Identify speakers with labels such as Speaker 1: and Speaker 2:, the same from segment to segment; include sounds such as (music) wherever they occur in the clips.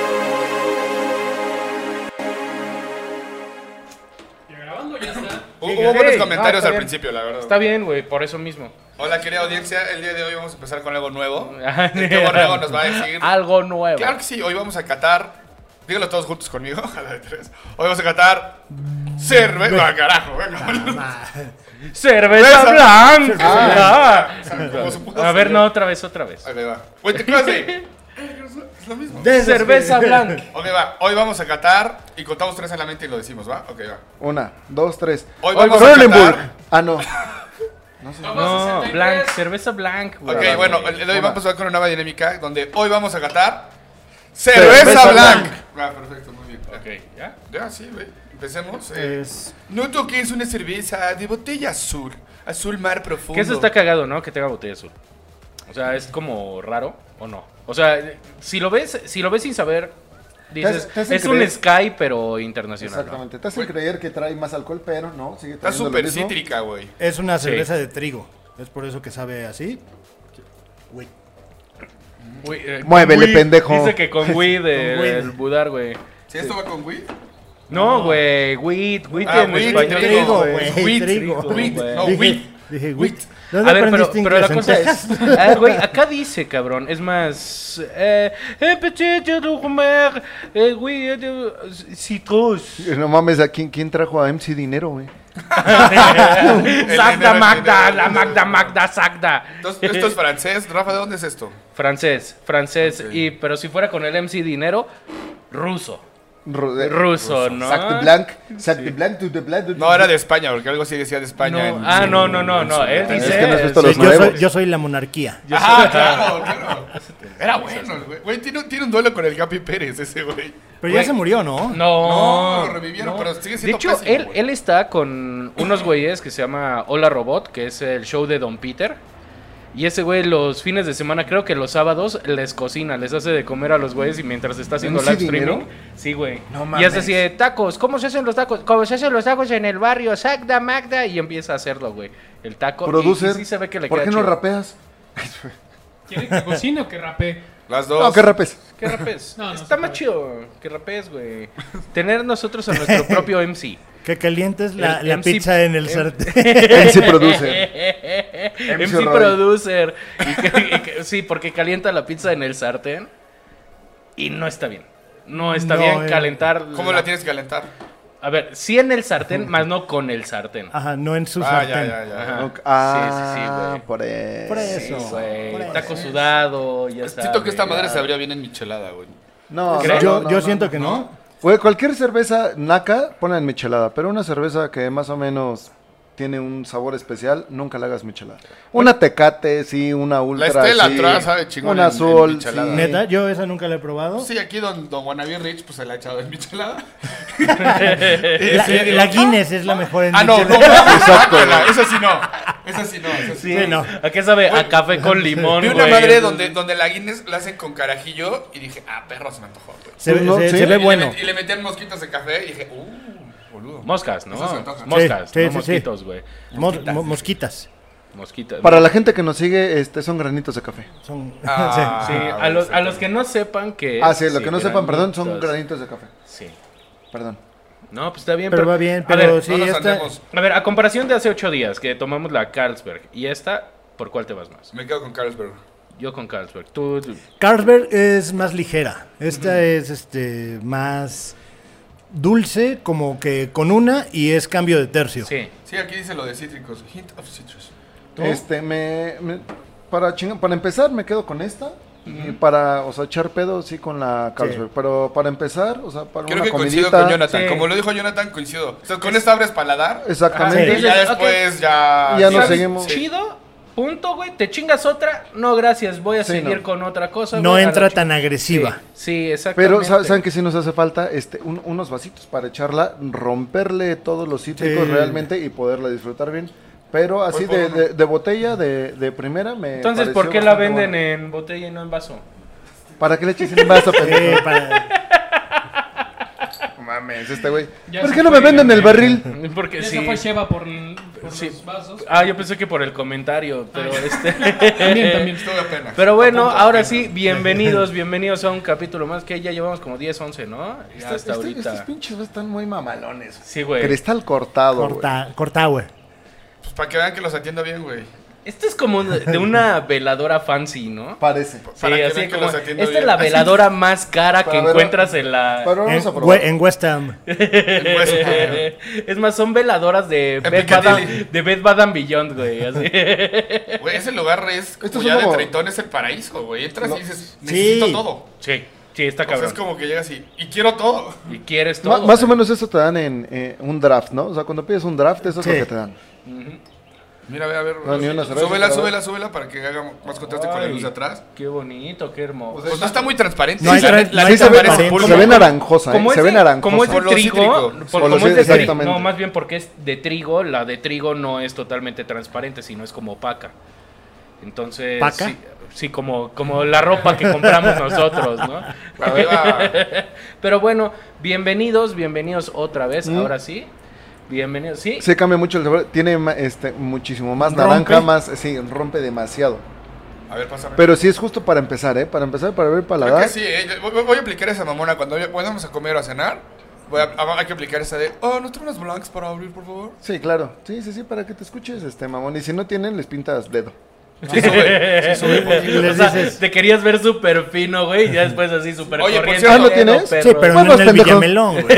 Speaker 1: (laughs)
Speaker 2: hubo buenos
Speaker 1: digas, "Hey, ah,
Speaker 2: comentarios
Speaker 1: está
Speaker 2: al
Speaker 1: bien".
Speaker 2: principio, la verdad.
Speaker 1: Está bien, güey, por eso mismo.
Speaker 2: Hola, querida audiencia. El día de hoy vamos a empezar con algo
Speaker 1: (laughs)
Speaker 2: nuevo. ¿Qué borrego nos va a decir?
Speaker 1: Algo nuevo.
Speaker 2: Claro que sí, hoy vamos a catar. Díganlo todos juntos conmigo, (laughs) a la de tres. Hoy vamos a catar. Cerveza. Ah, carajo, venga.
Speaker 1: Cerveza
Speaker 2: Cerveza
Speaker 1: blanca.
Speaker 2: Ah, como su puta
Speaker 1: a ver,
Speaker 2: señora.
Speaker 1: no, otra vez, otra vez.
Speaker 2: Ok, va. Wait, ¿qué pasa
Speaker 1: (laughs)
Speaker 2: ahí? Es lo mismo.
Speaker 3: De esas
Speaker 1: Cerveza
Speaker 3: que-
Speaker 1: blanca.
Speaker 2: Ok, va. Hoy vamos a catar y contamos tres en la mente y lo decimos, ¿va? Ok, va.
Speaker 4: Una, dos, tres.
Speaker 2: Hoy vamos a
Speaker 4: Cronenburg.
Speaker 2: catar.
Speaker 4: Ah, no.
Speaker 1: No, blanc, cerveza blanca, güey.
Speaker 2: Ok, bueno, el el de hoy vamos a pasar con una nueva dinámica donde hoy vamos a catar.
Speaker 4: Cerveza
Speaker 2: Cerveza
Speaker 4: blanca.
Speaker 2: blanca. Va, perfecto, muy bien.
Speaker 1: Ok, ¿ya?
Speaker 2: Ya, sí, güey. Empecemos. eh.
Speaker 3: Es-
Speaker 2: No toques una cerveza de botella azul. Azul mar profundo.
Speaker 1: Que eso está cagado, ¿no? Que tenga botella azul. O sea, es como raro o no. O sea, si lo ves, si lo ves sin saber, dices,
Speaker 4: Te- te hacen
Speaker 1: es un
Speaker 4: creer.
Speaker 1: Sky pero internacional. ¿no?
Speaker 4: Exactamente. Te hacen creer que trae más alcohol, pero no. Sigue
Speaker 2: Está
Speaker 4: trayendo lo
Speaker 2: súper
Speaker 4: mismo.
Speaker 2: cítrica, güey.
Speaker 3: Es una
Speaker 1: Sí.
Speaker 3: cerveza de trigo. Es por eso que sabe así. Güey.
Speaker 1: Güey, eh, con
Speaker 4: Muévele,
Speaker 1: Wii.
Speaker 4: pendejo.
Speaker 1: Dice que con weed
Speaker 3: Con Wii.
Speaker 1: el budar, güey.
Speaker 2: Si esto va con weed.
Speaker 1: No, güey, weed, weed
Speaker 2: Ah,
Speaker 1: en
Speaker 2: weed,
Speaker 1: español.
Speaker 2: trigo,
Speaker 1: no,
Speaker 2: güey. Wheat,
Speaker 3: Trigo.
Speaker 1: Oh, wheat,
Speaker 3: güey.
Speaker 2: no,
Speaker 3: Dije-
Speaker 2: wheat.
Speaker 3: Dije
Speaker 2: Wheat.
Speaker 3: wheat. ¿Dónde
Speaker 1: a ver, pero,
Speaker 3: aprendiste
Speaker 1: pero la
Speaker 3: inglés?
Speaker 1: cosa
Speaker 3: ¿En
Speaker 1: es... (laughs)
Speaker 3: Texas?
Speaker 1: Ah, güey, acá dice, cabrón, es más... Eh, eh, petit, je dois comer, eh, güey, eh, de- citrus.
Speaker 2: (laughs)
Speaker 4: No mames, ¿a quién, quién trajo a MC Dinero, güey?
Speaker 1: Sagda,
Speaker 2: NNN,
Speaker 1: Magda, la
Speaker 2: NNN.
Speaker 1: Magda, Magda, Sagda.
Speaker 2: Entonces, esto es francés. Rafa, ¿de dónde es esto?
Speaker 1: (laughs) Francés, francés,
Speaker 2: Ok.
Speaker 1: y, pero si fuera con el MC Dinero, ruso.
Speaker 4: Ru- de-
Speaker 1: Ruso, ¿no?
Speaker 4: eh, Sac de blanc. Sac de blanc, du de blanc. du-
Speaker 2: No, era de España, porque algo sí decía de España.
Speaker 1: No,
Speaker 2: en-
Speaker 1: ah, no, no, no, no. Él
Speaker 4: Es
Speaker 1: dice.
Speaker 4: que no has visto
Speaker 1: sí,
Speaker 4: los
Speaker 3: Sí, yo, soy,
Speaker 4: nuevos.
Speaker 3: yo soy la monarquía.
Speaker 2: Ah, claro, claro. Era bueno, el güey. Güey, tiene, un- tiene un duelo con el Capi Pérez, ese güey.
Speaker 3: Pero ya se murió, ¿no?
Speaker 1: No,
Speaker 2: No, lo revivieron, pero sigue siendo
Speaker 1: De hecho,
Speaker 2: pésimo,
Speaker 1: él,
Speaker 2: güey.
Speaker 1: él está con unos güeyes que se llama Hola Robot, que es el show de Don Peter. Y ese güey los fines de semana, creo que los sábados, les cocina, les hace de comer a los güeyes y mientras está haciendo
Speaker 4: ¿MC
Speaker 1: live streaming.
Speaker 4: dinero?
Speaker 1: Sí, güey.
Speaker 4: No
Speaker 1: y
Speaker 4: mames.
Speaker 1: hace así de tacos, ¿cómo se hacen los tacos? ¿Cómo se hacen los tacos en el barrio? Sagda, Magda. Y empieza a hacerlo, güey. El taco. y-
Speaker 4: Producer.
Speaker 1: Y, sí se ve que le
Speaker 4: ¿Por
Speaker 1: queda
Speaker 4: qué no
Speaker 1: chido.
Speaker 4: rapeas?
Speaker 5: ¿Quieren que cocine o que rapee?
Speaker 2: Las dos.
Speaker 4: No,
Speaker 2: (laughs)
Speaker 4: que rapes.
Speaker 1: ¿Qué rapes?
Speaker 5: (laughs) No, no
Speaker 1: Está
Speaker 5: se
Speaker 1: más
Speaker 5: puede.
Speaker 1: chido que rapes, güey. Tener nosotros a
Speaker 4: (laughs)
Speaker 1: nuestro propio MC.
Speaker 3: Que calientes la,
Speaker 1: El
Speaker 3: la
Speaker 1: MC
Speaker 3: pizza en el sartén. (laughs)
Speaker 4: Él
Speaker 1: (laughs)
Speaker 4: sí produce.
Speaker 1: MC,
Speaker 4: MC Roy.
Speaker 1: Producer. Y que- y que- sí, porque calienta la pizza en el sartén. Y no está bien. No está
Speaker 3: No,
Speaker 1: bien
Speaker 3: eh.
Speaker 1: calentar.
Speaker 2: ¿Cómo la tienes que calentar?
Speaker 1: A ver, sí en el sartén, más no con el sartén.
Speaker 3: Ajá, no en su
Speaker 2: Ah, ya,
Speaker 3: sartén.
Speaker 2: ya, ya.
Speaker 1: Ajá.
Speaker 4: Ah,
Speaker 1: sí, sí, sí, güey.
Speaker 4: Por eso.
Speaker 3: Por eso.
Speaker 1: Sí, güey,
Speaker 3: por eso.
Speaker 1: Taco sudado, ya
Speaker 2: Pues, Siento
Speaker 1: sabes.
Speaker 2: que esta madre se abría bien en michelada, güey.
Speaker 4: No,
Speaker 1: ¿Crees?
Speaker 4: no,
Speaker 3: Yo,
Speaker 4: no, no,
Speaker 3: yo
Speaker 4: no,
Speaker 3: siento
Speaker 4: no.
Speaker 3: que no.
Speaker 4: Güey, cualquier cerveza naca, ponla en michelada, pero una cerveza que más o menos tiene un sabor especial, nunca la hagas michelada. Una Tecate, sí, una Ultra,
Speaker 2: Estela
Speaker 4: sí,
Speaker 2: atrás sabe chingón
Speaker 4: Una
Speaker 2: en- en
Speaker 4: Azul,
Speaker 2: michelada.
Speaker 4: sí.
Speaker 3: Neta, yo esa nunca la he probado.
Speaker 2: Sí, aquí don, don Wannabe Rich, pues se la ha echado en michelada. (laughs)
Speaker 3: La,
Speaker 2: Ese-
Speaker 3: la Guinness es la mejor en
Speaker 2: Ah, no, no,
Speaker 3: michelada.
Speaker 2: exacto. Esa sí no. Esa sí no. Esa sí.
Speaker 1: Sí,
Speaker 3: Sí, no.
Speaker 1: (laughs) ¿A qué sabe? A café
Speaker 3: (laughs)
Speaker 1: con limón,
Speaker 2: Vi una
Speaker 1: güey.
Speaker 2: madre donde, donde la Guinness la hacen con carajillo y dije, ah, perro, se me antojó, güey.
Speaker 3: Se, ve-
Speaker 4: No,
Speaker 3: se-
Speaker 4: sí.
Speaker 3: se ve
Speaker 2: Y le
Speaker 3: bueno.
Speaker 2: met- Y le metían mosquitos de café y dije, uh,
Speaker 1: (laughs)
Speaker 2: boludo.
Speaker 1: Moscas, ¿no?
Speaker 2: Eso se antoja.
Speaker 1: Moscas,
Speaker 3: Sí,
Speaker 1: no
Speaker 3: sí, sí,
Speaker 1: mosquitos, güey.
Speaker 3: Mos- mo- mosquitas.
Speaker 1: Mosquitas.
Speaker 4: Para la gente que nos sigue, este, son granitos de café.
Speaker 3: Son. (laughs)
Speaker 2: Ah,
Speaker 1: Sí, a los, a los que no sepan que...
Speaker 4: Ah, sí, lo que no sepan, perdón,
Speaker 1: Eh, granitos.
Speaker 4: son granitos de café.
Speaker 1: Sí.
Speaker 4: Perdón.
Speaker 1: No, pues está bien.
Speaker 3: Pero va bien,
Speaker 1: A
Speaker 3: pero
Speaker 1: ver,
Speaker 3: sí,
Speaker 2: no nos
Speaker 3: esta-
Speaker 2: andemos.
Speaker 1: a ver, a comparación de hace ocho días que tomamos la Carlsberg y esta, ¿por cuál te vas más?
Speaker 2: Me quedo con Carlsberg.
Speaker 1: Yo con Carlsberg. Tú, tú-
Speaker 3: Carlsberg es más ligera. Esta es este más dulce, como que con una y es cambio de tercio.
Speaker 1: Sí.
Speaker 2: Sí, aquí dice lo de cítricos. Hint of citrus.
Speaker 4: Este, me, me- para chinga- para empezar me quedo con esta. Y para, o sea, echar pedo, sí, con la Carlsberg. Pero para empezar, o sea, para
Speaker 2: Creo
Speaker 4: una
Speaker 2: que coincido
Speaker 4: comidita...
Speaker 2: con Jonathan.
Speaker 1: sí.
Speaker 2: Como lo dijo Jonathan, coincido. O sea, con esta abres paladar.
Speaker 4: Exactamente.
Speaker 1: Ajá,
Speaker 2: Y
Speaker 1: sí.
Speaker 2: ya
Speaker 1: Dices,
Speaker 2: después ya.
Speaker 4: Ya
Speaker 2: sí,
Speaker 4: nos
Speaker 2: sabes,
Speaker 4: seguimos.
Speaker 2: sí.
Speaker 1: Chido, punto, güey. ¿Te chingas otra? No, gracias. Voy a
Speaker 4: Sí,
Speaker 1: seguir
Speaker 4: no.
Speaker 1: con otra cosa.
Speaker 3: No
Speaker 1: güey, a la
Speaker 3: entra
Speaker 1: chi-
Speaker 3: tan agresiva.
Speaker 1: Sí, exactamente.
Speaker 4: Pero ¿sab- saben que sí nos hace falta este un- unos vasitos para echarla, romperle todos los cítricos
Speaker 3: Sí.
Speaker 4: realmente y poderla disfrutar bien. Pero así
Speaker 2: por
Speaker 4: de,
Speaker 2: uno.
Speaker 4: de, de botella, de, de primera me
Speaker 1: Entonces, ¿por
Speaker 4: pareció
Speaker 1: qué la
Speaker 4: bastante
Speaker 1: venden
Speaker 4: buena.
Speaker 1: en botella y no en vaso?
Speaker 4: ¿Para qué le eches en (laughs) vaso,
Speaker 3: Eh,
Speaker 4: pendejo?
Speaker 3: para-
Speaker 4: No Mames, este güey.
Speaker 5: Ya se
Speaker 4: ¿Por este qué no me
Speaker 5: fue,
Speaker 4: venden
Speaker 5: ya.
Speaker 4: el barril?
Speaker 3: Mm.
Speaker 1: Porque
Speaker 5: Ya
Speaker 1: sí.
Speaker 5: se fue Sheva por Por
Speaker 1: Sí.
Speaker 5: los
Speaker 1: (laughs)
Speaker 5: vasos.
Speaker 1: Ah, yo pensé que por el comentario, pero este.
Speaker 5: También, también.
Speaker 2: Estuve apenas.
Speaker 1: Pero
Speaker 2: A
Speaker 1: bueno,
Speaker 2: punto
Speaker 1: ahora
Speaker 2: apenas.
Speaker 1: sí, bienvenidos, bienvenidos a un capítulo más que ya llevamos como 10, 11, ¿no? Ya
Speaker 4: Esta-
Speaker 1: hasta
Speaker 4: este-
Speaker 1: ahorita.
Speaker 4: Estos pinches güey, están muy mamalones.
Speaker 1: Sí, güey.
Speaker 4: Cristal cortado, güey.
Speaker 3: Corta, corta, güey.
Speaker 2: Pues para que vean que los atiendo bien, güey.
Speaker 1: Esto es como
Speaker 2: (laughs)
Speaker 1: de una veladora fancy, ¿no?
Speaker 4: Parece. pues.
Speaker 1: Sí,
Speaker 2: Para que
Speaker 1: así
Speaker 2: vean que
Speaker 1: como-
Speaker 2: los atiendo
Speaker 1: Esta es
Speaker 2: bien. (laughs)
Speaker 1: la veladora más cara que
Speaker 4: Para ver-
Speaker 1: encuentras en la.
Speaker 4: Pero
Speaker 3: En,
Speaker 4: vamos a
Speaker 3: güey,
Speaker 4: probar.
Speaker 3: en West Ham.
Speaker 2: El
Speaker 1: (laughs)
Speaker 2: hueso, güey.
Speaker 1: es más, son veladoras de Bed Bath,
Speaker 2: Piccadilly.
Speaker 1: de Bed Bath and Beyond, güey.
Speaker 2: (laughs)
Speaker 1: así.
Speaker 2: Güey, ese lugar es como
Speaker 4: Estos
Speaker 2: ya
Speaker 4: son
Speaker 2: de
Speaker 4: como-
Speaker 2: Tritón es el paraíso, güey. Entras y dices,
Speaker 3: Sí.
Speaker 2: necesito todo.
Speaker 1: Sí, sí, está
Speaker 2: O sea,
Speaker 1: cabrón.
Speaker 2: Pues es como que llegas y, y quiero todo.
Speaker 1: Y quieres
Speaker 4: Ma-
Speaker 1: todo.
Speaker 4: más o
Speaker 1: güey.
Speaker 4: menos eso te dan en eh, un draft, ¿no? O sea, cuando pides un draft, eso es
Speaker 3: Sí.
Speaker 4: lo que te dan.
Speaker 2: Mira, ve a ver.
Speaker 4: No, ni una cerveza,
Speaker 2: súbela,
Speaker 4: pero-
Speaker 2: súbela, súbela para que haga más contraste con la
Speaker 1: Ay,
Speaker 2: luz de atrás.
Speaker 1: Qué bonito, qué hermoso.
Speaker 2: Pues no está muy transparente.
Speaker 3: No hay
Speaker 2: la
Speaker 3: tran-
Speaker 2: neta- la
Speaker 3: no hay
Speaker 2: neta parece
Speaker 3: transparencia.
Speaker 2: pulpo.
Speaker 4: Se ve naranjosa, ¿eh?
Speaker 1: como
Speaker 4: Se
Speaker 1: es
Speaker 4: ve
Speaker 1: de- Como es de
Speaker 4: naranjosa.
Speaker 2: Por lo
Speaker 1: trigo,
Speaker 2: cítrico.
Speaker 1: por-
Speaker 4: Por
Speaker 1: como
Speaker 4: lo
Speaker 1: es de
Speaker 4: cítrico,
Speaker 1: trigo,
Speaker 4: exactamente.
Speaker 1: no, más bien porque es de trigo, la de trigo no es totalmente transparente, sino es como opaca. Entonces,
Speaker 3: ¿Paca?
Speaker 1: sí, sí, como, como la ropa que compramos nosotros,
Speaker 4: (laughs)
Speaker 1: ¿no?
Speaker 2: Arriba.
Speaker 1: Pero bueno, bienvenidos, bienvenidos otra vez,
Speaker 4: Mm.
Speaker 1: ahora sí. Bienvenidos, sí.
Speaker 4: Se cambia mucho el sabor. Tiene ma- este, muchísimo más
Speaker 3: Rompe.
Speaker 4: naranja, más. Sí, rompe demasiado.
Speaker 2: A ver, pásame.
Speaker 4: Pero sí es justo para empezar, ¿eh? Para empezar, para ver
Speaker 2: Creo
Speaker 4: paladar.
Speaker 2: que sí, eh. Yo- voy, voy a aplicar esa mamona. Cuando, vaya- cuando vamos a comer o a cenar, voy a- a- hay que aplicar esa de, oh, ¿no tengo unas blancs para abrir, por favor?
Speaker 4: Sí, claro. Sí, sí, sí, para que te escuches, este mamón. Y si no tienen, les pintas dedo.
Speaker 2: Sí, sube, sí, sube.
Speaker 3: (laughs)
Speaker 2: poquito.
Speaker 3: Les
Speaker 1: O sea,
Speaker 3: dices-
Speaker 1: te querías ver súper fino, güey, y ya después así súper
Speaker 2: Oye, por
Speaker 1: corriente.
Speaker 2: cierto- Ah, ¿lo
Speaker 1: dedo,
Speaker 4: tienes?
Speaker 1: perro.
Speaker 3: Sí, pero no
Speaker 4: Vamos,
Speaker 3: en el
Speaker 4: pendejos.
Speaker 3: Villamelón, güey.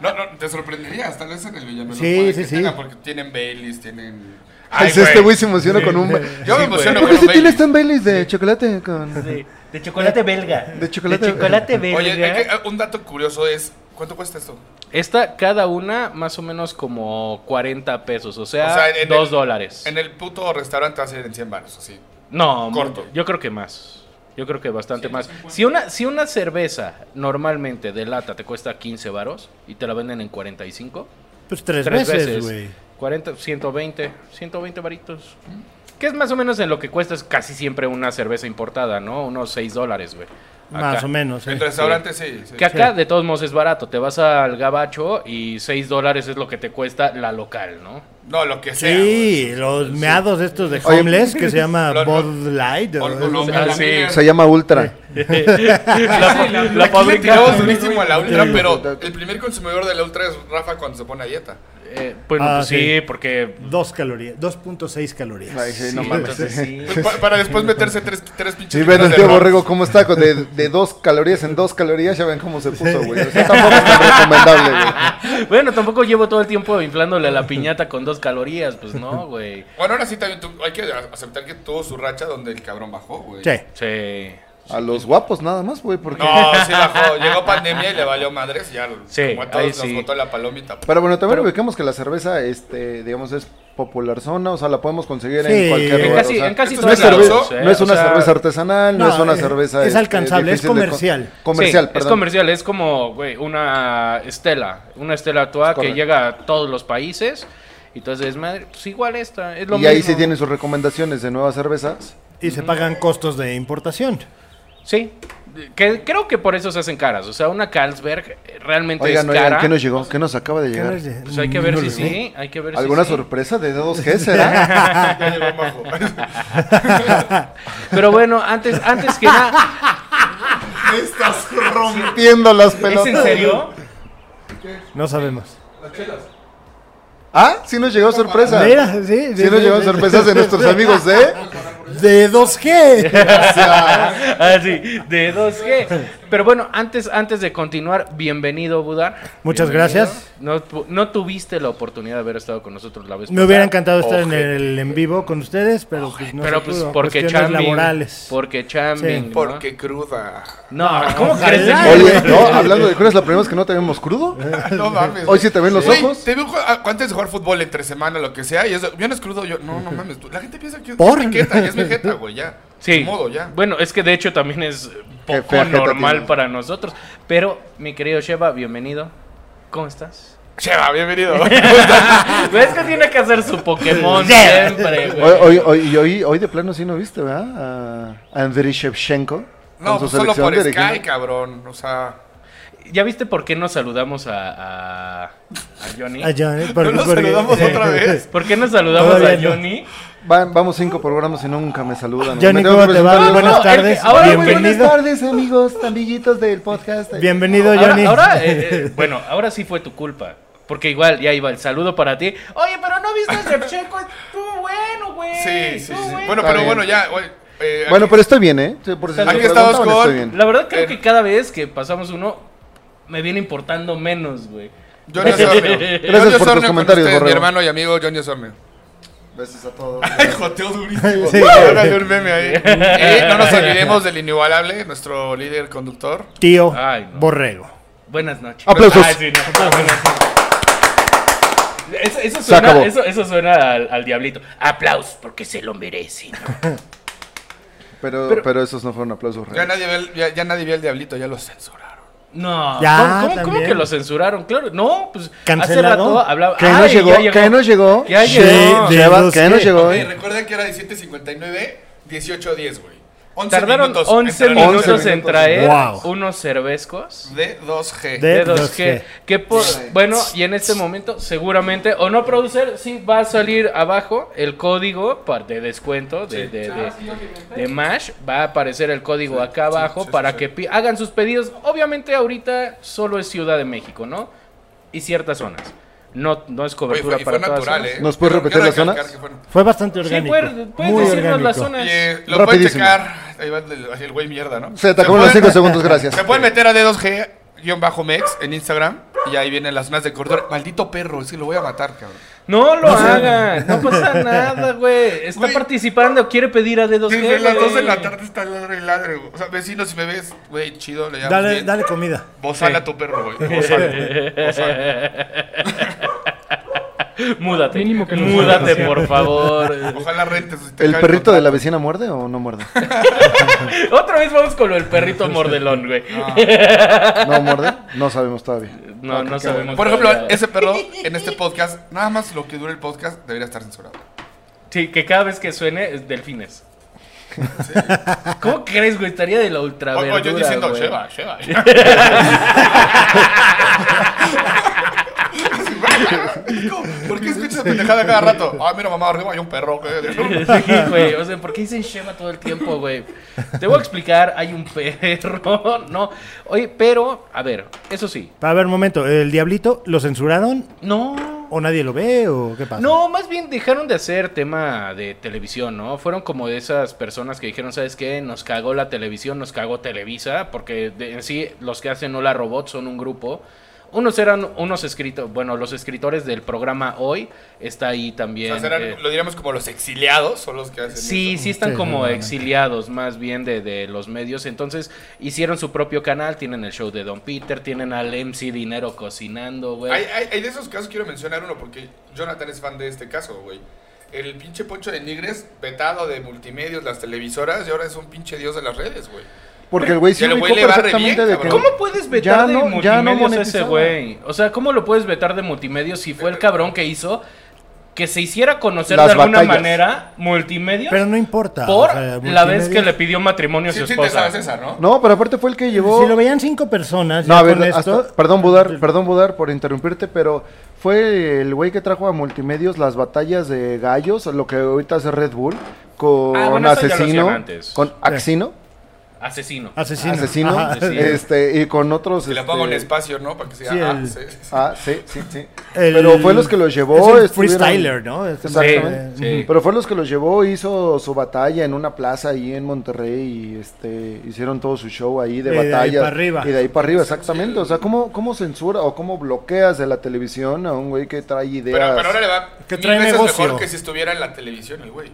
Speaker 2: No, no, te sorprenderías, tal vez en el Villamelón.
Speaker 3: Sí,
Speaker 2: puede
Speaker 3: sí,
Speaker 2: que
Speaker 3: sí.
Speaker 2: tenga, porque tienen Baileys, tienen...
Speaker 4: Ay, (laughs) sí, este güey se emociona con un.
Speaker 2: Yo me
Speaker 1: Sí, güey.
Speaker 2: emociono
Speaker 4: ¿Por qué
Speaker 2: con
Speaker 4: si
Speaker 2: un Baileys.
Speaker 4: tienes tan Baileys de chocolate? Con...
Speaker 1: Sí, de chocolate
Speaker 3: Eh,
Speaker 1: belga.
Speaker 4: De chocolate-
Speaker 1: belga.
Speaker 2: Oye, hay que- eh, un dato curioso es, ¿cuánto cuesta esto?
Speaker 1: Esta, cada una, más o menos como 40 pesos, o sea,
Speaker 2: O sea, en el-
Speaker 1: 2 dólares.
Speaker 2: En el puto restaurante va a ser en 100 baros, así.
Speaker 1: No,
Speaker 2: corto.
Speaker 1: yo creo que más. Yo creo que bastante más. Si una, si una cerveza normalmente de lata te cuesta 15 varos y te la venden en 45,
Speaker 3: Pues tres,
Speaker 1: tres
Speaker 3: veces,
Speaker 1: veces,
Speaker 3: güey.
Speaker 1: 40, 120, 120 varitos. Que es más o menos en lo que cuesta es casi siempre una cerveza importada, ¿no? Unos 6 dólares, güey.
Speaker 3: Más
Speaker 1: Acá.
Speaker 3: o menos. eh. sí.
Speaker 2: En restaurante sí. sí.
Speaker 1: Que acá, de todos modos, es barato. Te vas al gabacho y 6 dólares es lo que te cuesta la local, ¿no?
Speaker 2: No, lo que sea.
Speaker 3: Sí, los meados estos de
Speaker 4: Oye,
Speaker 3: homeless que se llama
Speaker 2: lo-
Speaker 3: Bud Light.
Speaker 2: O-
Speaker 3: o-
Speaker 2: o lo-
Speaker 1: Ah, sí.
Speaker 2: la-
Speaker 4: Se llama Ultra.
Speaker 1: (laughs) la, la
Speaker 5: Aquí le
Speaker 2: Aquí le
Speaker 1: fábrica-
Speaker 2: tiramos durísimo a la ultra,
Speaker 4: Sí.
Speaker 2: pero el primer consumidor de la ultra es Rafa cuando se pone a dieta.
Speaker 1: Eh, bueno,
Speaker 3: Ah,
Speaker 1: pues sí,
Speaker 3: sí.
Speaker 1: porque.
Speaker 3: Dos calorías, 2.6 calorías.
Speaker 4: Ay, sí, no
Speaker 1: sí,
Speaker 4: mames.
Speaker 1: entonces sí.
Speaker 2: Pues, Pa- Para, después meterse tres, tres pinches.
Speaker 4: Sí, ven
Speaker 2: libras
Speaker 4: el
Speaker 2: de
Speaker 4: tío
Speaker 2: ron.
Speaker 4: Borrego cómo está, con- de, de dos calorías en dos calorías, ya ven cómo se puso, güey. O sea, tampoco es tan recomendable, güey.
Speaker 1: Bueno, tampoco llevo todo el tiempo inflándole a la piñata con dos calorías, pues no, güey.
Speaker 2: Bueno, ahora sí también tú- hay que a- aceptar que tuvo su racha donde el cabrón bajó, güey.
Speaker 3: Sí.
Speaker 1: Sí.
Speaker 4: A los guapos nada más, güey, porque...
Speaker 2: No, sí bajó. Llegó pandemia y le valió madres y ya
Speaker 1: Sí,
Speaker 2: como a
Speaker 1: ahí
Speaker 2: todos
Speaker 1: sí.
Speaker 2: nos botó la palomita.
Speaker 4: Pero bueno, también ubiquemos que la cerveza, este, digamos, es popular zona, o sea, la podemos conseguir
Speaker 3: Sí.
Speaker 4: en cualquier
Speaker 3: En
Speaker 4: lugar.
Speaker 1: casi-
Speaker 4: o sea,
Speaker 1: en casi
Speaker 4: no,
Speaker 2: todos
Speaker 4: es cerve-
Speaker 2: lados,
Speaker 1: ¿eh?
Speaker 4: no es
Speaker 1: O
Speaker 4: una
Speaker 1: sea,
Speaker 4: cerveza artesanal, no,
Speaker 3: no,
Speaker 4: es una
Speaker 3: es-
Speaker 4: cerveza...
Speaker 3: es
Speaker 4: este,
Speaker 3: alcanzable, es
Speaker 4: difícil de con-
Speaker 3: comercial.
Speaker 4: comercial,
Speaker 1: Sí, Es
Speaker 4: perdón.
Speaker 1: comercial, es como, güey, una estela. Una estela actual que
Speaker 4: correcto.
Speaker 1: llega a todos los países. Entonces, madre, pues igual esta. Es lo
Speaker 4: Y ahí
Speaker 1: mismo.
Speaker 4: sí tienen sus recomendaciones de nuevas cervezas.
Speaker 3: Y se pagan costos de importación.
Speaker 1: Sí. Que, creo que por eso se hacen caras. O sea, una Carlsberg eh, realmente
Speaker 4: Oigan,
Speaker 1: es cara.
Speaker 4: oigan, ¿qué nos llegó? ¿Qué nos acaba de llegar?
Speaker 1: Pues hay que ver
Speaker 4: (laughs)
Speaker 3: No
Speaker 1: si
Speaker 3: lo sé.
Speaker 1: sí. Hay que ver si
Speaker 4: ¿Alguna
Speaker 1: sí.
Speaker 4: sorpresa de dados
Speaker 3: (laughs)
Speaker 4: que será?
Speaker 1: (laughs)
Speaker 2: Ya llegó bajo.
Speaker 1: Pero bueno, antes, antes que
Speaker 4: (laughs)
Speaker 1: nada.
Speaker 4: Me estás rompiendo las pelotas.
Speaker 1: ¿Es en serio?
Speaker 3: No sabemos.
Speaker 4: Ah, sí nos llegó sorpresa.
Speaker 3: Mira, sí, sí,
Speaker 4: Sí nos
Speaker 3: sí,
Speaker 4: llegaron
Speaker 3: sí.
Speaker 4: sorpresas de
Speaker 3: (laughs)
Speaker 4: nuestros amigos de...
Speaker 3: De
Speaker 1: (laughs)
Speaker 3: 2G.
Speaker 1: Ah, sí, de 2G. Pero bueno, antes, antes de continuar, bienvenido, Budar.
Speaker 3: Muchas
Speaker 1: Bienvenido.
Speaker 3: gracias.
Speaker 1: No, tu- no tuviste la oportunidad de haber estado con nosotros la vez
Speaker 3: Me hubiera
Speaker 1: pasada.
Speaker 3: encantado estar en
Speaker 1: Oje.
Speaker 3: el en vivo con ustedes, pero pues no
Speaker 1: Pero
Speaker 3: se
Speaker 1: pues
Speaker 3: pudo,
Speaker 1: porque
Speaker 3: cuestiones
Speaker 1: chambing.
Speaker 3: laborales.
Speaker 1: Porque chambing.
Speaker 3: Sí.
Speaker 1: ¿no?
Speaker 2: Porque cruda.
Speaker 1: No, ¿cómo
Speaker 3: ojalá.
Speaker 1: crees? señor?
Speaker 4: Oye, no, hablando de crudas, la primera vez que no te vemos
Speaker 3: (laughs)
Speaker 4: crudo.
Speaker 2: (laughs) No mames.
Speaker 4: Hoy sí te ven los
Speaker 2: Güey,
Speaker 4: ojos.
Speaker 2: Te veo ju- a- antes de jugar fútbol entre semana, lo que sea. Y es, yo no es crudo. Yo, no, no mames. tú- La gente piensa que
Speaker 3: ¿Por?
Speaker 2: es mi jeta. Y es mi jeta, güey, ya.
Speaker 1: Sí.
Speaker 2: Ni modo, ya.
Speaker 1: Bueno, es que de hecho también es
Speaker 4: Qué
Speaker 1: poco
Speaker 4: fea jeta
Speaker 1: normal
Speaker 4: tienes.
Speaker 1: para nosotros. Pero, mi querido Sheva, bienvenido. ¿Cómo estás? Pues,
Speaker 2: Cheva, (laughs) bienvenido.
Speaker 1: es que tiene que hacer su Pokémon
Speaker 3: Yeah.
Speaker 1: siempre, güey.
Speaker 4: Hoy, hoy, hoy, y hoy, hoy de plano sí no viste, ¿verdad? A Andriy Shevchenko.
Speaker 2: No,
Speaker 4: con
Speaker 2: pues
Speaker 4: su
Speaker 2: solo
Speaker 4: selección
Speaker 2: por
Speaker 4: de
Speaker 2: Sky,
Speaker 4: original.
Speaker 2: cabrón. O sea,
Speaker 1: ¿Ya viste por qué nos saludamos a, a, a Johnny?
Speaker 3: Ah, ya, ¿eh?
Speaker 2: ¿No nos saludamos otra vez?
Speaker 1: ¿Por qué nos saludamos
Speaker 3: Todavía
Speaker 1: a
Speaker 3: no.
Speaker 1: Johnny?
Speaker 4: Va- vamos cinco programas y nunca me saludan.
Speaker 3: (laughs)
Speaker 4: Me
Speaker 3: Johnny,
Speaker 4: tengo
Speaker 3: ¿cómo
Speaker 4: que
Speaker 3: te va?
Speaker 4: presentar.
Speaker 3: Buenas
Speaker 1: no, el que-
Speaker 3: tardes.
Speaker 1: ahora, güey,
Speaker 4: Buenas
Speaker 3: bienvenido.
Speaker 4: tardes, amigos, amiguitos del podcast.
Speaker 3: Bienvenido, Johnny.
Speaker 1: Ahora, ahora, eh, eh, bueno, ahora sí fue tu culpa. Porque igual, ya iba el saludo para ti. Oye, pero no viste el de Checo. Estuvo bueno, güey.
Speaker 2: Sí, sí, sí.
Speaker 1: estuvo bueno.
Speaker 2: Bueno,
Speaker 4: Está
Speaker 2: pero
Speaker 4: bien.
Speaker 2: bueno, ya. güey, eh,
Speaker 4: Bueno,
Speaker 2: aquí-
Speaker 4: pero estoy bien, ¿eh? Sí, Por si se
Speaker 2: Aquí
Speaker 4: lo
Speaker 2: estamos
Speaker 4: preguntaban,
Speaker 2: con-
Speaker 4: estoy bien.
Speaker 1: La verdad, creo
Speaker 2: Eh.
Speaker 1: que cada vez que pasamos uno, me viene importando menos, güey.
Speaker 2: Johnny Osornio.
Speaker 4: Gracias
Speaker 2: Johnny
Speaker 4: por tus
Speaker 2: Osornio con
Speaker 4: comentarios,
Speaker 2: ustedes, Mi
Speaker 4: Borrego.
Speaker 2: hermano y amigo Johnny Osornio.
Speaker 4: Besos a todos.
Speaker 2: Ay, joteo durísimo.
Speaker 3: Sí.
Speaker 2: Hágale un meme ahí. Y no nos olvidemos del inigualable, nuestro líder conductor.
Speaker 3: Tío
Speaker 1: Ay, no.
Speaker 3: Borrego.
Speaker 1: Buenas noches.
Speaker 4: Aplausos.
Speaker 1: Ay, sí, no. Ah, buenas noches. Eso, eso
Speaker 4: Se
Speaker 1: suena,
Speaker 4: acabó.
Speaker 1: eso, eso suena al, al diablito. Aplausos porque se lo merece. ¿no?
Speaker 4: Pero, pero, esos no fueron aplausos
Speaker 2: Ya
Speaker 4: reales.
Speaker 2: nadie ve el, ya, ya nadie vio el diablito, ya lo censuraron.
Speaker 4: (laughs)
Speaker 1: No,
Speaker 3: Ya,
Speaker 1: ¿cómo- ¿cómo, cómo
Speaker 3: también.
Speaker 1: que lo censuraron? Claro, no, pues
Speaker 3: Cancelado.
Speaker 1: hace rato hablaba.
Speaker 4: Que no
Speaker 1: Ay,
Speaker 4: llegó,
Speaker 1: ya
Speaker 4: que no llegó.
Speaker 1: Ya
Speaker 3: Sí,
Speaker 1: llegó.
Speaker 3: de
Speaker 4: Cheva,
Speaker 3: los
Speaker 4: que no
Speaker 3: que-
Speaker 4: llegó,
Speaker 2: Oye,
Speaker 4: ¿eh?
Speaker 2: recuerden que era de 7.59, 18.10, güey. 11
Speaker 1: Tardaron
Speaker 2: minutos.
Speaker 1: 11
Speaker 2: Entraron
Speaker 1: minutos
Speaker 4: 11
Speaker 1: en
Speaker 4: minutos.
Speaker 1: traer
Speaker 3: Wow.
Speaker 1: unos cervezcos.
Speaker 2: De 2G.
Speaker 3: De-
Speaker 1: De
Speaker 3: los
Speaker 1: 2G.
Speaker 3: que-
Speaker 1: Que, po- bueno, y en este momento seguramente, o no producer, sí va a salir abajo el código pa- de descuento de, de, de- de Mash. Va a aparecer el código acá abajo
Speaker 2: sí,
Speaker 1: para
Speaker 2: sí.
Speaker 1: que pi- hagan sus pedidos. Obviamente ahorita solo es Ciudad de México, ¿no? Y ciertas zonas. No, no es
Speaker 2: Oye,
Speaker 1: cobertura
Speaker 2: fue, y fue
Speaker 1: para todas
Speaker 2: natural,
Speaker 1: zonas.
Speaker 2: ¿eh?
Speaker 4: ¿Nos puedes
Speaker 2: Quiero-
Speaker 4: repetir
Speaker 2: quiero
Speaker 4: las
Speaker 2: recalcar
Speaker 4: zonas?
Speaker 2: que fueron-
Speaker 3: Fue bastante
Speaker 1: Sí,
Speaker 3: orgánico.
Speaker 1: puedes, puedes
Speaker 3: Muy
Speaker 1: decirnos las
Speaker 3: orgánico.
Speaker 1: zonas.
Speaker 2: Oye, lo pueden
Speaker 4: Rapidísimo.
Speaker 2: checar. Ahí va el, así el güey mierda, ¿no?
Speaker 4: Se te acabaron los
Speaker 2: pueden-
Speaker 4: cinco segundos, gracias.
Speaker 2: Se pueden meter a D2G-Mex en Instagram y ahí vienen las zonas de cordura. Maldito perro, es que lo voy a matar, cabrón.
Speaker 1: No lo hagan, no pasa nada, güey. Está
Speaker 2: Güey.
Speaker 1: participando, quiere pedir a D2G.
Speaker 2: Desde las 2 de
Speaker 1: güey.
Speaker 2: la tarde está ladre y ladre, güey. O sea, vecino, si me ves, güey, chido, le llamas
Speaker 3: Dale,
Speaker 2: bien.
Speaker 3: dale comida.
Speaker 2: Bozal a tu perro, güey. Bozal. Bozal.
Speaker 1: (laughs) Múdate.
Speaker 5: Mínimo que nos
Speaker 1: Múdate,
Speaker 5: conozcan.
Speaker 1: por favor.
Speaker 2: Ojalá rentes. si te
Speaker 4: ¿El
Speaker 2: cae
Speaker 4: perrito de la
Speaker 2: contrato.
Speaker 4: vecina muerde o no muerde?
Speaker 1: Otra vez vamos con lo del perrito mordelón, güey.
Speaker 4: ¿No muerde? No sabemos todavía.
Speaker 1: No, no sabemos.
Speaker 2: Por ejemplo,
Speaker 1: todavía.
Speaker 2: ese perro en este podcast, nada más lo que dure el podcast debería estar censurado.
Speaker 1: Sí, que cada vez que suene es delfines. ¿Cómo crees, güey? Estaría de la ultra
Speaker 2: O, o yo diciendo,
Speaker 1: güey.
Speaker 2: lleva, lleva. ¿Por qué escuchas pendejada cada rato? Ah, mira, mamá, arriba hay un perro. que-
Speaker 1: (laughs) Sí, güey. O sea, ¿por qué dicen Sheva todo el tiempo, güey? Te voy a explicar, hay un perro. (laughs) No. Oye, pero, a ver, eso sí.
Speaker 3: A ver, momento. ¿El diablito lo censuraron
Speaker 1: No.
Speaker 3: o nadie lo ve o qué pasa?
Speaker 1: No, más bien dejaron de hacer tema de televisión, ¿no? Fueron como de esas personas que dijeron, ¿sabes qué? Nos cagó la televisión, nos cagó Televisa, porque de- en sí los que hacen Hola Robot son un grupo. Unos eran unos escritos, bueno, los escritores del programa Hoy está ahí
Speaker 2: O
Speaker 1: también.
Speaker 2: sea, serán-
Speaker 1: eh,
Speaker 2: lo diríamos como los exiliados son los que hacen
Speaker 1: Sí,
Speaker 2: eso.
Speaker 1: sí están
Speaker 3: Sí,
Speaker 1: como
Speaker 3: seguramente.
Speaker 1: exiliados más bien de, de los medios. Entonces hicieron su propio canal, tienen el show de Don Peter, tienen al MC Dinero cocinando, güey.
Speaker 2: Hay, hay- hay de esos casos, quiero mencionar uno porque Jonathan es fan de este caso, güey. El pinche Poncho de Nigres, vetado de multimedios, las televisoras, y ahora es un pinche dios de las redes, güey.
Speaker 4: Porque el güey sí
Speaker 2: Y el
Speaker 4: ubicó
Speaker 2: güey le va re
Speaker 4: perfectamente
Speaker 2: bien,
Speaker 4: de que...
Speaker 2: cabrón.
Speaker 1: ¿Cómo puedes vetar
Speaker 4: Ya no-
Speaker 1: de
Speaker 4: ya no
Speaker 1: multimedios a ese
Speaker 4: monetizaba.
Speaker 1: güey? O sea, ¿cómo lo puedes vetar de multimedios si fue el cabrón que hizo que se hiciera conocer
Speaker 4: Las
Speaker 1: de alguna
Speaker 4: batallas.
Speaker 1: manera multimedios
Speaker 3: Pero no importa.
Speaker 1: por
Speaker 3: o sea,
Speaker 1: la vez que
Speaker 3: multimedia.
Speaker 1: le pidió matrimonio a
Speaker 2: Sí,
Speaker 1: su
Speaker 2: sí te
Speaker 1: esposa?
Speaker 2: sabes esa, ¿no?
Speaker 4: No, pero aparte fue el que llevó...
Speaker 3: Si lo veían cinco personas,
Speaker 4: No,
Speaker 3: ya
Speaker 4: a ver,
Speaker 3: con esto,
Speaker 4: hasta- perdón Budar, perdón Budar por interrumpirte, pero fue el güey que trajo a Multimedios las batallas de gallos, lo que ahorita hace Red Bull, con
Speaker 1: Ah, bueno, eso ya lo
Speaker 4: Asesino,
Speaker 1: hacían antes.
Speaker 4: con Axino,
Speaker 1: Asesino.
Speaker 3: asesino.
Speaker 4: Asesino,
Speaker 3: Ajá.
Speaker 1: asesino.
Speaker 4: este, y con otros...
Speaker 2: Que le
Speaker 4: este,
Speaker 2: pongo un espacio, ¿no? Para que sea.
Speaker 3: Sí,
Speaker 2: ah,
Speaker 3: el-
Speaker 2: sí, sí, sí.
Speaker 4: Ah, sí, sí, sí.
Speaker 3: El-
Speaker 4: Pero fue los que los llevó.
Speaker 3: Es un
Speaker 4: estuvieron-
Speaker 3: freestyler, ¿no? Es-
Speaker 4: Exactamente.
Speaker 1: Sí, sí.
Speaker 4: Pero fue los que los llevó, hizo su batalla en una plaza ahí en Monterrey y este hicieron todo su show ahí de
Speaker 3: Y de ahí
Speaker 4: batalla.
Speaker 3: para arriba.
Speaker 4: Y de ahí para arriba, exactamente. O sea, ¿cómo, cómo censura o cómo bloqueas de la televisión a un güey que trae ideas?
Speaker 2: Pero, pero ahora le va
Speaker 3: Que
Speaker 2: mil
Speaker 3: trae
Speaker 2: veces
Speaker 3: negocio.
Speaker 2: mejor que si estuviera en la televisión el güey.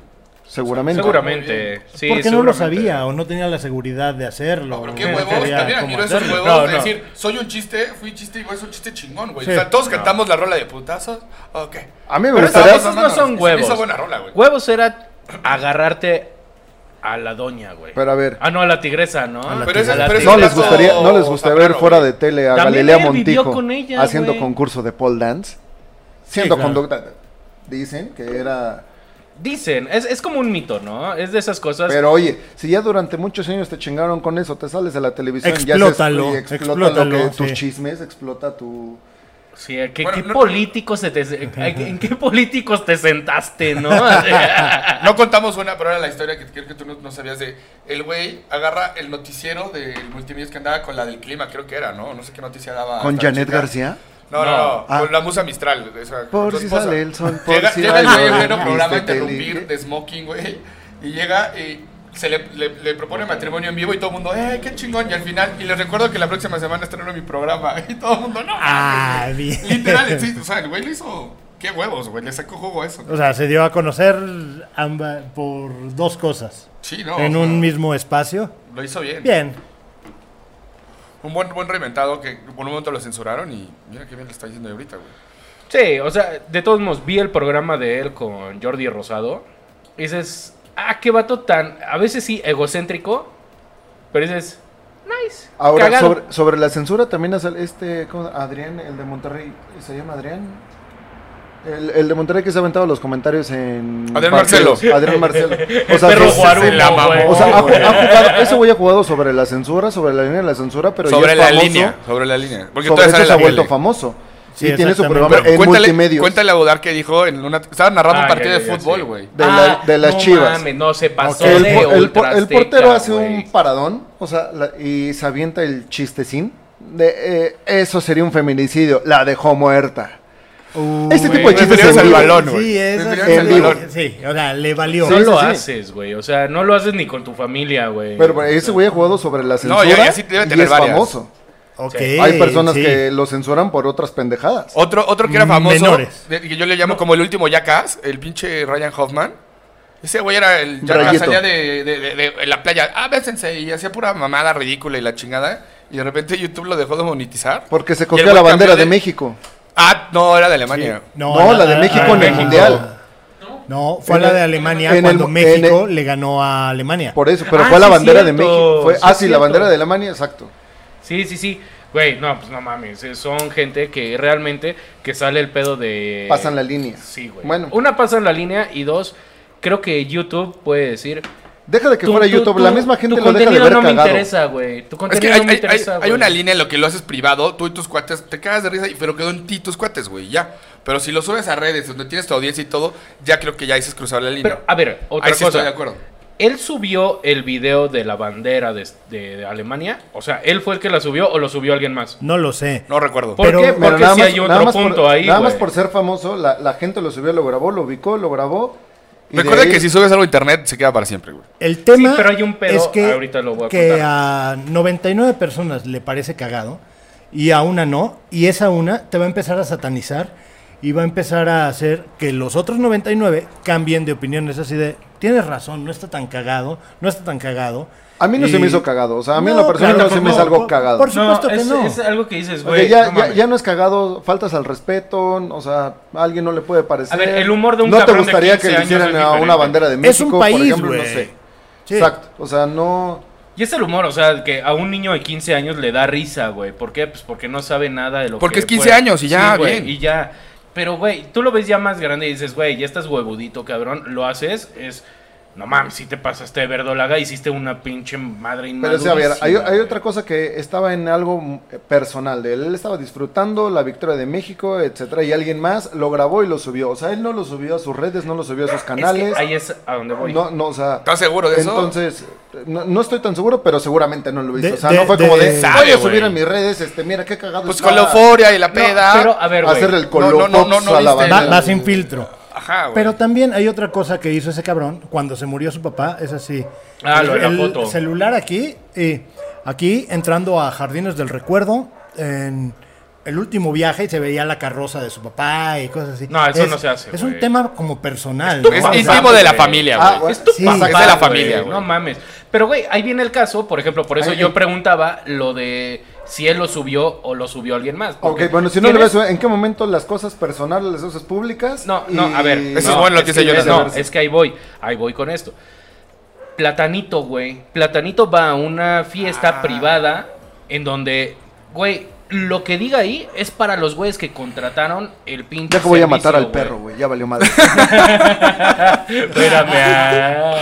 Speaker 4: seguramente.
Speaker 1: Seguramente. Sí,
Speaker 3: Porque no lo
Speaker 1: seguramente.
Speaker 3: sabía o no tenía la seguridad de hacerlo.
Speaker 2: No, pero
Speaker 3: o
Speaker 2: qué
Speaker 3: no
Speaker 2: huevos,
Speaker 3: sabía
Speaker 2: también
Speaker 3: cómo
Speaker 2: admiro esos
Speaker 3: hacerlo.
Speaker 2: huevos
Speaker 3: No,
Speaker 2: de
Speaker 3: no.
Speaker 2: decir, soy un chiste, fui chiste y güey, es un chiste chingón, güey.
Speaker 3: Sí.
Speaker 2: O sea, todos cantamos la rola de putazos, ok.
Speaker 4: A mí me
Speaker 1: Pero
Speaker 4: gustaría.
Speaker 1: esos no
Speaker 2: Eso-
Speaker 1: son
Speaker 2: eso
Speaker 1: huevos.
Speaker 2: buena rola, güey.
Speaker 1: Huevos era agarrarte a la doña, güey.
Speaker 4: Pero a ver.
Speaker 1: Ah, no, a la tigresa, ¿no?
Speaker 3: la
Speaker 2: Pero ese-
Speaker 1: A la
Speaker 2: pero ese
Speaker 4: No
Speaker 1: tigresa.
Speaker 4: les gustaría, no les
Speaker 2: Zaplano,
Speaker 4: gustaría ver fuera
Speaker 2: güey.
Speaker 4: de tele a
Speaker 1: También
Speaker 4: Galilea
Speaker 1: él vivió
Speaker 4: Montijo
Speaker 1: con ella,
Speaker 4: haciendo
Speaker 1: güey.
Speaker 4: concurso de pole dance, siendo
Speaker 3: claro.
Speaker 4: conducta. Dicen que era
Speaker 1: Dicen, es, es como un mito, ¿no? Es de esas cosas.
Speaker 4: Pero oye, si ya durante muchos años te chingaron con eso, te sales de la televisión,
Speaker 3: Explótalo,
Speaker 4: ya se- y explota lo
Speaker 3: explótalo,
Speaker 4: que- tus
Speaker 3: sí.
Speaker 4: chismes, explota tu...
Speaker 1: Sí, ¿qué,
Speaker 2: Bueno,
Speaker 1: qué
Speaker 2: no-
Speaker 1: políticos se te,
Speaker 4: (laughs)
Speaker 1: ¿En qué políticos te sentaste, no? (laughs)
Speaker 2: No contamos una, pero era la historia que creo que tú no, no sabías de. El güey agarra el noticiero del multimedios que andaba con la del clima, creo que era, ¿no? No sé qué noticia daba.
Speaker 4: ¿Con
Speaker 2: esta
Speaker 4: Janet
Speaker 2: Ah, chica.
Speaker 4: García?
Speaker 2: No, no,
Speaker 1: No.
Speaker 2: no.
Speaker 4: Ah.
Speaker 2: Con la musa Mistral. o sea,
Speaker 4: Por
Speaker 2: tu
Speaker 4: si
Speaker 2: esposa.
Speaker 4: sale el
Speaker 2: (laughs)
Speaker 4: sol, por
Speaker 2: llega,
Speaker 4: si
Speaker 2: llega
Speaker 4: va a
Speaker 2: el güey en
Speaker 4: llover, este
Speaker 2: pleno programa a
Speaker 4: viste
Speaker 2: interrumpir
Speaker 4: tele.
Speaker 2: de Smoking, güey. Y llega y se le, le- le propone matrimonio en vivo y todo el mundo, ¡eh, qué chingón! Y al final, y les recuerdo que la próxima semana estreno mi programa. (laughs) Y todo el mundo, ¡no!
Speaker 3: Ah,
Speaker 2: mames, güey". (laughs)
Speaker 3: bien.
Speaker 2: Literal, sí, o sea, el güey le hizo. ¡Qué huevos, güey! Le sacó juego a eso.
Speaker 3: O sea, se dio a conocer amba- por dos cosas.
Speaker 2: Sí, no.
Speaker 3: en
Speaker 2: o sea,
Speaker 3: un mismo espacio.
Speaker 2: Lo hizo bien.
Speaker 3: Bien.
Speaker 2: Un buen, buen reinventado que por un momento lo censuraron y mira qué bien le está yendo ahorita, güey.
Speaker 1: Sí, o sea, de todos modos, vi el programa de él con Jordi Rosado. Y dices, ah, qué vato tan, a veces sí, egocéntrico. Pero dices, nice.
Speaker 4: Ahora,
Speaker 1: cagado".
Speaker 4: sobre, sobre la censura también hace este, ¿cómo? Adrián, el de Monterrey, ¿se llama Adrián? El, el de Monterrey que se ha aventado los comentarios en...
Speaker 2: Adrián
Speaker 4: partidos.
Speaker 2: Marcelo. (laughs)
Speaker 4: Adrián Marcelo. O
Speaker 1: El
Speaker 4: sea,
Speaker 1: perro
Speaker 4: que-
Speaker 1: guarumo,
Speaker 2: se la mamó,
Speaker 1: güey.
Speaker 4: o sea, ha, ju-
Speaker 2: (laughs)
Speaker 4: ha jugado, ese güey ha jugado sobre la censura, sobre la línea de la censura, pero ya
Speaker 2: sobre
Speaker 4: es
Speaker 2: la
Speaker 4: famoso,
Speaker 2: línea, sobre la línea. Porque todavía
Speaker 4: sobre eso
Speaker 2: sale
Speaker 4: se
Speaker 2: la
Speaker 4: ha vuelto
Speaker 2: Bielek.
Speaker 4: famoso.
Speaker 3: Sí,
Speaker 4: y tiene su
Speaker 3: exactamente.
Speaker 4: programa
Speaker 2: Pero
Speaker 4: en
Speaker 2: cuéntale,
Speaker 4: multimedios.
Speaker 2: cuéntale a Bodar que dijo en una estaba narrando
Speaker 1: Ah,
Speaker 2: un partido
Speaker 1: ya,
Speaker 2: de
Speaker 1: ya, ya,
Speaker 2: fútbol,
Speaker 1: sí.
Speaker 2: güey.
Speaker 4: de la- de las
Speaker 1: Ah, no
Speaker 4: Chivas.
Speaker 1: mames, no se pasó
Speaker 4: El,
Speaker 1: de
Speaker 4: por- el por- el
Speaker 1: Ultrasteca,
Speaker 4: portero hace
Speaker 1: güey.
Speaker 4: un paradón, o sea, la- y se avienta el chistecín de eh, eso sería un feminicidio, la dejó muerta. Este
Speaker 5: güey,
Speaker 4: tipo de chistes
Speaker 2: preferirías
Speaker 4: en
Speaker 2: al
Speaker 4: vivo.
Speaker 2: balón. güey.
Speaker 3: Sí, es
Speaker 2: Preferirías
Speaker 3: así.
Speaker 4: al balón.
Speaker 3: Sí, o sea, le valió.
Speaker 1: No
Speaker 4: Sí,
Speaker 1: lo
Speaker 4: sí, sí.
Speaker 1: haces, güey. O sea, no lo haces ni con tu familia, güey.
Speaker 4: Pero bueno, ese güey ha jugado sobre la censura
Speaker 2: y así debe
Speaker 4: y
Speaker 2: tener
Speaker 4: es
Speaker 2: varias.
Speaker 4: famoso.
Speaker 3: Ok,
Speaker 4: Hay personas
Speaker 3: sí.
Speaker 4: que lo censuran por otras pendejadas.
Speaker 2: Otro, otro que era famoso,
Speaker 3: Menores.
Speaker 2: de- que yo le llamo como el último Jackass, el pinche Ryan Hoffman. Ese güey era el Jackass
Speaker 4: Rayito.
Speaker 2: salía de, de- de- de- en la playa, ah, bésense, y hacía pura mamada ridícula y la chingada. Y de repente YouTube lo dejó de monetizar.
Speaker 4: Porque se
Speaker 2: Y
Speaker 4: cogió
Speaker 2: el
Speaker 4: la
Speaker 2: güey
Speaker 4: bandera de...
Speaker 2: cambió
Speaker 4: México.
Speaker 2: Ah, no, era de Alemania.
Speaker 4: No, la de México
Speaker 2: Ah,
Speaker 4: en el Mundial.
Speaker 3: No, fue
Speaker 4: En
Speaker 3: la
Speaker 4: el-
Speaker 3: de Alemania
Speaker 4: en el-
Speaker 3: cuando
Speaker 4: en
Speaker 3: México le ganó a Alemania.
Speaker 4: Por eso, pero
Speaker 1: Ah,
Speaker 4: fue la
Speaker 1: sí,
Speaker 4: bandera de
Speaker 1: cierto,
Speaker 4: México. Fue,
Speaker 1: sí,
Speaker 4: ah, sí, la
Speaker 1: cierto.
Speaker 4: bandera de Alemania, exacto.
Speaker 1: Sí, sí, sí. Güey, no, pues no mames. eh, Son gente que realmente que sale el pedo
Speaker 2: Eh,
Speaker 1: de.
Speaker 4: Pasan la línea.
Speaker 1: Sí, güey.
Speaker 4: Bueno,
Speaker 1: Una pasa en la línea y dos, creo que YouTube puede decir.
Speaker 4: deja de que
Speaker 1: "Tú-
Speaker 4: fuera
Speaker 1: tú-
Speaker 4: YouTube,
Speaker 1: tú-
Speaker 4: la misma gente
Speaker 1: tu
Speaker 4: lo deja de
Speaker 1: contenido
Speaker 4: ver
Speaker 1: no me
Speaker 4: cagado.
Speaker 1: interesa, güey. Tu
Speaker 2: Es que
Speaker 1: contenido
Speaker 2: hay,
Speaker 1: no me
Speaker 2: hay- hay-
Speaker 1: interesa,
Speaker 2: hay
Speaker 1: güey.
Speaker 2: una línea en lo que lo haces privado, tú y tus cuates, te cagas de risa, y- pero quedó en ti tus cuates, güey, ya. Pero si lo subes a redes donde tienes tu audiencia y todo, ya creo que ya dices cruzar la línea.
Speaker 1: Pero, a ver, otra
Speaker 2: Ahí
Speaker 1: cosa.
Speaker 2: sí estoy de acuerdo.
Speaker 1: Él subió el video de la bandera de, de- de Alemania. O sea, él fue el que la subió o lo subió alguien más.
Speaker 3: No lo sé.
Speaker 2: No recuerdo.
Speaker 1: ¿Por
Speaker 3: Pero-
Speaker 1: qué?
Speaker 3: pero
Speaker 4: Pero
Speaker 1: Porque
Speaker 4: nada
Speaker 1: si
Speaker 4: más-
Speaker 1: hay
Speaker 4: nada
Speaker 1: otro
Speaker 4: más por-
Speaker 1: punto ahí.
Speaker 4: Nada más
Speaker 1: güey.
Speaker 4: por ser famoso, la, la gente lo subió, lo grabó, lo ubicó, lo grabó. y de
Speaker 2: Recuerda
Speaker 4: ahí-
Speaker 2: que si subes algo a internet, se queda para siempre, güey.
Speaker 3: El tema
Speaker 1: Sí, pero hay un pedo,
Speaker 3: es que,
Speaker 1: ahorita lo voy a
Speaker 3: que
Speaker 1: contar.
Speaker 3: a 99 personas le parece cagado y a una no, y esa una te va a empezar a satanizar y va a empezar a hacer que los otros 99 cambien de opinión. Es así de, tienes razón, no está tan cagado, no está tan cagado.
Speaker 4: A mí no se me hizo cagado, o sea, a mí en lo personal
Speaker 3: claro,
Speaker 4: no se me
Speaker 3: por-
Speaker 4: hizo algo
Speaker 3: por-
Speaker 4: cagado.
Speaker 3: Por supuesto
Speaker 1: no,
Speaker 3: que
Speaker 1: es,
Speaker 3: no.
Speaker 1: es algo que dices,
Speaker 4: Porque
Speaker 1: güey. no
Speaker 4: ya, ya-
Speaker 1: mames.
Speaker 4: ya no es cagado, faltas al respeto, o sea, a alguien no le puede parecer.
Speaker 1: A ver, el humor de un
Speaker 4: No te
Speaker 1: cabrón de
Speaker 4: gustaría
Speaker 1: 15
Speaker 4: que le
Speaker 1: años
Speaker 4: hicieran
Speaker 1: es
Speaker 4: a una
Speaker 1: diferente.
Speaker 4: bandera de México,
Speaker 3: Es un
Speaker 4: por
Speaker 3: país,
Speaker 4: ejemplo,
Speaker 3: güey.
Speaker 4: no sé.
Speaker 3: Sí.
Speaker 4: Exacto, o sea, no.
Speaker 1: Y es el humor, o sea, que a un niño de 15 años le da risa, güey. ¿Por qué? Pues porque no sabe nada de lo
Speaker 2: Porque
Speaker 1: que
Speaker 2: es 15 años y ya,
Speaker 1: güey,
Speaker 2: bien.
Speaker 1: Y ya. Pero, güey, tú lo ves ya más grande y dices, güey, ya estás huevudito, cabrón. Lo haces, es. No mames, si te pasaste de verdolaga, hiciste una pinche madre
Speaker 4: Pero sí, a ver, hay,
Speaker 1: inmadurísima,
Speaker 4: hay
Speaker 1: güey".
Speaker 4: otra cosa que estaba en algo mm, personal de él. Él estaba disfrutando la victoria de México, etcétera, y alguien más lo grabó y lo subió. O sea, él no lo subió a sus redes, no lo subió a sus
Speaker 1: Es que
Speaker 4: canales.
Speaker 1: ahí es a donde voy.
Speaker 4: no, no, o sea.
Speaker 2: ¿Estás seguro de eso?
Speaker 4: Entonces, no, no estoy tan seguro, pero seguramente no lo hizo.
Speaker 3: De-
Speaker 4: o sea,
Speaker 3: de-
Speaker 4: no fue
Speaker 3: de-
Speaker 4: como de, voy
Speaker 2: Sabe,
Speaker 4: a subir
Speaker 2: güey.
Speaker 4: a mis redes, este, mira qué cagado
Speaker 2: Pues
Speaker 4: está.
Speaker 2: con la euforia y la peda.
Speaker 1: pero, a ver, güey.
Speaker 4: hacer
Speaker 2: No,
Speaker 4: el
Speaker 2: no,
Speaker 4: colo
Speaker 2: no, no, no
Speaker 4: a la
Speaker 2: viste.
Speaker 3: Va-
Speaker 4: bandera.
Speaker 3: va sin filtro.
Speaker 2: Ajá,
Speaker 1: Ah,
Speaker 2: güey.
Speaker 3: Pero también hay otra cosa que hizo ese cabrón cuando se murió su papá, es así.
Speaker 1: Ah, lo de la
Speaker 3: El
Speaker 1: foto.
Speaker 3: celular aquí y aquí entrando a Jardines del Recuerdo en el último viaje y se veía la carroza de su papá y cosas así.
Speaker 1: No, eso no se hace,
Speaker 3: Es
Speaker 1: güey.
Speaker 3: un tema como personal.
Speaker 2: es
Speaker 3: ¿no?
Speaker 1: mames,
Speaker 2: íntimo de la
Speaker 1: güey.
Speaker 2: familia,
Speaker 4: Ah,
Speaker 2: güey.
Speaker 4: güey.
Speaker 1: Es tu
Speaker 3: Sí.
Speaker 1: papá,
Speaker 2: de
Speaker 3: Es
Speaker 2: la
Speaker 1: güey,
Speaker 2: familia, güey.
Speaker 1: No mames. Pero, güey, ahí viene el caso, por ejemplo, por eso
Speaker 4: Ay,
Speaker 1: yo
Speaker 4: ay.
Speaker 1: preguntaba lo de si él lo subió o lo subió alguien más. porque
Speaker 4: Ok, bueno, si no le
Speaker 1: tienes-
Speaker 4: ves, ¿en qué momento las cosas personales, las cosas públicas?
Speaker 1: No, no, a ver.
Speaker 2: Eso
Speaker 1: no,
Speaker 2: es bueno lo que dice
Speaker 1: ves,
Speaker 2: Jonathan.
Speaker 1: No, es que ahí voy. Ahí voy con esto. Ah. Platanito, güey. Platanito va a una fiesta privada en donde, güey, lo que diga ahí es para los güeyes que contrataron el pinche.
Speaker 4: Ya que voy a matar al
Speaker 1: servicio, güey.
Speaker 4: perro, güey. Ya
Speaker 1: (laughs)
Speaker 4: valió madre.
Speaker 1: Espérame. ah.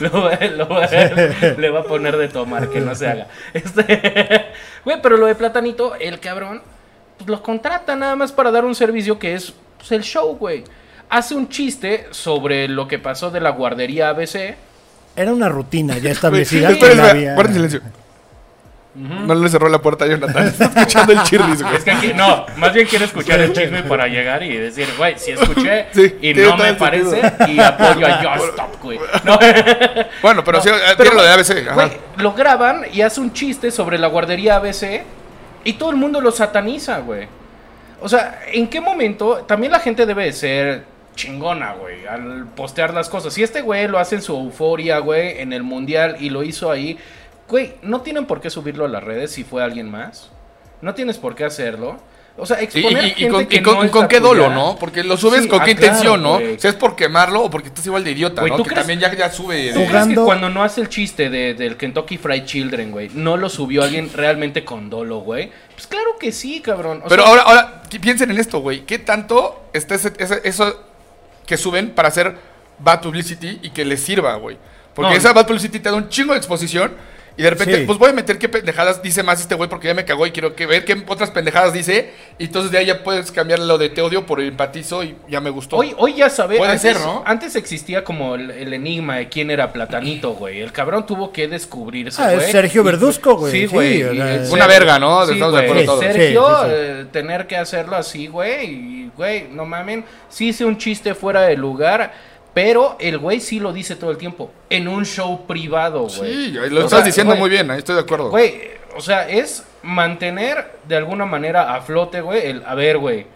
Speaker 1: Lo va- lo va- le va a poner de tomar, que no se haga. Este, güey, pero lo de Platanito, el cabrón, pues lo contrata nada más para dar un servicio que es pues, el show, güey. Hace un chiste sobre lo que pasó de la guardería ABC.
Speaker 3: Era una
Speaker 1: (laughs)
Speaker 3: rutina ya
Speaker 2: Güey,
Speaker 3: establecida.
Speaker 1: Sí,
Speaker 3: que
Speaker 2: espera,
Speaker 3: la
Speaker 2: espera,
Speaker 3: había-
Speaker 2: guarda silencio. No le cerró la puerta a Jonathan. Está escuchando el chirris, güey.
Speaker 1: Es que aquí, no, más bien quiere escuchar el chisme para llegar y decir, güey, si escuché
Speaker 2: Sí,
Speaker 1: y
Speaker 2: tiene
Speaker 1: no
Speaker 2: todo
Speaker 1: me
Speaker 2: el sentido.
Speaker 1: parece y apoyo a Just Stop, güey. No.
Speaker 2: Bueno, pero
Speaker 1: No,
Speaker 2: sí, eh,
Speaker 1: pero,
Speaker 2: tiene lo de ABC. ajá.
Speaker 1: Güey, lo graban y hace un chiste sobre la guardería ABC y todo el mundo lo sataniza, güey. O sea, ¿en qué momento? También la gente debe de ser chingona, güey, al postear las cosas. Si este güey lo hace en su euforia, güey, en el mundial y lo hizo ahí, güey, no tienen por qué subirlo a las redes si fue alguien más. No tienes por qué hacerlo. O sea,
Speaker 2: Y, y-
Speaker 1: exponer
Speaker 2: y
Speaker 1: gente
Speaker 2: con,
Speaker 1: que
Speaker 2: y con-
Speaker 1: no es
Speaker 2: con
Speaker 1: la
Speaker 2: qué dolo,
Speaker 1: tuya.
Speaker 2: ¿no? Porque lo subes
Speaker 1: Sí,
Speaker 2: con
Speaker 1: ah,
Speaker 2: qué
Speaker 1: claro,
Speaker 2: intención, ¿no?
Speaker 1: güey.
Speaker 2: Si es por quemarlo o porque estás igual de idiota,
Speaker 1: Güey,
Speaker 2: ¿no?
Speaker 1: ¿tú
Speaker 2: Que
Speaker 1: crees-
Speaker 2: también ya, ya sube.
Speaker 1: ¿Tú
Speaker 2: de-
Speaker 1: crees que
Speaker 3: Jugando-
Speaker 1: cuando no hace el chiste de- del Kentucky Fried Children, güey, no lo subió alguien realmente con dolo, güey? Pues claro que sí, cabrón. O
Speaker 2: Pero
Speaker 1: sea,
Speaker 2: ahora, ahora, qui- piensen en esto, güey. ¿Qué tanto está ese- ese- eso que suben para hacer bad publicity y que les sirva, güey? Porque
Speaker 1: No.
Speaker 2: esa bad publicity te da un chingo de exposición y de repente,
Speaker 3: Sí.
Speaker 2: pues voy a meter qué pendejadas dice más este güey porque ya me cagó y quiero que ver qué otras pendejadas dice. Y entonces de ahí ya puedes cambiar lo de te odio por empatizo y ya me gustó.
Speaker 1: Hoy, hoy ya sabemos.
Speaker 2: Puede
Speaker 1: antes,
Speaker 2: ser, ¿no?
Speaker 1: Antes existía como el, el enigma de quién era Platanito, güey. El cabrón tuvo que descubrirse,
Speaker 3: Ah, es
Speaker 1: güey.
Speaker 3: Sergio
Speaker 1: Y-
Speaker 3: Verduzco, güey.
Speaker 1: Sí,
Speaker 3: Sí,
Speaker 1: güey.
Speaker 3: o
Speaker 1: y-
Speaker 3: sea,
Speaker 1: y-
Speaker 3: es-
Speaker 2: Una verga, ¿no?
Speaker 1: Sí,
Speaker 2: Estamos de
Speaker 1: güey.
Speaker 2: acuerdo todos.
Speaker 1: Sergio,
Speaker 3: Sí, sí, sí.
Speaker 1: eh, tener que hacerlo así, güey. Y, güey, no mamen. Sí hice un chiste fuera de lugar, pero el güey sí lo dice todo el tiempo. En un show privado, güey.
Speaker 2: Sí, lo
Speaker 1: O
Speaker 2: estás
Speaker 1: sea,
Speaker 2: diciendo
Speaker 1: güey,
Speaker 2: muy bien, ahí estoy de acuerdo.
Speaker 1: Güey, o sea, es mantener de alguna manera a flote, güey, el, a ver, güey,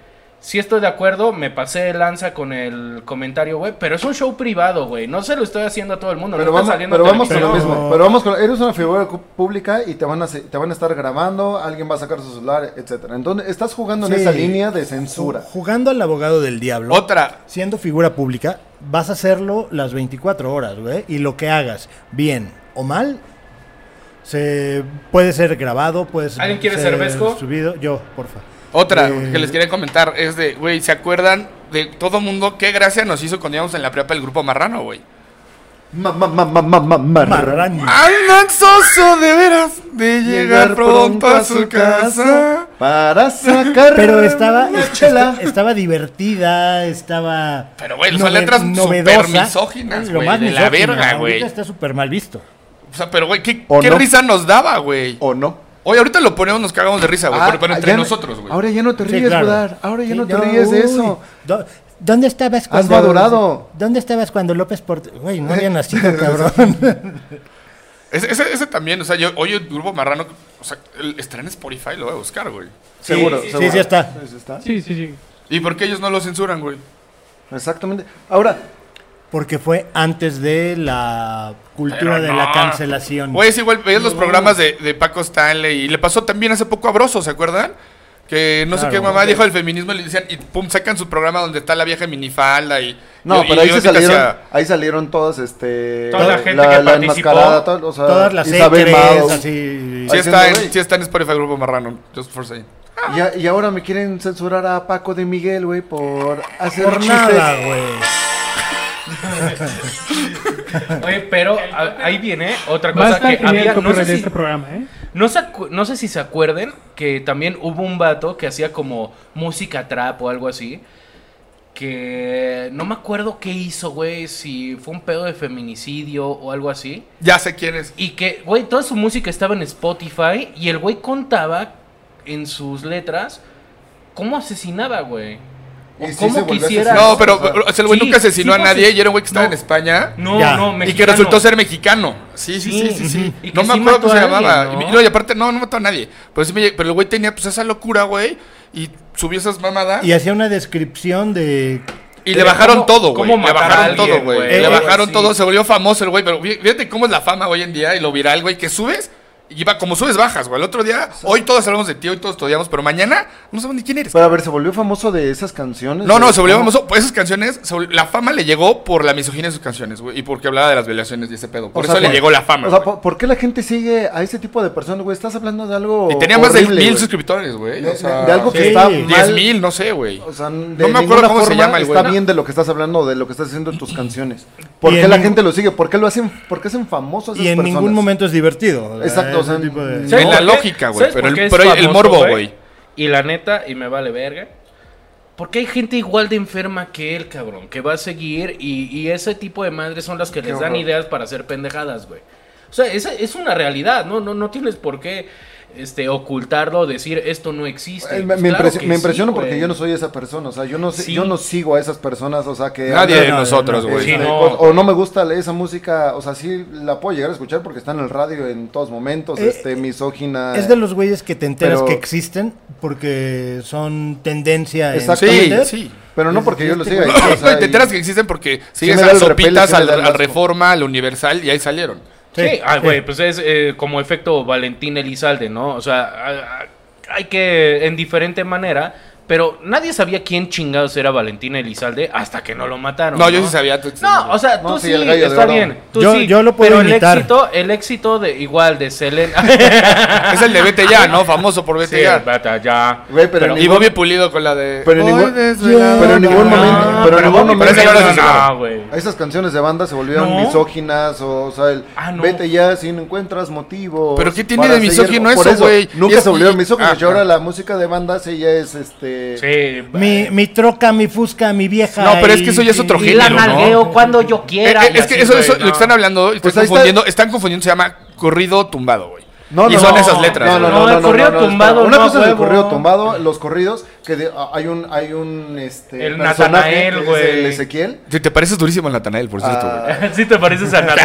Speaker 1: si estoy de acuerdo, me pasé de lanza con el comentario, güey, pero es un show privado, güey, no se lo estoy haciendo a todo el mundo,
Speaker 4: Pero
Speaker 1: no está
Speaker 4: vamos,
Speaker 1: saliendo
Speaker 4: pero
Speaker 1: en
Speaker 4: vamos con lo
Speaker 1: televisión.
Speaker 4: mismo. Pero vamos con, eres una figura cu- pública y te van a se- te van a estar grabando, alguien va a sacar su celular, etcétera. Entonces estás jugando en
Speaker 3: Sí.
Speaker 4: esa línea de censura.
Speaker 3: Jugando al abogado del diablo.
Speaker 2: Otra,
Speaker 3: siendo figura pública, vas a hacerlo las 24 horas, güey. Y lo que hagas, bien o mal, se puede ser grabado, puede ser,
Speaker 1: ¿Alguien quiere cervezco?
Speaker 3: subido. Yo, porfa.
Speaker 2: Otra
Speaker 3: Eh,
Speaker 2: que les quería comentar es de, güey, ¿se acuerdan de todo mundo qué gracia nos hizo cuando íbamos en la prepa el grupo marrano, güey?
Speaker 4: Ma- ma- ma- ma- ma- ma- marrano.
Speaker 3: Marrani.
Speaker 2: Andan soso de veras de llegar pronto a su casa.
Speaker 4: para sacar
Speaker 3: Pero estaba,
Speaker 4: una
Speaker 3: est-
Speaker 4: chela.
Speaker 3: est- estaba divertida, estaba.
Speaker 2: Pero, güey, son
Speaker 3: nove-
Speaker 2: letras
Speaker 3: novedosa.
Speaker 2: súper misóginas,
Speaker 3: Lo
Speaker 2: güey,
Speaker 3: más
Speaker 2: de la
Speaker 3: misógino,
Speaker 2: verga, güey.
Speaker 3: ahorita Está súper mal visto.
Speaker 2: O sea, pero, güey, qué,
Speaker 4: ¿O
Speaker 2: qué
Speaker 4: no?
Speaker 2: risa nos daba, güey.
Speaker 4: ¿O no?
Speaker 2: Oye, ahorita lo ponemos, nos cagamos de risa, güey,
Speaker 4: Ah,
Speaker 2: pero, pero entre
Speaker 4: ya no-
Speaker 2: nosotros, güey.
Speaker 4: Ahora ya no te
Speaker 3: Sí,
Speaker 4: ríes,
Speaker 3: claro.
Speaker 4: Godard. Ahora ya
Speaker 3: Sí,
Speaker 4: no te ríes de
Speaker 3: uy,
Speaker 4: eso.
Speaker 3: do- ¿Dónde estabas cuando...
Speaker 4: madurado.
Speaker 3: ¿Dónde estabas cuando López Portillo? Güey, no
Speaker 4: (laughs)
Speaker 3: había nacido, cabrón.
Speaker 2: Ese, ese- ese también, o sea, yo, oye, el grupo marrano, o sea, el, está en Spotify, lo voy a buscar, güey.
Speaker 3: Sí,
Speaker 4: seguro,
Speaker 3: sí,
Speaker 4: seguro.
Speaker 3: sí está.
Speaker 4: Sí, sí está.
Speaker 5: Sí, sí, sí.
Speaker 2: ¿Y por qué ellos no lo censuran, güey?
Speaker 4: Exactamente. Ahora,
Speaker 3: Porque fue antes de la cultura
Speaker 2: Pero
Speaker 3: de
Speaker 2: no.
Speaker 3: la cancelación.
Speaker 2: Güey, es igual, veías los programas de, de Paco Stanley y le pasó también hace poco a Broso, ¿se acuerdan? Que no sé
Speaker 3: Claro,
Speaker 2: qué mamá
Speaker 3: güey.
Speaker 2: dijo del feminismo y le decían, y pum, sacan su programa donde está la vieja minifalda y.
Speaker 4: no,
Speaker 2: y-
Speaker 4: pero
Speaker 2: y
Speaker 4: ahí
Speaker 2: yo
Speaker 4: se
Speaker 2: ahorita
Speaker 4: salieron,
Speaker 2: hacía-
Speaker 4: ahí salieron todas, este,
Speaker 1: Toda la gente que participó.
Speaker 4: enmascarada, todo- o sea,
Speaker 3: Todas las
Speaker 4: Isabel
Speaker 3: secres,
Speaker 4: Mau.
Speaker 3: así.
Speaker 2: Sí
Speaker 4: Ahí
Speaker 2: está,
Speaker 4: haciendo,
Speaker 2: en,
Speaker 4: güey.
Speaker 2: sí está en Spotify Grupo Marrano, just for saying.
Speaker 4: Y, a- y ahora me quieren censurar a Paco de Miguel, güey, por hacer
Speaker 3: Por
Speaker 4: chistes.
Speaker 3: nada, güey.
Speaker 1: Oye, pero a- ahí viene otra
Speaker 5: Va a
Speaker 1: cosa
Speaker 5: estar
Speaker 1: que
Speaker 5: genial
Speaker 1: había,
Speaker 5: el
Speaker 1: no sé
Speaker 5: copyright de
Speaker 1: si,
Speaker 5: este programa, ¿eh?
Speaker 1: no, se acu- no sé si se acuerden que también hubo un vato que hacía como música trap o algo así. Que no me acuerdo qué hizo, güey, si fue un pedo de feminicidio o algo así.
Speaker 2: Ya sé quién es.
Speaker 1: Y que, güey, toda su música estaba en Spotify y el güey contaba en sus letras cómo asesinaba, güey. O
Speaker 4: Y sí se
Speaker 1: cómo
Speaker 4: volvió
Speaker 1: quisiera.
Speaker 4: asesino.
Speaker 2: No, pero o sea, el güey
Speaker 1: Ah, Sí,
Speaker 2: nunca asesinó
Speaker 1: sí,
Speaker 2: a nadie
Speaker 1: pues,
Speaker 2: y era un güey que estaba
Speaker 1: no.
Speaker 2: en España.
Speaker 1: No,
Speaker 3: Ya.
Speaker 1: no,
Speaker 2: Y que
Speaker 1: mexicano.
Speaker 2: resultó ser mexicano. Sí, sí, sí,
Speaker 1: Sí,
Speaker 2: sí. sí.
Speaker 1: ujú. Y que
Speaker 2: No me
Speaker 1: sí
Speaker 2: acuerdo
Speaker 1: mató
Speaker 2: cómo se
Speaker 1: a alguien,
Speaker 2: llamaba.
Speaker 1: ¿no?
Speaker 2: Y- y no, y aparte, no, no mató a nadie. Pero, sí me- pero el güey tenía pues esa locura, güey. Y subió esas mamadas.
Speaker 3: Y hacía una descripción de.
Speaker 2: Y
Speaker 1: De
Speaker 2: le bajaron
Speaker 1: cómo-
Speaker 2: todo, güey.
Speaker 1: cómo
Speaker 2: Le
Speaker 1: matar a
Speaker 2: bajaron
Speaker 1: alguien,
Speaker 2: todo, güey.
Speaker 1: güey.
Speaker 2: Le
Speaker 3: Eh,
Speaker 2: bajaron
Speaker 1: sí.
Speaker 2: todo, se volvió famoso el güey. Pero fí- fíjate cómo es la fama hoy en día y lo viral, güey, que subes Y va como subes, bajas, güey. El otro día, hoy todos hablamos de ti, hoy todos te odiamos, pero mañana no sabemos ni quién eres.
Speaker 4: Pero a ver, ¿se volvió famoso de esas canciones?
Speaker 2: No, no,
Speaker 4: ¿De-
Speaker 2: se volvió
Speaker 4: cómo?
Speaker 2: famoso por esas canciones. se volvió- la fama le llegó por la misoginia de sus canciones, güey. Y porque hablaba de las violaciones y ese pedo. Por
Speaker 4: O
Speaker 2: eso
Speaker 4: sea,
Speaker 2: le llegó la fama.
Speaker 4: O sea,
Speaker 2: güey.
Speaker 4: ¿por, por qué la gente sigue a ese tipo de personas, güey? Estás hablando de algo
Speaker 2: y tenía más de
Speaker 4: horrible,
Speaker 2: mil
Speaker 4: güey.
Speaker 2: suscriptores, güey.
Speaker 4: De,
Speaker 2: O sea,
Speaker 4: de algo que
Speaker 3: sí.
Speaker 4: está
Speaker 3: Diez
Speaker 2: diez
Speaker 4: mal.
Speaker 2: mil, no sé, güey.
Speaker 4: O sea, de
Speaker 2: No me acuerdo
Speaker 4: ninguna
Speaker 2: cómo se
Speaker 4: forma
Speaker 2: llama el güey.
Speaker 4: está
Speaker 2: No.
Speaker 4: bien de lo que estás hablando, de lo que estás haciendo en tus canciones. ¿Por
Speaker 3: Y
Speaker 4: qué
Speaker 3: en
Speaker 4: la
Speaker 3: ningún-
Speaker 4: gente lo sigue? ¿Por qué lo hacen? ¿Por qué hacen famosos esas
Speaker 3: Y en
Speaker 4: personas?
Speaker 3: ningún momento es divertido. ¿verdad?
Speaker 4: Exacto, o sea,
Speaker 3: Ese tipo de-
Speaker 4: no.
Speaker 1: ¿Sabes
Speaker 2: En la
Speaker 1: por qué?
Speaker 2: lógica, güey,
Speaker 1: ¿Sabes
Speaker 2: pero
Speaker 1: por
Speaker 2: el-
Speaker 1: qué es
Speaker 2: pero el morbo, güey.
Speaker 1: Y la neta, y me vale verga. Porque hay gente igual de enferma que él, cabrón, que va a seguir y, y ese tipo de madres son las que les dan
Speaker 4: horror.
Speaker 1: ideas para hacer pendejadas, güey. O sea, esa es una realidad, ¿no? No, no tienes por qué este, ocultarlo, decir esto no existe.
Speaker 4: Eh, me,
Speaker 1: Pues
Speaker 4: me
Speaker 1: claro
Speaker 4: impresio-
Speaker 1: que
Speaker 4: me
Speaker 1: sí,
Speaker 4: impresiona porque
Speaker 1: güey.
Speaker 4: yo no soy esa persona, o sea, yo no, sé-
Speaker 1: Sí.
Speaker 4: yo no sigo a esas personas, o sea, que...
Speaker 2: Nadie
Speaker 4: hablan-
Speaker 2: de
Speaker 3: no, no,
Speaker 2: nosotros,
Speaker 4: Eh,
Speaker 2: güey.
Speaker 1: Sí,
Speaker 4: de
Speaker 1: no.
Speaker 4: cosas- O no me gusta esa música, o sea, sí la puedo llegar a escuchar porque está en el radio en todos momentos,
Speaker 3: Eh,
Speaker 4: este, misógina.
Speaker 3: Es de los güeyes que te enteras
Speaker 4: Pero-
Speaker 3: que existen porque son tendencia en
Speaker 4: Exacto.
Speaker 2: Sí,
Speaker 3: Twitter.
Speaker 2: sí.
Speaker 4: Pero no porque yo lo siga.
Speaker 2: (laughs)
Speaker 4: o
Speaker 2: No,
Speaker 4: sea,
Speaker 2: y te enteras que existen porque sigues
Speaker 4: me
Speaker 2: a
Speaker 4: da el repele,
Speaker 2: sopitas,
Speaker 4: sí me
Speaker 2: al-
Speaker 4: da el
Speaker 2: al
Speaker 4: asco.
Speaker 2: Reforma, al Universal y ahí salieron.
Speaker 1: Sí,
Speaker 3: Sí,
Speaker 1: ah,
Speaker 3: sí.
Speaker 1: güey, pues es eh, como efecto Valentín Elizalde, ¿no? O sea, a- a- hay que, en diferente manera, pero nadie sabía quién chingados era Valentín Elizalde hasta que no lo mataron.
Speaker 2: No, yo sí sabía. tú-
Speaker 1: No, o sea, tú
Speaker 4: No, sí,
Speaker 1: sí,
Speaker 4: el gallo de
Speaker 1: está
Speaker 4: oro.
Speaker 1: bien. tú
Speaker 3: Yo-
Speaker 1: sí,
Speaker 3: yo lo puedo
Speaker 1: pero
Speaker 3: imitar.
Speaker 1: el éxito, el éxito de igual de Selena. (laughs)
Speaker 2: Es el de Vete Ya, ¿no? Famoso
Speaker 4: (laughs)
Speaker 2: por Vete
Speaker 1: Sí,
Speaker 2: Ya.
Speaker 1: bata, ya.
Speaker 4: Güey, pero
Speaker 2: Y Bobby Pulido con la de.
Speaker 4: Pero en
Speaker 2: Hoy
Speaker 4: ningún-
Speaker 2: desvelado,
Speaker 4: pero en ningún
Speaker 2: no,
Speaker 4: momento-
Speaker 2: no,
Speaker 4: pero en ningún
Speaker 1: Bobby
Speaker 4: momento-
Speaker 1: Pulido
Speaker 2: Pero
Speaker 1: no,
Speaker 2: ese no lo
Speaker 1: güey.
Speaker 4: Esas canciones de banda se volvieron
Speaker 1: No.
Speaker 4: misóginas, o, o sea, el
Speaker 1: Ah, no.
Speaker 4: vete ya si no encuentras motivo.
Speaker 2: Pero ¿qué tiene de misógino eso, güey? Y
Speaker 4: Nunca
Speaker 2: es-
Speaker 4: se volvieron
Speaker 2: y-
Speaker 4: misóginos.
Speaker 2: ah,
Speaker 4: y ahora
Speaker 2: ah.
Speaker 4: la música de banda sí ya es este.
Speaker 1: Sí,
Speaker 3: Mi, mi troca, mi fusca, mi vieja.
Speaker 2: No, pero es que eso ya es
Speaker 3: y-
Speaker 2: otro
Speaker 3: y-
Speaker 1: Y la
Speaker 2: género, ¿no?
Speaker 1: nalgueo cuando yo
Speaker 2: Eh,
Speaker 1: quiera.
Speaker 2: eh,
Speaker 1: y
Speaker 2: es que
Speaker 1: así,
Speaker 2: eso,
Speaker 1: güey,
Speaker 2: eso
Speaker 1: no.
Speaker 2: lo que
Speaker 1: (laughs)
Speaker 2: están hablando, y
Speaker 4: Pues
Speaker 2: están
Speaker 4: ahí está.
Speaker 2: confundiendo, están confundiendo, se llama corrido tumbado, güey.
Speaker 4: No,
Speaker 2: y
Speaker 4: no,
Speaker 2: son
Speaker 4: no.
Speaker 2: esas letras.
Speaker 4: No,
Speaker 2: güey.
Speaker 4: no,
Speaker 1: No,
Speaker 4: no,
Speaker 1: el
Speaker 4: no, no,
Speaker 1: corrido
Speaker 4: no, no,
Speaker 1: tumbado
Speaker 4: Una
Speaker 1: no,
Speaker 4: cosa es el
Speaker 1: huevo.
Speaker 4: corrido tumbado, los corridos, que de- a- hay un, hay un este
Speaker 1: El
Speaker 4: personaje
Speaker 1: Natanael,
Speaker 4: que es
Speaker 1: güey.
Speaker 4: el Ezequiel.
Speaker 2: Sí, te pareces durísimo en Natanael, por cierto,
Speaker 4: Ah,
Speaker 2: güey. Ah,
Speaker 1: Sí te pareces a
Speaker 2: Cabrón,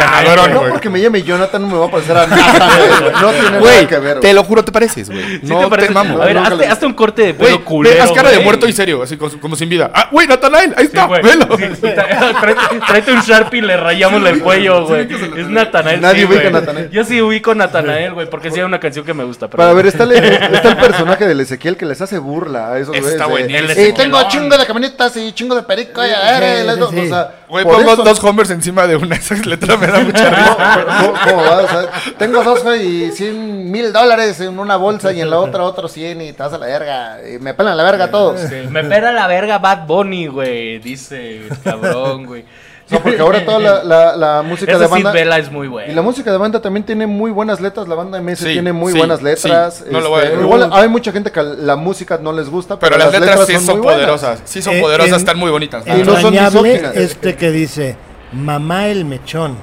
Speaker 2: (laughs)
Speaker 1: Natanael.
Speaker 4: no
Speaker 2: güey.
Speaker 4: porque me llame Jonathan no me va a
Speaker 2: (laughs)
Speaker 4: parecer a Natanael, güey. No tiene nada
Speaker 2: Güey,
Speaker 4: que ver.
Speaker 2: te
Speaker 4: güey.
Speaker 2: lo juro, te pareces, güey.
Speaker 1: Sí
Speaker 2: no te,
Speaker 1: pareces-
Speaker 2: mamo.
Speaker 1: A ver,
Speaker 4: No, nunca lo
Speaker 1: hazte,
Speaker 4: he
Speaker 1: hazte un corte de pelo
Speaker 2: Güey, ve,
Speaker 1: culero.
Speaker 2: haz cara de
Speaker 1: güey. (laughs)
Speaker 2: muerto y serio, así con su- como sin vida. Ah, güey, Natanael, ahí
Speaker 1: Sí,
Speaker 2: está,
Speaker 1: güey. (laughs)
Speaker 2: velo.
Speaker 1: Sí, sí, tra- tráete, tráete un Sharpie y le rayamos el cuello, güey. es Natanael.
Speaker 4: Nadie
Speaker 1: sí,
Speaker 4: ubica
Speaker 1: güey.
Speaker 4: a Natanael.
Speaker 1: Yo sí ubico a Natanael, güey, porque sí hay una canción que me gusta. Pero
Speaker 4: Para ver, está el,
Speaker 3: (laughs)
Speaker 4: está el personaje del Ezequiel que les hace burla a esos
Speaker 2: Está
Speaker 4: güeyes. de,
Speaker 2: buenísimo.
Speaker 1: El
Speaker 4: "Eh,
Speaker 1: Ezequielón".
Speaker 4: tengo chingo de camionetas y chingo de perico. y a ver,
Speaker 3: Sí,
Speaker 4: eh,
Speaker 3: sí, sí.
Speaker 4: O sea,
Speaker 2: Güey,
Speaker 4: por
Speaker 2: pongo
Speaker 4: eso-
Speaker 2: dos homers encima de una. Esa letra me da mucha risa.
Speaker 4: (laughs) ¿Cómo- cómo- cómo va? O sea, tengo dos güey, y cien mil dólares en una bolsa y en la otra otros cien y te vas a la verga. Y me pelan la verga todos.
Speaker 1: Me pera la verga Bad Bunny, güey. Dice, cabrón, güey.
Speaker 4: O
Speaker 1: (laughs)
Speaker 4: sea, porque ahora toda la, la- la música
Speaker 1: Esa
Speaker 4: de
Speaker 1: Sid
Speaker 4: banda...
Speaker 1: Vela es muy buena.
Speaker 4: Y la música de banda también tiene muy buenas letras. La banda MS
Speaker 2: Sí,
Speaker 4: tiene muy
Speaker 2: sí,
Speaker 4: buenas
Speaker 2: sí.
Speaker 4: letras.
Speaker 2: No lo voy a
Speaker 4: este,
Speaker 2: decir.
Speaker 4: igual hay mucha gente que la música no les gusta, pero,
Speaker 2: Pero las letras sí son
Speaker 4: muy buenas.
Speaker 2: poderosas. Sí son
Speaker 3: Eh,
Speaker 2: poderosas,
Speaker 3: en-
Speaker 2: están muy bonitas.
Speaker 4: Y no son
Speaker 3: Entrañable
Speaker 4: misóginas.
Speaker 3: este que dice, mamá el mechón.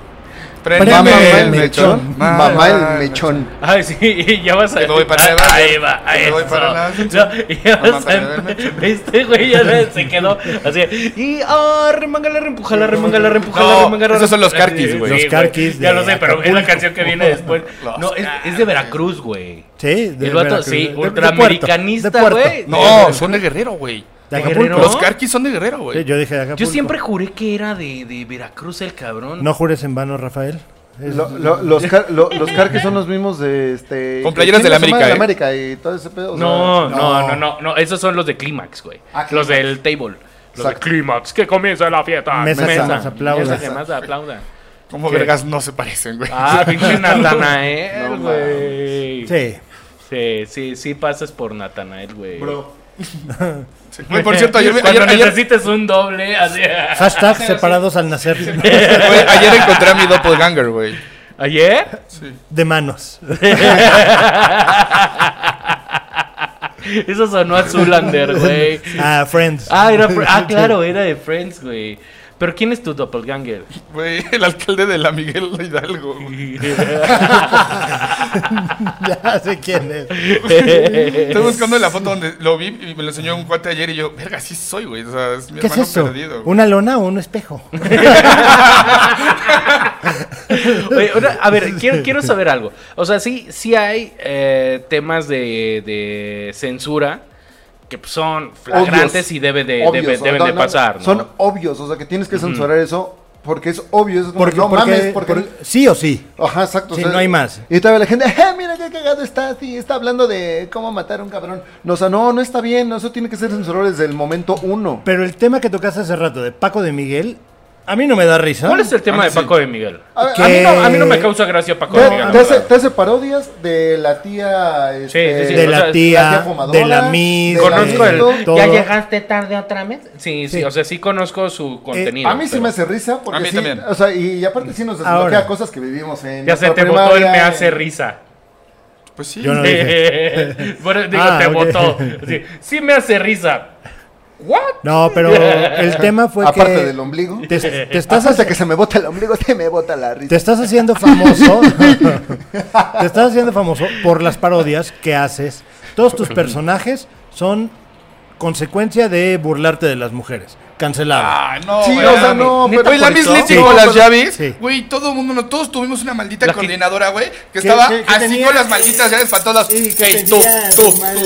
Speaker 2: Préndeme
Speaker 3: Mamá
Speaker 2: el
Speaker 3: el
Speaker 2: mechón.
Speaker 3: mechón.
Speaker 4: Mamá el mechón.
Speaker 1: Ay, sí, (laughs) y ya vas a.
Speaker 2: Que me voy para
Speaker 1: Ah,
Speaker 2: allá,
Speaker 1: Ahí va, ahí
Speaker 2: que me voy
Speaker 1: eso.
Speaker 2: para allá.
Speaker 1: No, y ya
Speaker 2: (laughs) Mamá,
Speaker 1: vas
Speaker 2: para
Speaker 1: a-
Speaker 2: allá, ven.
Speaker 1: Este güey ya
Speaker 2: (laughs)
Speaker 1: se quedó así. Y ah, remangala, repújala, remangala, repújala,
Speaker 2: No,
Speaker 1: remangala.
Speaker 2: esos son los
Speaker 1: repújala.
Speaker 2: carquis, güey.
Speaker 3: Los carquis
Speaker 1: Ya
Speaker 3: de
Speaker 1: lo sé, pero es la
Speaker 3: Acapulco.
Speaker 1: canción que viene después.
Speaker 2: (laughs) Los
Speaker 1: No, es, es de Veracruz, güey.
Speaker 3: Sí, de
Speaker 1: El vato,
Speaker 3: Veracruz,
Speaker 1: sí,
Speaker 3: de- de
Speaker 1: ultraamericanista,
Speaker 3: Puerto, de
Speaker 1: güey.
Speaker 3: Puerto.
Speaker 2: No, son de guerrero, güey.
Speaker 3: De Acapulco.
Speaker 1: ¿No?
Speaker 2: Los carquis son de guerrero,
Speaker 3: Sí,
Speaker 2: güey.
Speaker 3: yo dije de Acapulco.
Speaker 1: Yo siempre juré que era de, de Veracruz el cabrón.
Speaker 3: No jures en vano, Rafael. Es-
Speaker 4: Lo- lo- los, car- lo- los carques son los mismos de este.
Speaker 2: Con playeras
Speaker 4: de
Speaker 2: del
Speaker 4: chinga su
Speaker 2: América,
Speaker 4: madre,
Speaker 2: eh.
Speaker 4: América y todo ese pedo. o sea,
Speaker 1: No, no, no, no, no, esos son los de Clímax, güey.
Speaker 4: Ah,
Speaker 1: los
Speaker 4: Clímax.
Speaker 1: del table. Los de
Speaker 4: Exacto.
Speaker 1: Clímax, que comienza la fiesta.
Speaker 3: Mesa que más aplauda.
Speaker 1: Mesa que más aplauda.
Speaker 2: Como
Speaker 1: ¿Qué?
Speaker 2: vergas no se parecen, güey.
Speaker 1: Ah,
Speaker 2: (laughs)
Speaker 1: pinche
Speaker 4: No
Speaker 1: Natanael,
Speaker 4: mames.
Speaker 1: güey.
Speaker 3: Sí.
Speaker 1: Sí, sí, sí pasas por Natanael, güey.
Speaker 2: Güey, por cierto, ayer, ayer,
Speaker 1: Cuando
Speaker 2: ayer,
Speaker 1: necesites un doble,
Speaker 2: (laughs)
Speaker 1: así.
Speaker 3: Hashtag separados al nacer.
Speaker 2: güey, ayer encontré a mi doppelganger, güey.
Speaker 1: ¿Ayer?
Speaker 3: De manos.
Speaker 1: Eso sonó a
Speaker 2: (laughs)
Speaker 1: Zulander, (laughs) güey.
Speaker 3: Ah, Friends.
Speaker 1: Ah, era Fr- ah, claro, era de Friends, güey. Pero ¿quién es tu
Speaker 2: (laughs)
Speaker 1: doppelganger?
Speaker 2: Güey, el alcalde de la Miguel Hidalgo. güey.
Speaker 3: (laughs) ya sé quién es.
Speaker 2: Estoy buscando la foto donde lo vi y me lo enseñó un cuate ayer y yo, verga, sí soy, güey. O sea, es mi
Speaker 3: ¿Qué es
Speaker 2: hermano
Speaker 3: eso?
Speaker 2: perdido. güey.
Speaker 3: ¿Una lona o un espejo?
Speaker 1: Oye, ahora, a ver, quiero, quiero saber algo. O sea, sí, sí hay eh, temas de, de censura que pues, son flagrantes
Speaker 4: Obvios.
Speaker 1: y debe de,
Speaker 4: Obvios,
Speaker 1: debe-
Speaker 4: o sea,
Speaker 1: deben
Speaker 4: no,
Speaker 1: de
Speaker 4: no,
Speaker 1: pasar, ¿no?
Speaker 4: Son obvios, o sea que tienes que censurar eso porque es obvio, es como,
Speaker 3: Porque,
Speaker 4: no
Speaker 3: porque-
Speaker 4: mames, porque...
Speaker 3: por- sí o sí.
Speaker 4: Ajá, exacto.
Speaker 3: Sí, no hay más.
Speaker 4: Y todavía la gente, (laughs) ¡ah, mira qué cagado está! Sí, está hablando de cómo matar a un cabrón. No, o sea, no, no está bien, no, eso tiene que ser censurado desde el momento uno.
Speaker 3: Pero el tema que tocaste hace rato de Paco de Miguel, a mí no me da risa.
Speaker 1: ¿Cuál es el tema
Speaker 2: Ah,
Speaker 1: de
Speaker 2: sí.
Speaker 1: Paco de Miguel?
Speaker 4: A, ver,
Speaker 3: ¿Qué?
Speaker 4: a mí no-
Speaker 1: A mí no me causa gracia Paco de
Speaker 4: Te,
Speaker 1: Miguel.
Speaker 4: te
Speaker 1: la
Speaker 4: hace,
Speaker 1: verdad.
Speaker 4: te hace parodias de la tía. este,
Speaker 1: sí, sí, o
Speaker 3: De
Speaker 1: sea,
Speaker 3: la
Speaker 1: la
Speaker 4: tía
Speaker 3: tía,
Speaker 4: fumadora,
Speaker 3: de la mis,
Speaker 4: de la
Speaker 1: Conozco el-
Speaker 4: Todo.
Speaker 3: todo.
Speaker 1: ¿Ya llegaste tarde otra vez? Sí, sí,
Speaker 3: Sí.
Speaker 1: o sea, sí conozco su contenido.
Speaker 4: A mí sí
Speaker 1: pero-
Speaker 4: me hace risa, porque
Speaker 2: A mí
Speaker 4: sí,
Speaker 2: también.
Speaker 4: o sea, y, y aparte sí nos desbloquea
Speaker 3: Ahora.
Speaker 4: cosas que vivimos en
Speaker 1: Ya se
Speaker 4: nuestra
Speaker 1: te botó el
Speaker 4: primaria,
Speaker 1: me hace
Speaker 4: en-
Speaker 1: risa.
Speaker 2: Pues sí.
Speaker 3: Yo no-
Speaker 1: (laughs) bueno, digo,
Speaker 3: Ah,
Speaker 1: te
Speaker 3: ok.
Speaker 1: botó. Sí, sí me hace risa. ¿What?
Speaker 3: No, pero
Speaker 4: (laughs)
Speaker 3: el tema fue
Speaker 4: Aparte
Speaker 3: que
Speaker 4: del ombligo.
Speaker 3: te, te estás
Speaker 4: Estás hasta que se me bota el ombligo, (laughs) se me bota la
Speaker 3: Te
Speaker 4: risa.
Speaker 3: estás
Speaker 4: (laughs)
Speaker 3: haciendo famoso. te estás haciendo famoso por las parodias que haces. Todos tus personajes son consecuencia de burlarte de las mujeres. Cancelado.
Speaker 2: Ah, no,
Speaker 4: Sí,
Speaker 2: güey,
Speaker 4: o sea,
Speaker 2: mami.
Speaker 4: no,
Speaker 2: Neta,
Speaker 4: pero-
Speaker 2: Güey, la
Speaker 4: por
Speaker 2: Miss
Speaker 4: eso.
Speaker 2: Lizzy
Speaker 3: Sí.
Speaker 2: con las
Speaker 3: Pero-
Speaker 2: llaves.
Speaker 3: sí.
Speaker 2: Güey, todo el mundo, no, todos tuvimos una maldita
Speaker 1: La que-
Speaker 2: coordinadora, güey, que
Speaker 3: ¿Qué-
Speaker 2: estaba
Speaker 3: qué- qué
Speaker 2: así
Speaker 3: tenía?
Speaker 2: con las malditas llaves para todas.
Speaker 3: Sí, que
Speaker 2: Ey, tú,
Speaker 3: tenía
Speaker 2: tú,
Speaker 3: su madre.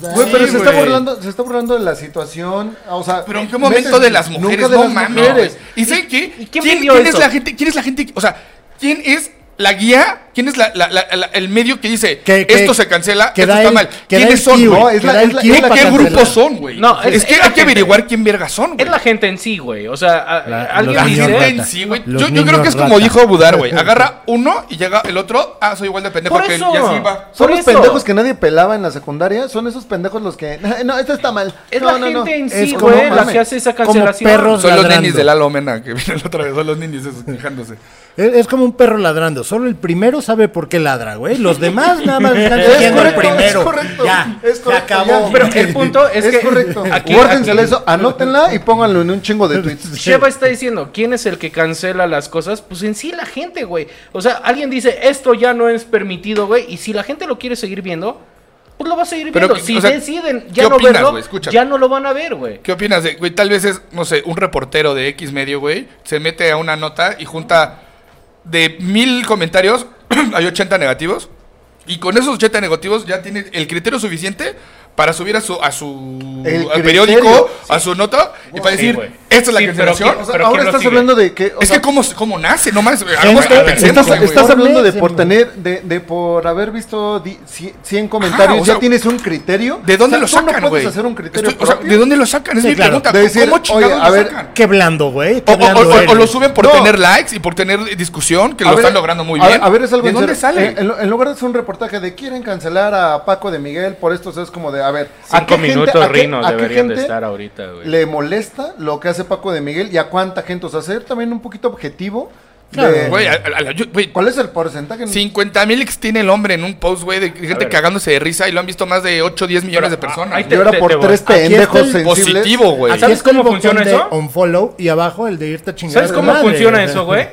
Speaker 2: tú.
Speaker 4: Güey, pero
Speaker 2: Sí,
Speaker 4: se, está
Speaker 2: güey.
Speaker 4: burlando, se está burlando de la situación. O sea,
Speaker 2: Pero en qué momento
Speaker 4: meses-
Speaker 2: de las mujeres,
Speaker 4: nunca de
Speaker 2: no
Speaker 4: las
Speaker 2: mames.
Speaker 4: mujeres.
Speaker 2: ¿Y saben qué?
Speaker 1: y quién
Speaker 2: quién,
Speaker 1: vivió
Speaker 2: quién
Speaker 1: eso?
Speaker 2: es la gente? ¿Quién es la gente? que- O sea, ¿quién es la guía? ¿Quién es la- la- la- la- el medio que dice
Speaker 3: Que- que-
Speaker 2: esto se cancela,
Speaker 3: que
Speaker 2: esto
Speaker 3: da
Speaker 2: está
Speaker 3: el-
Speaker 2: mal?
Speaker 3: que da
Speaker 2: ¿Quiénes
Speaker 3: el
Speaker 2: son,
Speaker 3: cue,
Speaker 2: güey?
Speaker 4: No, es
Speaker 3: que
Speaker 4: la-
Speaker 3: da
Speaker 4: es
Speaker 3: el
Speaker 4: la-
Speaker 3: cue
Speaker 2: ¿Qué,
Speaker 4: es la
Speaker 3: para
Speaker 2: qué
Speaker 3: cancelar.
Speaker 2: grupo son, güey?
Speaker 1: No, es-
Speaker 2: es, que
Speaker 1: es la
Speaker 2: hay que
Speaker 1: gente.
Speaker 2: averiguar quién verga son, güey.
Speaker 1: Es la gente en sí, güey. O sea, a-
Speaker 3: La-
Speaker 1: alguien
Speaker 3: los
Speaker 2: La
Speaker 1: dice.
Speaker 3: niños
Speaker 2: gente en
Speaker 3: rata.
Speaker 2: sí, güey.
Speaker 3: Los
Speaker 2: Yo, yo creo
Speaker 3: niños
Speaker 2: que es como
Speaker 3: rata.
Speaker 2: dijo Budar,
Speaker 3: (laughs)
Speaker 2: güey. Agarra uno y llega el otro. Ah, soy igual de pendejo
Speaker 1: Por
Speaker 2: que él.
Speaker 1: eso.
Speaker 2: Y así va.
Speaker 4: Son
Speaker 1: Por
Speaker 4: los
Speaker 1: eso.
Speaker 4: pendejos que nadie pelaba en la secundaria. Son esos pendejos los que. (laughs) No, esto está mal.
Speaker 1: Es
Speaker 4: no,
Speaker 1: la
Speaker 4: no,
Speaker 1: gente
Speaker 4: no.
Speaker 1: en
Speaker 4: Es
Speaker 1: sí,
Speaker 4: como,
Speaker 1: güey, la
Speaker 4: mames.
Speaker 1: que hace esa
Speaker 3: Como
Speaker 1: cancelación.
Speaker 3: perros.
Speaker 2: Son los
Speaker 3: ladrando.
Speaker 2: nenis de la Mena que vienen otra vez. Son los nenis esos quejándose.
Speaker 3: Es, es como un perro ladrando. Solo el primero sabe por qué ladra, güey. Los demás
Speaker 2: (laughs)
Speaker 3: nada más están
Speaker 4: Es
Speaker 3: diciendo el
Speaker 4: correcto, es
Speaker 3: primero.
Speaker 4: correcto,
Speaker 3: ya,
Speaker 4: es correcto,
Speaker 3: se acabó.
Speaker 4: ya. (laughs)
Speaker 1: Pero el punto es,
Speaker 4: Es,
Speaker 1: que.
Speaker 4: correcto.
Speaker 1: Aquí,
Speaker 4: Guárdensela
Speaker 1: aquí-
Speaker 4: eso, anótenla y pónganlo en un chingo de tweets.
Speaker 1: Sheva está diciendo, ¿quién es el que cancela las cosas? Pues en sí la gente, güey. O sea, alguien dice, esto ya no es permitido, güey. Y si la gente lo quiere seguir viendo, pues lo va a seguir
Speaker 2: Pero,
Speaker 1: viendo.
Speaker 2: ¿qué-
Speaker 1: si
Speaker 2: o sea,
Speaker 1: deciden
Speaker 2: ¿qué
Speaker 1: ya no
Speaker 2: opinas,
Speaker 1: verlo,
Speaker 2: güey? Escucha.
Speaker 1: ya no lo van a ver, güey.
Speaker 2: ¿Qué opinas de, güey? Tal vez es, no sé, un reportero de X medio, güey, se mete a una nota y junta de mil comentarios, (clears throat) hay 80 negativos, y con esos 80 negativos ya tiene el criterio suficiente para subir a su, a su
Speaker 4: El
Speaker 2: al
Speaker 4: criterio,
Speaker 2: periódico,
Speaker 4: sí.
Speaker 2: a su nota, y para
Speaker 1: Sí,
Speaker 2: decir,
Speaker 1: güey.
Speaker 2: esta es la
Speaker 1: Sí, pero
Speaker 2: cancelación.
Speaker 1: ¿quién-
Speaker 2: O sea,
Speaker 1: pero
Speaker 4: Ahora
Speaker 1: quién lo
Speaker 4: estás
Speaker 1: sigue?
Speaker 4: hablando de que. o
Speaker 2: es
Speaker 4: sea,
Speaker 2: que cómo, cómo nace, no más,
Speaker 3: Gente,
Speaker 4: Estás,
Speaker 3: Güey.
Speaker 4: estás hablando de
Speaker 3: Informes,
Speaker 4: por tener,
Speaker 3: hermano.
Speaker 4: de, de por haber visto di- ci- 100 comentarios,
Speaker 2: o sea,
Speaker 4: ya tienes un criterio.
Speaker 2: ¿De dónde
Speaker 4: O sea,
Speaker 2: lo
Speaker 4: tú
Speaker 2: sacan,
Speaker 4: no
Speaker 2: güey?
Speaker 4: puedes hacer un criterio
Speaker 2: Estoy- o sea,
Speaker 4: propio.
Speaker 2: ¿De dónde lo sacan? Es
Speaker 3: Sí,
Speaker 2: mi
Speaker 3: claro.
Speaker 2: pregunta.
Speaker 4: De decir,
Speaker 2: ¿Cómo chingados
Speaker 4: oye, a
Speaker 2: lo
Speaker 4: ver,
Speaker 2: sacan?
Speaker 3: Qué blando, güey.
Speaker 2: O,
Speaker 3: qué
Speaker 2: o-
Speaker 3: blando
Speaker 2: o- o
Speaker 3: eres.
Speaker 2: lo suben por
Speaker 4: No.
Speaker 2: tener likes y por tener discusión, que
Speaker 4: A
Speaker 2: lo
Speaker 4: ver,
Speaker 2: están logrando muy
Speaker 4: a ver-
Speaker 2: bien.
Speaker 4: A ver, es algo
Speaker 2: ¿De
Speaker 4: en
Speaker 2: dónde
Speaker 4: serio.
Speaker 2: sale?
Speaker 4: En, en lu- en lugar de hacer un reportaje de quieren cancelar a Paco de Miguel por esto, o sea, es como de, a ver, ¿a qué
Speaker 1: Cinco minutos
Speaker 4: gente, a qué-
Speaker 1: Rino
Speaker 4: a qué
Speaker 1: deberían de
Speaker 4: gente
Speaker 1: estar ahorita, güey.
Speaker 4: le molesta lo que hace Paco de Miguel y a cuánta gente, o sea, ser también un poquito objetivo de
Speaker 3: Claro.
Speaker 2: Güey, a- a- a la- yo- güey,
Speaker 4: cuál es el porcentaje.
Speaker 2: 50 mil likes tiene el hombre en un post, güey, de gente
Speaker 1: ver.
Speaker 2: cagándose de risa y lo han visto más de 8 o 10 millones
Speaker 1: Pero,
Speaker 2: de personas.
Speaker 1: ah, ahí
Speaker 2: güey.
Speaker 1: te-
Speaker 4: Yo era por
Speaker 1: voy.
Speaker 4: tres
Speaker 3: Aquí está el
Speaker 4: pendejos sensibles.
Speaker 2: Positivo, güey.
Speaker 3: Aquí
Speaker 1: Ah, ¿Sabes
Speaker 3: es como
Speaker 1: cómo
Speaker 3: con
Speaker 1: funciona
Speaker 3: de
Speaker 1: eso?
Speaker 3: Unfollow y abajo el de irte a chingar.
Speaker 1: ¿Sabes
Speaker 3: a la
Speaker 1: cómo
Speaker 3: madre.
Speaker 1: funciona
Speaker 2: (laughs)
Speaker 1: eso, (laughs) güey?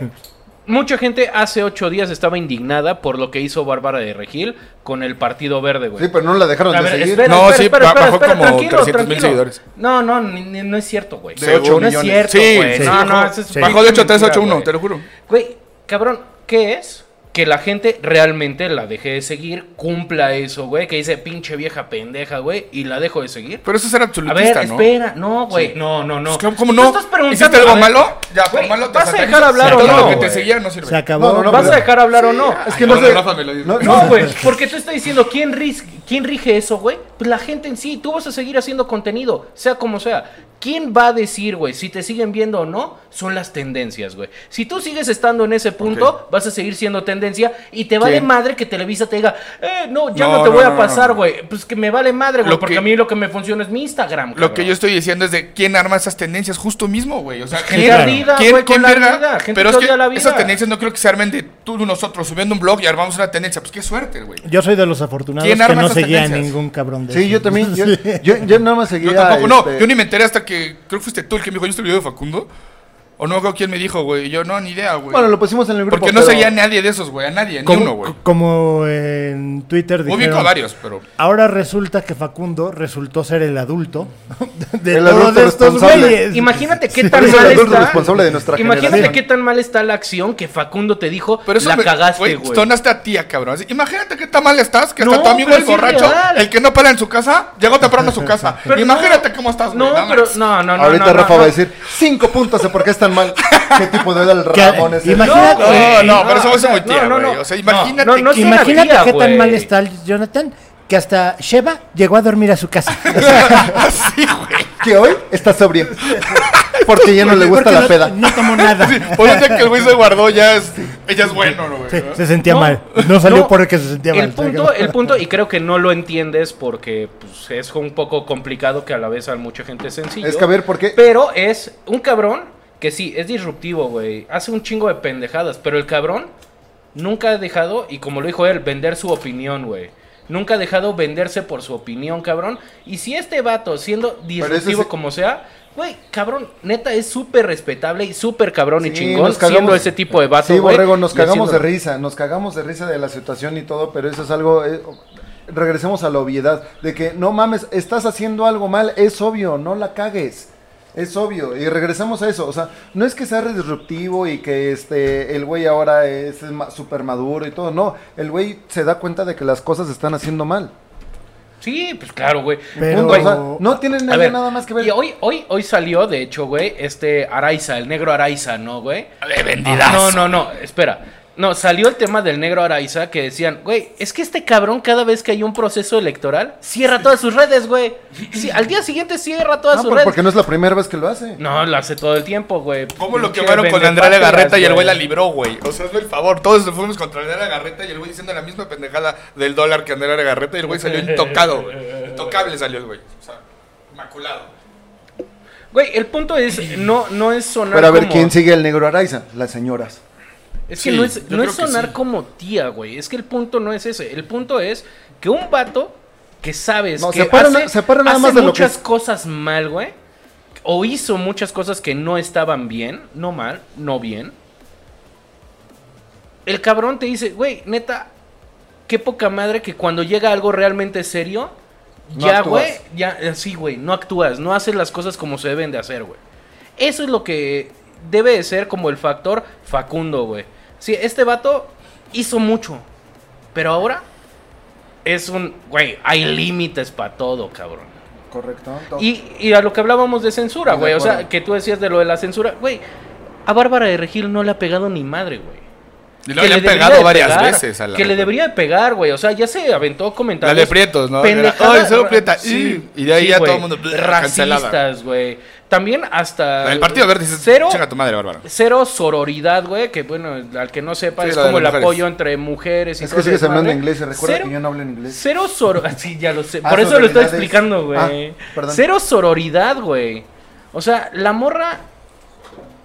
Speaker 1: Mucha gente hace ocho días estaba indignada por lo que hizo Bárbara de Regil con el Partido Verde, güey.
Speaker 4: Sí, pero no la dejaron
Speaker 1: A
Speaker 4: de
Speaker 1: ver,
Speaker 4: seguir.
Speaker 1: espera,
Speaker 2: No,
Speaker 1: espera,
Speaker 2: sí,
Speaker 1: espera,
Speaker 2: ba-
Speaker 1: espera,
Speaker 2: bajó
Speaker 1: espera,
Speaker 2: como
Speaker 1: tranquilo,
Speaker 2: 300,000
Speaker 1: tranquilo.
Speaker 2: seguidores.
Speaker 1: No, no, ni- ni- no es cierto, güey.
Speaker 2: De ocho
Speaker 1: no es
Speaker 4: millones.
Speaker 1: cierto,
Speaker 2: Sí,
Speaker 1: güey.
Speaker 2: sí,
Speaker 1: no, no, eso es
Speaker 3: sí.
Speaker 2: Bajó de 8 a 3
Speaker 1: mentira,
Speaker 2: 8 1,
Speaker 1: güey.
Speaker 2: te lo juro.
Speaker 1: Güey, cabrón, ¿qué es? Que la gente realmente la deje de seguir, cumpla eso, güey. Que dice pinche vieja pendeja, güey, y la dejo de seguir.
Speaker 2: Pero eso es ser
Speaker 1: A ver,
Speaker 2: absolutista, ¿no?
Speaker 1: espera, no, güey. No, no, no.
Speaker 2: Pues, ¿Cómo cómo no?
Speaker 1: Tú estás preguntando,
Speaker 2: ¿Hiciste algo
Speaker 1: a ver,
Speaker 2: malo? Ya, por
Speaker 1: güey,
Speaker 2: malo te
Speaker 1: ¿Vas a
Speaker 2: satanizas.
Speaker 1: dejar hablar o
Speaker 2: Todo
Speaker 1: no?
Speaker 2: lo que te
Speaker 1: güey?
Speaker 2: seguía no sirve.
Speaker 3: Se acabó.
Speaker 4: No, no, no,
Speaker 1: ¿Vas
Speaker 4: pero-
Speaker 1: a dejar hablar o no?
Speaker 4: Es que
Speaker 2: Ay,
Speaker 4: no
Speaker 2: Rafa,
Speaker 4: sé-
Speaker 2: Rafa me lo dice.
Speaker 4: no-
Speaker 1: No, güey, porque tú estás diciendo quién, ris- quién rige eso, güey. Pues la gente en sí, tú vas a seguir haciendo contenido, sea como sea. ¿Quién va a decir, güey, si te siguen viendo o no? Son las tendencias, güey. Si tú sigues estando en ese punto,
Speaker 2: Ok.
Speaker 1: vas a seguir siendo tendencia y te vale
Speaker 4: Sí.
Speaker 1: madre que Televisa te diga, eh, no, ya no,
Speaker 2: No,
Speaker 1: te
Speaker 2: no,
Speaker 1: voy
Speaker 2: no,
Speaker 1: a
Speaker 2: no,
Speaker 1: pasar,
Speaker 2: no.
Speaker 1: güey. Pues que me vale madre, güey,
Speaker 2: Lo
Speaker 1: porque
Speaker 2: que-
Speaker 1: a mí lo que me funciona es mi Instagram,
Speaker 2: Lo que
Speaker 1: cabrón.
Speaker 2: yo estoy diciendo es de quién arma esas tendencias justo mismo, güey. O sea,
Speaker 1: Gente
Speaker 2: ¿quién-
Speaker 1: ardida,
Speaker 2: quién-
Speaker 1: güey, con
Speaker 2: quién
Speaker 1: la
Speaker 2: verga?
Speaker 1: vida, gente
Speaker 2: Pero es
Speaker 1: que
Speaker 2: que
Speaker 1: odia la vida.
Speaker 2: esas tendencias no creo que se armen de tú y nosotros subiendo un blog y armamos una tendencia. Pues qué suerte, güey.
Speaker 3: Yo soy de los afortunados que
Speaker 2: ¿Quién arma
Speaker 3: no
Speaker 2: esas
Speaker 3: seguía a
Speaker 2: tendencias?
Speaker 3: ningún cabrón de
Speaker 4: Sí, yo
Speaker 3: esos.
Speaker 4: también.
Speaker 3: (laughs)
Speaker 4: Yo, yo, yo nada más seguía.
Speaker 2: Yo tampoco, no,
Speaker 4: este,
Speaker 2: yo ni me enteré hasta que creo que fuiste tú el que me dijo, ¿yo este video de Facundo? O no me acuerdo quién me dijo, güey. Y Yo no, ni idea, güey.
Speaker 4: Bueno, lo pusimos en el grupo.
Speaker 2: Porque no
Speaker 4: pero-
Speaker 2: seguía a nadie de esos, güey. A nadie, ni uno, güey.
Speaker 3: Como, como en Twitter
Speaker 2: Ubico
Speaker 3: dijeron,
Speaker 2: a varios, pero.
Speaker 3: Ahora resulta que Facundo resultó ser el adulto (laughs) de
Speaker 4: El
Speaker 3: todos
Speaker 4: adulto
Speaker 3: estos
Speaker 4: responsable.
Speaker 3: güeyes.
Speaker 1: Imagínate qué
Speaker 3: Sí.
Speaker 1: tan
Speaker 4: Eres el
Speaker 1: mal
Speaker 4: adulto
Speaker 1: está.
Speaker 4: responsable de nuestra
Speaker 1: Imagínate
Speaker 4: generación.
Speaker 1: qué tan mal está la acción que Facundo te dijo,
Speaker 2: Pero eso
Speaker 1: la
Speaker 2: me-
Speaker 1: cagaste, güey.
Speaker 2: Sonaste a tía, cabrón. Así, imagínate qué tan mal estás, que
Speaker 1: No,
Speaker 2: hasta tu amigo
Speaker 1: pero
Speaker 2: el
Speaker 1: sí es
Speaker 2: borracho,
Speaker 1: real.
Speaker 2: el que no para en su casa, llegó
Speaker 1: (laughs)
Speaker 2: temprano a su casa.
Speaker 1: Pero no.
Speaker 2: imagínate cómo estás, güey.
Speaker 1: No, pero
Speaker 2: mames.
Speaker 1: no, no, no.
Speaker 4: Ahorita
Speaker 1: no,
Speaker 4: Rafa
Speaker 1: no.
Speaker 4: va a decir: cinco puntos de por qué está tan mal. ¿Qué tipo de Adal
Speaker 3: Que-
Speaker 4: Ramón es el-
Speaker 3: imagínate-
Speaker 2: No, no,
Speaker 1: no,
Speaker 2: pero eso
Speaker 1: o
Speaker 2: es
Speaker 1: sea,
Speaker 2: muy
Speaker 1: no,
Speaker 2: tierno,
Speaker 1: no, no.
Speaker 2: güey. O sea, imagínate
Speaker 1: No, no,
Speaker 2: que-
Speaker 1: sí.
Speaker 3: Imagínate
Speaker 1: Maravilla,
Speaker 3: qué tan
Speaker 1: güey.
Speaker 3: mal está el Jonathan que hasta Sheba llegó a dormir a su casa.
Speaker 2: Así, güey.
Speaker 4: Que hoy está
Speaker 3: (laughs)
Speaker 4: sobrio. Porque ya no le gusta
Speaker 3: Porque
Speaker 4: la
Speaker 3: no-
Speaker 4: peda.
Speaker 3: No
Speaker 2: (laughs)
Speaker 3: tomó nada.
Speaker 2: Por eso pues que el güey se guardó, ya es, ella es bueno, ¿no, güey.
Speaker 3: Sí,
Speaker 2: ¿no?
Speaker 3: se sentía
Speaker 1: No,
Speaker 3: mal. No salió
Speaker 1: no,
Speaker 3: porque se sentía mal.
Speaker 1: El punto, el punto, y creo que no lo entiendes porque pues, es un poco complicado que a la vez a mucha gente es sencillo.
Speaker 4: Es que a ver, ¿por qué?
Speaker 1: Pero es un cabrón que sí, es disruptivo, güey. Hace un chingo de pendejadas, pero el cabrón nunca ha dejado, y como lo dijo él, vender su opinión, güey. Nunca ha dejado venderse por su opinión, cabrón. Y si este vato, siendo
Speaker 4: eso
Speaker 1: disruptivo
Speaker 4: sí-
Speaker 1: como sea, güey, cabrón, neta es súper respetable y súper cabrón y
Speaker 4: Sí,
Speaker 1: chingón
Speaker 4: nos cagamos-
Speaker 1: siendo ese tipo de vato,
Speaker 4: Sí,
Speaker 1: güey,
Speaker 4: Borrego, nos
Speaker 1: y
Speaker 4: cagamos de
Speaker 1: haciéndolo.
Speaker 4: risa, nos cagamos de risa de la situación y todo, pero eso es algo... eh, regresemos a la obviedad, de que no mames, estás haciendo algo mal, es obvio, no la cagues. Es obvio, y regresamos a eso, o sea, no es que sea disruptivo y que este el güey ahora es ma- súper maduro y todo, no, el güey se da cuenta de que las cosas se están haciendo mal.
Speaker 1: Sí, pues claro, güey.
Speaker 3: Pero-
Speaker 4: Punto, o sea, no tienen
Speaker 1: A
Speaker 4: nada,
Speaker 1: ver,
Speaker 4: nada más que ver.
Speaker 1: Y hoy, hoy, hoy salió, de hecho, güey, este Araiza, el negro Araiza, ¿no, güey?
Speaker 2: Le vendidas.
Speaker 1: No, no, no, espera. No, salió el tema del negro Araiza que decían, güey, es que este cabrón cada vez que hay un proceso electoral cierra todas sus redes, güey. Sí, al día siguiente cierra todas
Speaker 4: Ah,
Speaker 1: sus
Speaker 4: pero
Speaker 1: redes.
Speaker 4: porque no es la primera vez que lo hace.
Speaker 1: No, lo hace todo el tiempo, güey.
Speaker 2: ¿Cómo lo
Speaker 1: Pinche
Speaker 2: quemaron con Andrea
Speaker 1: vendepátiras,
Speaker 2: Garreta y el güey la libró, güey? O sea, hazme el favor. Todos nos fuimos contra Andrea Garreta y el güey diciendo la misma pendejada del dólar que Andrea Garreta y el güey salió intocado, güey. Intocable salió el güey. O sea, inmaculado.
Speaker 1: Güey, el punto es, no, no es sonar
Speaker 4: Pero a ver,
Speaker 1: como-
Speaker 4: ¿quién sigue el negro Araiza? Las señoras.
Speaker 1: Es que
Speaker 2: Sí,
Speaker 1: no es,
Speaker 2: yo
Speaker 1: no
Speaker 2: creo
Speaker 1: es
Speaker 2: que
Speaker 1: sonar
Speaker 2: sí.
Speaker 1: como tía, güey. Es que el punto no es ese. El punto es que un vato que sabes
Speaker 4: No,
Speaker 1: que
Speaker 4: separa na-
Speaker 1: hace,
Speaker 4: separa nada
Speaker 1: hace
Speaker 4: más de lo que
Speaker 1: muchas
Speaker 4: es.
Speaker 1: cosas mal, güey. O hizo muchas cosas que no estaban bien. No mal, no bien. El cabrón te dice, güey, neta, qué poca madre que cuando llega algo realmente serio,
Speaker 4: No
Speaker 1: ya,
Speaker 4: actúas.
Speaker 1: güey, ya, así, güey, no actúas, no haces las cosas como se deben de hacer, güey. Eso es lo que debe de ser como el factor Facundo, güey. Sí, este vato hizo mucho, pero ahora es un, güey, hay límites para todo, cabrón.
Speaker 4: Correcto.
Speaker 1: Y, y a lo que hablábamos de censura,
Speaker 4: De
Speaker 1: güey. O sea,
Speaker 4: acuerdo.
Speaker 1: que tú decías de lo de la censura. Güey, a Bárbara de Regil no le ha pegado ni madre, güey.
Speaker 2: Y
Speaker 1: Que
Speaker 2: luego le han
Speaker 1: debería
Speaker 2: pegado
Speaker 1: de
Speaker 2: varias
Speaker 1: pegar,
Speaker 2: veces a la.
Speaker 1: Que le debería de pegar, güey. O sea, ya se aventó
Speaker 2: La
Speaker 1: comentarios.
Speaker 2: de Prietos, ¿no? Era,
Speaker 1: pendejadas,
Speaker 2: Ay, solo Prieta.
Speaker 1: sí,
Speaker 2: y de ahí
Speaker 1: sí,
Speaker 2: ya
Speaker 1: güey.
Speaker 2: todo el mundo. bla, cancelada.
Speaker 1: Racistas, güey. También hasta.
Speaker 2: El partido verde dice:
Speaker 1: Cero,
Speaker 2: Chinga tu madre, bárbaro.
Speaker 1: cero sororidad, güey. Que bueno, al que no sepa,
Speaker 2: Sí,
Speaker 1: es
Speaker 2: la de
Speaker 1: como el
Speaker 2: las mujeres.
Speaker 1: apoyo entre mujeres y
Speaker 4: Es
Speaker 1: todo
Speaker 4: que sigues
Speaker 1: ese
Speaker 4: hablando
Speaker 1: desmadre.
Speaker 4: inglés y recuerda
Speaker 1: Cero-
Speaker 4: que yo no hablo en inglés.
Speaker 1: Cero sororidad. (laughs) Sí, ya lo sé.
Speaker 4: Ah,
Speaker 1: Por eso lo estoy
Speaker 4: sororidades.
Speaker 1: explicando, güey.
Speaker 4: Ah, perdón.
Speaker 1: Cero sororidad, güey. O sea, la morra.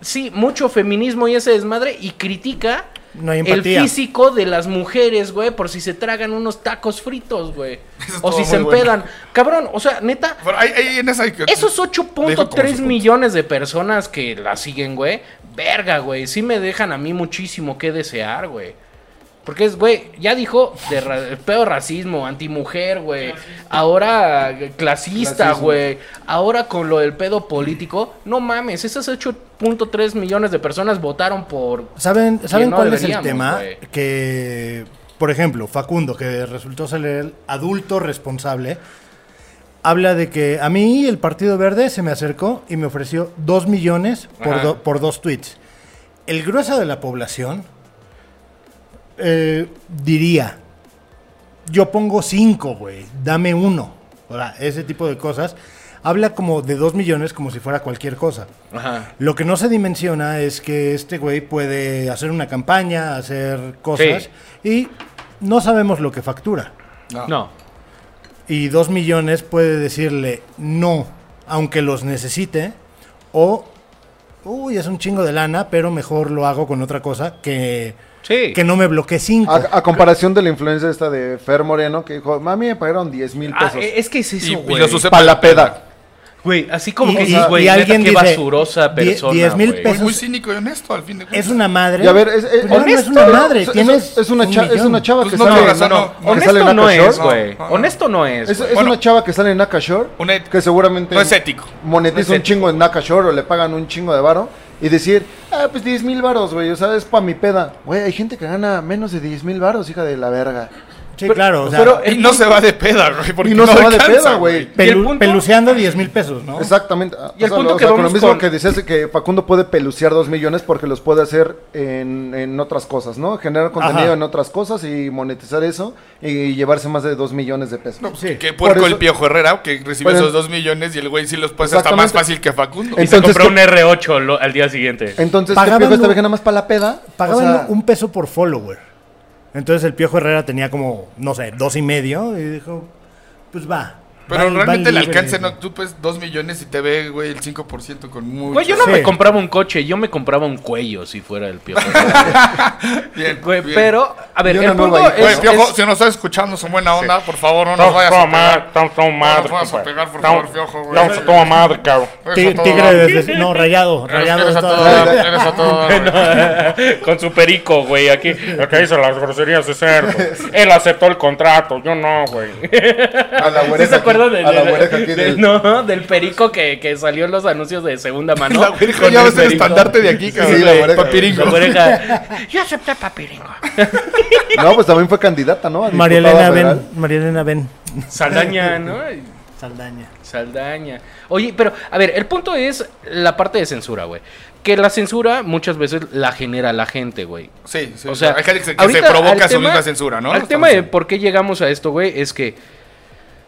Speaker 1: Sí, mucho feminismo y ese desmadre. Y critica
Speaker 3: No hay
Speaker 1: el
Speaker 3: empatía.
Speaker 1: físico de las mujeres, güey, por si se tragan unos tacos fritos, güey.
Speaker 2: Eso
Speaker 1: O
Speaker 2: estuvo
Speaker 1: si
Speaker 2: muy
Speaker 1: se
Speaker 2: bueno.
Speaker 1: empedan. Cabrón, o sea, neta,
Speaker 2: Pero ahí, ahí en esa. hay que-
Speaker 1: esos
Speaker 2: Dijo como su
Speaker 1: 8.3
Speaker 2: punto.
Speaker 1: millones de personas que la siguen, güey. Verga, güey. Sí me dejan a mí muchísimo que desear, güey. Porque es, güey, ya dijo de ra- peor racismo, antimujer, güey. Ahora eh, clasista,
Speaker 4: Clasismo.
Speaker 1: güey. Ahora con lo del pedo político. No mames, esas 8.3 millones de personas votaron por...
Speaker 3: ¿Saben, ¿saben
Speaker 1: no
Speaker 3: cuál es el
Speaker 1: deberíamos,
Speaker 3: tema?
Speaker 1: güey.
Speaker 3: Que, por ejemplo, Facundo, que resultó ser el adulto responsable, habla de que a mí el Partido Verde se me acercó y me ofreció 2 millones por,
Speaker 1: Ajá.
Speaker 3: do- por dos tweets. El grueso de la población eh, diría, yo pongo 5, güey, dame uno. O sea, ese tipo de cosas. Habla como de 2 millones como si fuera cualquier cosa.
Speaker 1: Ajá.
Speaker 3: Lo que no se dimensiona es que este güey puede hacer una campaña, hacer cosas y no sabemos lo que factura.
Speaker 1: No.
Speaker 3: Y dos millones puede decirle no, aunque los necesite, o uy, es un chingo de lana, pero mejor lo hago con otra cosa que,
Speaker 1: Sí.
Speaker 3: que no me bloquee cinco.
Speaker 4: A, a comparación de la influencia esta de Fer Moreno, que dijo, mami, me pagaron 10 mil
Speaker 1: Ah,
Speaker 4: pesos.
Speaker 1: e- es que es
Speaker 2: Y,
Speaker 1: eso,
Speaker 2: y
Speaker 1: güey.
Speaker 2: lo sucede-
Speaker 4: para la peda.
Speaker 1: Güey, así como
Speaker 3: Y-
Speaker 1: que
Speaker 3: y-
Speaker 1: dices, güey,
Speaker 3: y
Speaker 1: neta,
Speaker 3: alguien
Speaker 1: qué
Speaker 3: dice,
Speaker 1: basurosa
Speaker 3: "Die-
Speaker 1: persona,
Speaker 3: 10 mil
Speaker 1: güey".
Speaker 2: Güey, muy
Speaker 3: Esos-
Speaker 2: cínico y honesto, al fin de cuentas.
Speaker 3: Es una madre.
Speaker 4: Y a ver, es, es-
Speaker 3: Pues no, no es
Speaker 1: honesto,
Speaker 3: una
Speaker 1: ¿no?
Speaker 3: madre,
Speaker 4: es- es-
Speaker 3: tienes
Speaker 4: es una,
Speaker 3: un
Speaker 4: cha- es
Speaker 3: millón.
Speaker 4: una chava que
Speaker 2: Pues no,
Speaker 4: sale,
Speaker 2: razón,
Speaker 4: en-
Speaker 2: no.
Speaker 4: que sale en
Speaker 1: Honesto no
Speaker 4: Naka
Speaker 1: es,
Speaker 4: Shore.
Speaker 1: Pues, güey.
Speaker 2: No, no, no.
Speaker 1: Honesto no es.
Speaker 4: Es,
Speaker 1: güey.
Speaker 4: es
Speaker 2: Bueno.
Speaker 4: una chava que sale en Naka Shore,
Speaker 2: Una-
Speaker 4: que seguramente
Speaker 2: No es ético.
Speaker 4: monetiza
Speaker 1: No es
Speaker 4: un chingo en Naka Shore o le pagan un chingo de varo y decir, ah, pues 10 mil varos, güey, o sea, es para mi peda. Güey, hay gente que gana menos de 10 mil varos, hija de la verga.
Speaker 3: Sí, claro. O sea,
Speaker 1: pero-
Speaker 2: Y no se va de peda, güey. Porque
Speaker 4: Y no, se va de
Speaker 2: alcanza,
Speaker 4: peda, güey.
Speaker 1: ¿Y el
Speaker 3: pelu-
Speaker 1: punto?
Speaker 3: peluceando 10 mil pesos, ¿no?
Speaker 4: Exactamente. Ah,
Speaker 1: Y el
Speaker 4: O sea,
Speaker 1: punto
Speaker 4: lo- o
Speaker 1: que
Speaker 4: sea, con lo
Speaker 1: vamos
Speaker 4: mismo
Speaker 1: con-
Speaker 4: que decías de que Facundo puede peluciar dos millones porque los puede hacer en, en otras cosas, ¿no? Generar contenido
Speaker 3: Ajá.
Speaker 4: en otras cosas y monetizar eso y llevarse más de dos millones de pesos.
Speaker 2: No,
Speaker 3: pues Sí.
Speaker 2: Que puerco
Speaker 4: Por
Speaker 2: el
Speaker 4: eso-
Speaker 2: Piojo Herrera, que recibió
Speaker 4: Pero-
Speaker 2: esos dos millones y el güey sí los pasa hasta
Speaker 4: Exactamente.
Speaker 2: más fácil que Facundo.
Speaker 4: El-
Speaker 1: Se
Speaker 4: Entonces,
Speaker 1: compró
Speaker 4: ¿qué-
Speaker 1: un R8 lo- al día siguiente.
Speaker 4: Entonces, ¿qué
Speaker 3: Pagaban
Speaker 4: piojo esta
Speaker 3: un-
Speaker 4: vieja nada más para la peda? O
Speaker 3: Pagaban
Speaker 4: sea,
Speaker 3: un peso por follower. Entonces el Piojo Herrera tenía como, no sé, dos y medio y dijo, pues va.
Speaker 2: Pero
Speaker 3: va- va
Speaker 2: realmente el
Speaker 3: libre.
Speaker 2: alcance, no, tú pues dos millones y te ve, güey, el 5% con mucho.
Speaker 1: Güey, yo no
Speaker 3: Sí.
Speaker 1: me compraba un coche, yo me compraba un cuello si fuera el piojo.
Speaker 2: Bien,
Speaker 1: Güey,
Speaker 2: bien.
Speaker 1: Pero, a ver,
Speaker 4: Y
Speaker 1: el
Speaker 4: una
Speaker 1: punto
Speaker 4: nueva hija.
Speaker 2: Güey,
Speaker 1: es-
Speaker 2: Piojo,
Speaker 1: es-
Speaker 2: si nos estás escuchando, son buena onda, por favor, no nos vayas a pegar. No nos vayas a pegar, por favor, Piojo, güey.
Speaker 6: Vamos a tomar madre, cabrón.
Speaker 3: Ti- (laughs)
Speaker 2: Eres a todo
Speaker 3: Tigre
Speaker 2: dar.
Speaker 3: desde-
Speaker 2: (laughs)
Speaker 3: No, rayado. Rayado
Speaker 2: Eres
Speaker 3: es
Speaker 2: a
Speaker 3: todo.
Speaker 2: todo dar, eres a todo dar, güey.
Speaker 6: Con su perico, güey, aquí. El que dice las groserías de cerdo. Él aceptó el contrato, yo no, güey.
Speaker 4: (laughs) A la
Speaker 1: ¿Sí
Speaker 4: güereja
Speaker 1: se
Speaker 4: aquí,
Speaker 1: acuerdan del,
Speaker 4: a la
Speaker 1: del-
Speaker 4: güereja aquí
Speaker 1: del-
Speaker 4: del-
Speaker 1: no, del perico que, que salió en los anuncios de segunda
Speaker 2: (laughs)
Speaker 1: mano?
Speaker 2: La güey,
Speaker 1: Con
Speaker 2: ya ves el
Speaker 1: perico.
Speaker 2: estandarte de aquí, cabrón.
Speaker 4: Sí, la güereja.
Speaker 2: Papiringo.
Speaker 1: La güereja.
Speaker 6: Yo acepté papiringo.
Speaker 4: No, pues también fue candidata, ¿no? A
Speaker 3: María
Speaker 4: diputada
Speaker 3: Elena
Speaker 4: federal.
Speaker 3: Ben. María Elena Ben.
Speaker 1: Saldaña, Ah, ¿no?
Speaker 3: Saldaña.
Speaker 1: Saldaña. Oye, pero, a ver, el punto es la parte de censura, güey. Que la censura muchas veces la genera la gente, güey.
Speaker 2: Sí, sí.
Speaker 1: O sea,
Speaker 2: hay gente que se, que se
Speaker 1: ahorita al
Speaker 2: provoca su
Speaker 1: tema-
Speaker 2: misma censura, ¿no?
Speaker 1: El tema de por qué llegamos a esto, güey, es que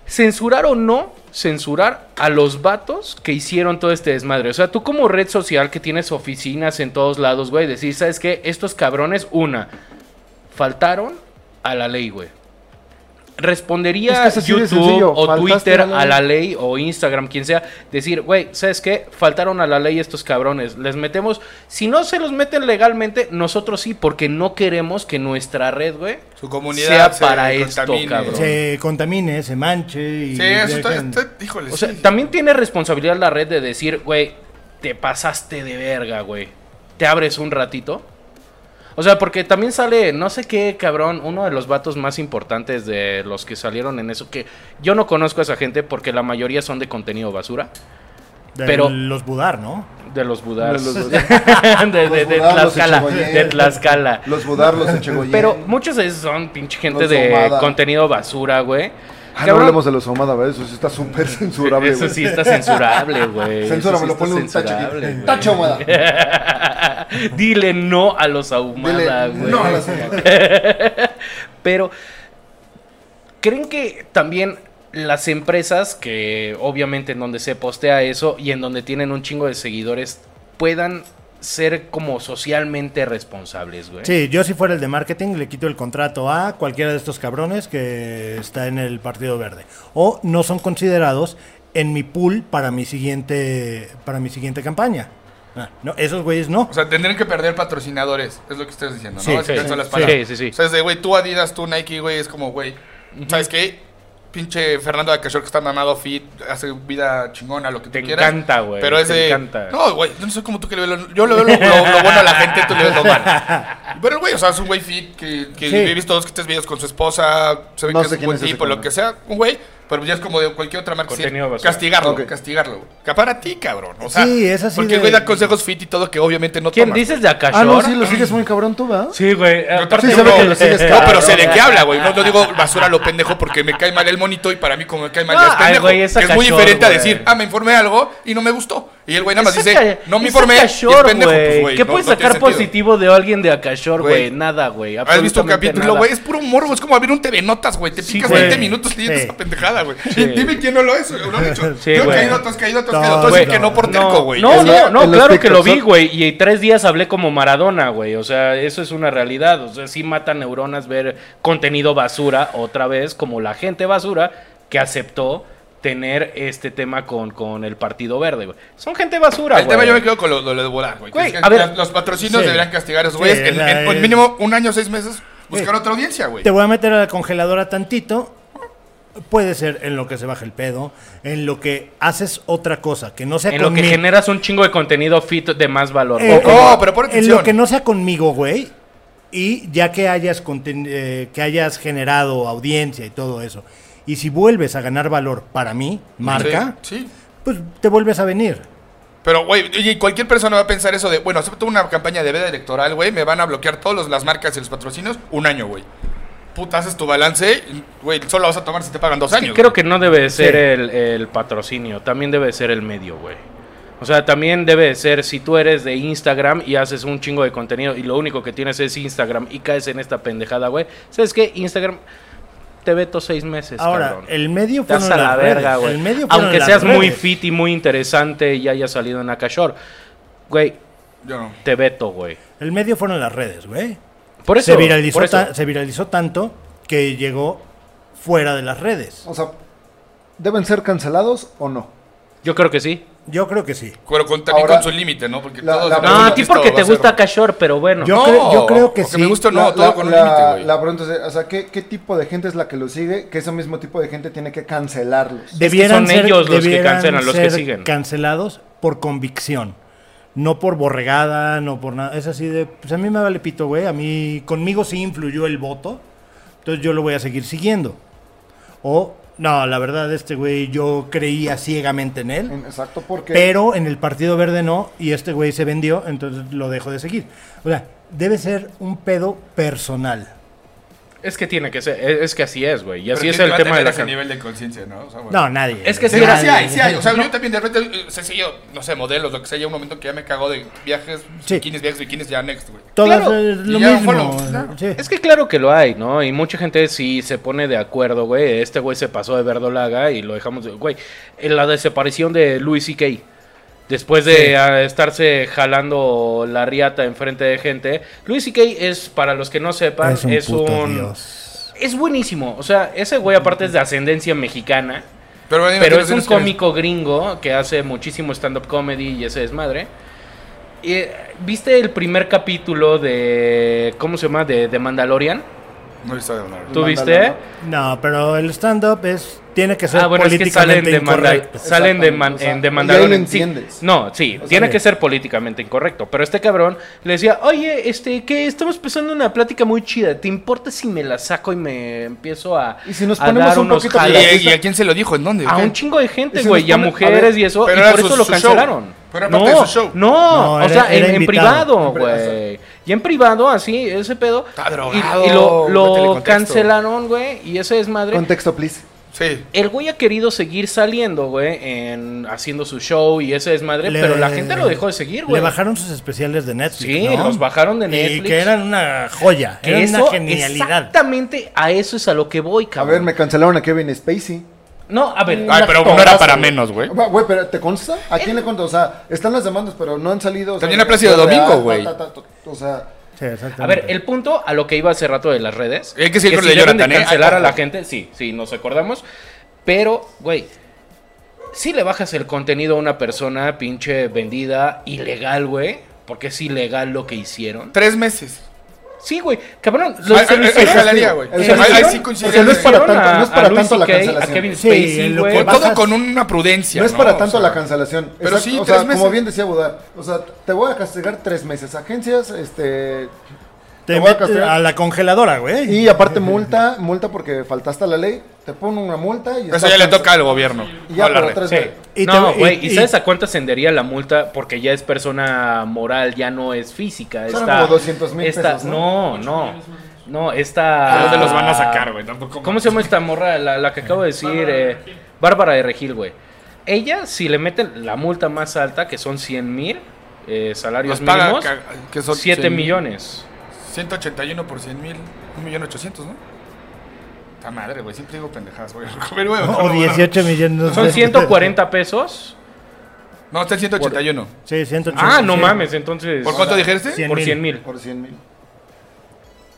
Speaker 1: censurar o no censurar a los vatos que hicieron todo este desmadre. O sea, tú como red social que tienes oficinas en todos lados, güey, decir, ¿sabes qué? Estos cabrones, una, faltaron a la ley, güey.
Speaker 4: Es
Speaker 1: Respondería
Speaker 4: que es así de
Speaker 1: YouTube
Speaker 4: sencillo,
Speaker 1: o
Speaker 4: faltaste
Speaker 1: Twitter
Speaker 4: a la
Speaker 1: a la ley o Instagram, quien sea, decir, güey, ¿sabes qué? Faltaron a la ley estos cabrones. Les metemos, si no se los meten legalmente, nosotros sí, porque no queremos que nuestra red, güey,
Speaker 2: Su comunidad
Speaker 1: sea
Speaker 2: se
Speaker 1: para esto,
Speaker 2: contamine.
Speaker 1: cabrón.
Speaker 3: Se contamine, se manche. Y
Speaker 2: Sí, eso está,
Speaker 3: dejen-
Speaker 2: está- híjole,
Speaker 1: O sea,
Speaker 2: Pues sí.
Speaker 1: también tiene responsabilidad la red de decir, güey, te pasaste de verga, güey. Te abres un ratito. O sea, porque también sale, no sé qué, cabrón, uno de los vatos más importantes de los que salieron en eso, que yo no conozco a esa gente porque la mayoría son de contenido basura,
Speaker 3: de
Speaker 1: pero-
Speaker 3: Los Budar, ¿no?
Speaker 1: de los budars. (laughs)
Speaker 4: De los
Speaker 1: de, de- de
Speaker 4: budars, los
Speaker 1: Tlaxcala,
Speaker 4: echegoyés.
Speaker 1: de Tlaxcala.
Speaker 4: Los
Speaker 1: (laughs)
Speaker 4: Budar, los Echegoyen. Ah,
Speaker 1: Pero muchos de esos son pinche gente
Speaker 4: Los
Speaker 1: de
Speaker 4: Ahumada.
Speaker 1: contenido basura, güey.
Speaker 4: Ah, no
Speaker 1: Cabrón,
Speaker 4: hablemos de los Omada, ¿verdad? Eso sí está súper censurable,
Speaker 1: Eso
Speaker 4: güey.
Speaker 1: sí está
Speaker 4: (laughs)
Speaker 1: censurable, güey. Eso
Speaker 4: Censura,
Speaker 1: sí
Speaker 4: me lo
Speaker 1: está
Speaker 4: pone un tacho aquí.
Speaker 1: censurable, güey. (laughs)
Speaker 4: Tacho Omada.
Speaker 1: Dile no a los ahumada,
Speaker 4: Dile
Speaker 1: güey.
Speaker 4: no a los
Speaker 1: Pero, ¿creen que también las empresas que obviamente en donde se postea eso y en donde tienen un chingo de seguidores puedan ser como socialmente responsables, güey?
Speaker 3: Sí, yo si fuera el de marketing le quito el contrato a cualquiera de estos cabrones que está en el Partido Verde o no son considerados en mi pool para mi siguiente para mi siguiente campaña. Ah, No, esos güeyes no.
Speaker 2: O sea, tendrían que perder patrocinadores, es lo que estás diciendo, ¿no?
Speaker 3: Sí,
Speaker 2: Así
Speaker 1: sí,
Speaker 2: son las
Speaker 1: sí,
Speaker 2: palabras.
Speaker 1: sí, sí.
Speaker 2: O sea, es de, güey, tú Adidas, tú Nike, güey, es como, güey, ¿sabes qué? Pinche Fernando de Cachor que está mamado fit, hace vida chingona, lo que
Speaker 1: Te
Speaker 2: tú quieras.
Speaker 1: encanta, güey,
Speaker 2: Pero es
Speaker 1: te
Speaker 2: de,
Speaker 1: encanta.
Speaker 2: No, güey, yo no soy como tú que le veo lo, yo le veo lo, lo- lo bueno a la gente, tú le ves lo malo. Pero el güey, o sea, es un güey fit que, que
Speaker 3: Sí.
Speaker 2: he visto dos que tres videos con su esposa, se ve
Speaker 4: No
Speaker 2: que es
Speaker 4: sé
Speaker 2: un
Speaker 4: quién
Speaker 2: buen
Speaker 4: es ese
Speaker 2: tipo, lo
Speaker 4: cabrón.
Speaker 2: que sea, un güey, pero ya es como de cualquier otra marca. decir,
Speaker 1: Contenido basura.
Speaker 2: castigarlo,
Speaker 4: Ok.
Speaker 2: castigarlo. güey. Que para ti, cabrón. O sea,
Speaker 3: Sí, es así
Speaker 2: Porque
Speaker 3: de-
Speaker 2: el güey da consejos fit y todo que obviamente no
Speaker 1: ¿Quién
Speaker 2: toma.
Speaker 1: dices de Akashor?
Speaker 4: Ah, no, sí, lo sigues muy cabrón tú, ¿verdad?
Speaker 1: Sí, güey. aparte-
Speaker 4: sí se ve que lo
Speaker 2: (laughs)
Speaker 4: sigues,
Speaker 2: No,
Speaker 6: Ah,
Speaker 2: pero sé de qué habla, güey. No, no digo basura lo pendejo porque me cae mal el monito y para mí como me cae mal
Speaker 1: No,
Speaker 2: ya es
Speaker 1: ay,
Speaker 2: pendejo.
Speaker 1: güey, esa
Speaker 2: que es muy
Speaker 1: cachor,
Speaker 2: diferente
Speaker 1: güey.
Speaker 2: a decir, ah, me informé algo y no me gustó. Y el güey nada más
Speaker 1: Esa
Speaker 2: dice,
Speaker 1: ca-
Speaker 2: no me
Speaker 1: esa
Speaker 2: informé, y es
Speaker 1: Akashor,
Speaker 2: pendejo, pues,
Speaker 1: güey.
Speaker 2: güey.
Speaker 1: ¿Qué
Speaker 2: no-
Speaker 1: puedes
Speaker 2: no tiene
Speaker 1: sacar
Speaker 2: sentido.
Speaker 1: positivo de alguien de Akashor, güey?
Speaker 2: Güey.
Speaker 1: Nada, güey.
Speaker 2: ¿Has visto un
Speaker 1: absolutamente
Speaker 2: capítulo,
Speaker 1: nada.
Speaker 2: güey? Es puro morbo, es como abrir un TV Notas, güey. Te
Speaker 1: Sí,
Speaker 2: picas
Speaker 1: güey.
Speaker 2: 20 minutos leyendo
Speaker 3: Sí.
Speaker 2: esa pendejada, güey. Dime quién no lo es, güey, lo
Speaker 1: (laughs)
Speaker 2: han hecho.
Speaker 1: Sí,
Speaker 2: Yo he
Speaker 1: güey.
Speaker 2: caído, tú has caído, tú has
Speaker 3: No,
Speaker 2: caído. Tú
Speaker 1: güey,
Speaker 2: dices que no por terco, güey.
Speaker 1: No,
Speaker 4: En
Speaker 1: no,
Speaker 4: la-
Speaker 1: no,
Speaker 4: en los
Speaker 1: claro que lo vi,
Speaker 4: TikToks.
Speaker 1: güey. Y tres días hablé como Maradona, güey. O sea, eso es una realidad. O sea, sí mata neuronas ver contenido basura otra vez, como la gente basura que aceptó tener este tema con, con el Partido Verde, güey. Son gente basura,
Speaker 2: El tema yo me
Speaker 1: güey.
Speaker 2: quedo con lo, lo de volar, güey.
Speaker 1: Ah, Güey,
Speaker 2: Que
Speaker 1: a ver.
Speaker 2: las- los patrocinios
Speaker 3: Sí.
Speaker 2: deberían castigar a esos
Speaker 3: Sí,
Speaker 2: güeyes.
Speaker 3: o
Speaker 2: en,
Speaker 3: sea,
Speaker 2: en-
Speaker 3: es-
Speaker 2: en mínimo un año, seis
Speaker 1: Eh,
Speaker 2: meses, buscar otra audiencia, güey.
Speaker 3: Te voy a meter a la congeladora tantito. Puede ser en lo que se baja el pedo, en lo que haces otra cosa que no sea
Speaker 1: En lo que
Speaker 3: conmigo.
Speaker 1: generas un chingo de contenido fit de más valor.
Speaker 3: En-
Speaker 1: güey.
Speaker 2: Oh, pero pon
Speaker 3: en
Speaker 2: atención.
Speaker 3: lo que no sea conmigo, güey. Y ya que hayas, conten- eh, que hayas generado audiencia y todo eso. Y si vuelves a ganar valor para mí, marca,
Speaker 2: Sí, sí.
Speaker 3: pues te vuelves a venir.
Speaker 2: Pero, güey, y cualquier persona va a pensar eso de, bueno, acepto una campaña de veda electoral, güey, me van a bloquear todas las marcas y los patrocinios un año, güey. puta, haces tu balance, y, güey, solo vas a tomar si te pagan dos años.
Speaker 1: Creo que no debe de ser
Speaker 3: Sí.
Speaker 1: el, el patrocinio, también debe de ser el medio, güey. O sea, también debe de ser si tú eres de Instagram y haces un chingo de contenido y lo único que tienes es Instagram y caes en esta pendejada, güey. ¿Sabes qué? Instagram te veto seis meses,
Speaker 3: Ahora,
Speaker 1: cabrón.
Speaker 3: el medio
Speaker 1: Te
Speaker 3: fue
Speaker 1: vas a la verga, güey. Aunque seas muy fit y muy interesante y hayas salido en Akashor, güey,
Speaker 2: Yo no.
Speaker 1: te veto, güey.
Speaker 3: El medio fueron las redes, güey.
Speaker 1: Por eso.
Speaker 3: Se viralizó,
Speaker 1: por eso.
Speaker 3: ta- se viralizó tanto que llegó fuera de las redes.
Speaker 4: O sea, ¿deben ser cancelados o no?
Speaker 1: Yo creo que sí.
Speaker 3: Yo creo que sí.
Speaker 2: Pero con, también
Speaker 4: Ahora-
Speaker 2: con su límite, ¿no? Porque
Speaker 4: La-
Speaker 2: todos
Speaker 4: la-
Speaker 2: sabemos
Speaker 1: No,
Speaker 2: que
Speaker 1: a ti
Speaker 2: esto
Speaker 1: porque
Speaker 2: va
Speaker 1: te
Speaker 2: a ser-
Speaker 1: gusta Akashor, pero bueno.
Speaker 3: Yo creo- yo creo que
Speaker 2: o
Speaker 3: sí.
Speaker 2: me gusta o no,
Speaker 4: La-
Speaker 2: todo
Speaker 4: la-
Speaker 2: con un
Speaker 4: la-
Speaker 2: límite, güey.
Speaker 4: La pregunta es, o sea, ¿qué, ¿qué tipo de gente es la que lo sigue? Que ese mismo tipo de gente tiene que cancelarlos.
Speaker 1: que son ellos los que cancelan, los que siguen.
Speaker 3: cancelados por convicción. No por borregada, no por nada. Es así de, pues a mí me vale pito, güey. A mí, conmigo sí influyó el voto. Entonces yo lo voy a seguir siguiendo. O, no, la verdad, este güey, yo creía ciegamente en él.
Speaker 4: En- Exacto, porque...
Speaker 3: Pero en el Partido Verde no, y este güey se vendió, entonces lo dejo de seguir. O sea, debe ser un pedo personal.
Speaker 1: Es que tiene que ser, es, es que así es, güey. Y así
Speaker 2: Pero
Speaker 1: es
Speaker 2: ¿quién
Speaker 1: el
Speaker 2: va a
Speaker 1: tema de
Speaker 2: tener
Speaker 1: la
Speaker 2: ese
Speaker 1: can-
Speaker 2: nivel de conciencia, ¿no? O sea, bueno.
Speaker 3: No, nadie.
Speaker 1: Es que
Speaker 2: Sí,
Speaker 1: sí,
Speaker 2: no,
Speaker 1: era-
Speaker 2: sí hay, sí hay. O sea, yo también de repente, eh, sé si yo, no sé, modelos, lo que sea, llega un momento que ya me cago de viajes,
Speaker 3: Sí.
Speaker 2: bikinis, viajes, bikinis, ya next, güey.
Speaker 3: Todas
Speaker 1: claro,
Speaker 3: es lo
Speaker 2: y ya
Speaker 3: mismo.
Speaker 2: follow, claro.
Speaker 3: sí.
Speaker 1: Es que claro que lo hay, ¿no? Y mucha gente sí se pone de acuerdo, güey. Este güey se pasó de verdolaga y lo dejamos de... Güey, en la desaparición de Louis C.K. Después de ah, estarse jalando la riata enfrente de gente. Louis C.K. es, para los que no sepan, es un... Es,
Speaker 3: puto dios.
Speaker 1: buenísimo. O sea, ese güey aparte es de ascendencia mexicana.
Speaker 2: Pero, bueno,
Speaker 1: Pero
Speaker 2: no
Speaker 1: es un
Speaker 2: tienes que-
Speaker 1: cómico gringo que hace muchísimo stand-up comedy y ese desmadre. Y, eh, ¿Viste el primer capítulo de. ¿Cómo se llama? De, de Mandalorian.
Speaker 2: No, está de honor.
Speaker 1: ¿Tú
Speaker 4: Mandalorian,
Speaker 1: viste?
Speaker 4: ¿no?
Speaker 3: No, pero el stand-up es tiene que ser
Speaker 1: Ah, bueno, es que salen
Speaker 3: políticamente
Speaker 1: de, Manda-
Speaker 3: incorrecto.
Speaker 1: salen de, Man-
Speaker 4: Exactamente, o sea,
Speaker 1: en de
Speaker 4: y ahí lo
Speaker 1: Mandalorian. Sí,
Speaker 4: entiendes.
Speaker 1: no, sí,
Speaker 4: sea,
Speaker 1: tiene
Speaker 4: sí.
Speaker 1: que ser políticamente incorrecto. Pero este cabrón le decía, oye, este, que estamos pasando una plática muy chida. ¿Te importa si me la saco y me empiezo a.
Speaker 4: Y si nos
Speaker 1: a
Speaker 4: ponemos
Speaker 1: dar
Speaker 4: un
Speaker 1: unos
Speaker 4: poquito
Speaker 2: ¿Y,
Speaker 1: jales?"
Speaker 4: virales,
Speaker 2: y a quién se lo dijo? ¿En dónde?
Speaker 1: A
Speaker 2: ¿Qué?
Speaker 1: un chingo de gente,
Speaker 4: Y se
Speaker 1: güey,
Speaker 4: nos
Speaker 1: y a
Speaker 4: pone- a
Speaker 1: mujeres
Speaker 4: ver,
Speaker 1: y eso, y
Speaker 2: pero
Speaker 1: por
Speaker 2: era
Speaker 1: eso
Speaker 2: su-
Speaker 1: lo
Speaker 2: su show.
Speaker 1: cancelaron.
Speaker 2: Pero era
Speaker 1: no,
Speaker 2: parte de su show.
Speaker 1: no,
Speaker 3: No,
Speaker 1: o
Speaker 3: era-
Speaker 1: sea,
Speaker 3: era
Speaker 1: en, en privado,
Speaker 3: invitado.
Speaker 1: güey. Y en privado, así, ese pedo.
Speaker 2: Está drogado,
Speaker 1: y, y lo, lo
Speaker 2: métele contexto.
Speaker 1: cancelaron, güey, y ese desmadre.
Speaker 4: Contexto, please.
Speaker 2: Sí.
Speaker 1: el güey ha querido seguir saliendo, güey, en, haciendo su show y ese desmadre,
Speaker 3: Le-
Speaker 1: pero la gente lo dejó de seguir, güey.
Speaker 3: Le bajaron sus especiales de Netflix.
Speaker 1: Sí,
Speaker 3: ¿no?
Speaker 1: los bajaron de
Speaker 3: Y
Speaker 1: Netflix.
Speaker 3: que eran una joya,
Speaker 1: Que
Speaker 3: era
Speaker 1: eso,
Speaker 3: una genialidad.
Speaker 1: Exactamente a eso es a lo que voy,
Speaker 4: A
Speaker 1: cabrón.
Speaker 4: ver, me cancelaron a Kevin Spacey.
Speaker 1: No, a ver.
Speaker 2: Ay,
Speaker 1: la-
Speaker 2: pero no era para menos, güey.
Speaker 4: Va, Güey, pero ¿te consta? ¿A quién le consta? O sea, están las demandas, pero no han salido. o sea,
Speaker 2: También ha Plácido
Speaker 4: real,
Speaker 2: Domingo,
Speaker 4: ta,
Speaker 2: güey.
Speaker 4: ta, ta, ta, O sea,
Speaker 3: Sí, exactamente.
Speaker 1: A ver, el punto a lo que iba hace rato de las redes.
Speaker 2: Hay que seguir con
Speaker 1: si
Speaker 2: el de
Speaker 1: deben de
Speaker 2: Jonathan, ¿eh?
Speaker 1: cancelar
Speaker 2: Ay,
Speaker 1: a la
Speaker 2: ojo.
Speaker 1: gente, sí, sí, nos acordamos. Pero, güey, si le bajas el contenido a una persona pinche vendida, ilegal, güey, porque es ilegal lo que hicieron.
Speaker 2: Tres meses.
Speaker 1: Sí, güey, cabrón,
Speaker 2: Ay,
Speaker 1: lo
Speaker 2: ay, ay,
Speaker 1: solucionaron.
Speaker 2: jalaría, güey.
Speaker 4: El-
Speaker 2: O sea,
Speaker 4: el-
Speaker 2: ahí- ahí
Speaker 4: el-
Speaker 2: sí
Speaker 4: o
Speaker 2: coincidiría.
Speaker 4: sea, no es para
Speaker 1: Solucionaron
Speaker 4: tanto, no es para
Speaker 1: a Louis
Speaker 4: tanto la
Speaker 1: CK,
Speaker 4: cancelación.
Speaker 1: A Kevin
Speaker 3: Sí,
Speaker 1: Spacey,
Speaker 3: en lo
Speaker 1: güey.
Speaker 3: que
Speaker 2: Con
Speaker 3: bajas-
Speaker 2: todo con una prudencia.
Speaker 4: no es para
Speaker 2: O
Speaker 4: tanto
Speaker 2: sea,
Speaker 4: la cancelación.
Speaker 2: Pero
Speaker 4: Exacto,
Speaker 2: sí,
Speaker 4: o
Speaker 2: tres
Speaker 4: sea,
Speaker 2: meses.
Speaker 4: como bien decía Budar, o sea, te voy a castigar tres meses. Agencias, este.
Speaker 3: Te
Speaker 4: te voy a
Speaker 3: metes
Speaker 4: castigar.
Speaker 3: a la congeladora, güey.
Speaker 4: Y aparte, multa, multa porque faltaste a la ley. Te ponen una multa y.
Speaker 2: Eso
Speaker 4: estás
Speaker 2: ya le
Speaker 4: cancelado.
Speaker 2: toca al gobierno.
Speaker 4: Y ya,
Speaker 2: hablar
Speaker 4: pero
Speaker 2: de-
Speaker 4: tres
Speaker 1: Sí.
Speaker 4: meses.
Speaker 3: Y
Speaker 1: no,
Speaker 3: te- y-
Speaker 1: güey, ¿y,
Speaker 3: y-
Speaker 1: sabes a cuánto ascendería la multa? Porque ya es persona moral, ya no es física.
Speaker 4: Son
Speaker 1: esta-
Speaker 4: como 200 mil
Speaker 1: esta-
Speaker 4: pesos,
Speaker 1: No, no. No, esta.
Speaker 2: ¿A dónde Ah, los van a sacar, güey? Tampoco.
Speaker 1: ¿Cómo se llama esta morra? La, la que acabo de decir.
Speaker 5: Bárbara de
Speaker 1: eh, Bárbara de Regil, güey. Ella, si le meten la multa más alta, que son 100 mil eh, salarios
Speaker 2: Nos paga
Speaker 1: mínimos,
Speaker 2: ca- que son
Speaker 1: 7
Speaker 2: 100,000.
Speaker 1: millones.
Speaker 2: 181 por 100 mil, 1.800.000, ¿no? Está madre, güey, siempre digo pendejadas, güey. (laughs) a comer huevo,
Speaker 3: O
Speaker 2: no,
Speaker 3: 18 millones. no
Speaker 1: Son
Speaker 3: sé.
Speaker 1: 140 pesos.
Speaker 2: No, está en 181.
Speaker 3: Sí, 180.
Speaker 1: Ah, no
Speaker 3: sí.
Speaker 1: mames, entonces.
Speaker 2: ¿Por cuánto dijiste?
Speaker 3: Cien.
Speaker 1: Por 100 mil.
Speaker 4: Por 100 mil.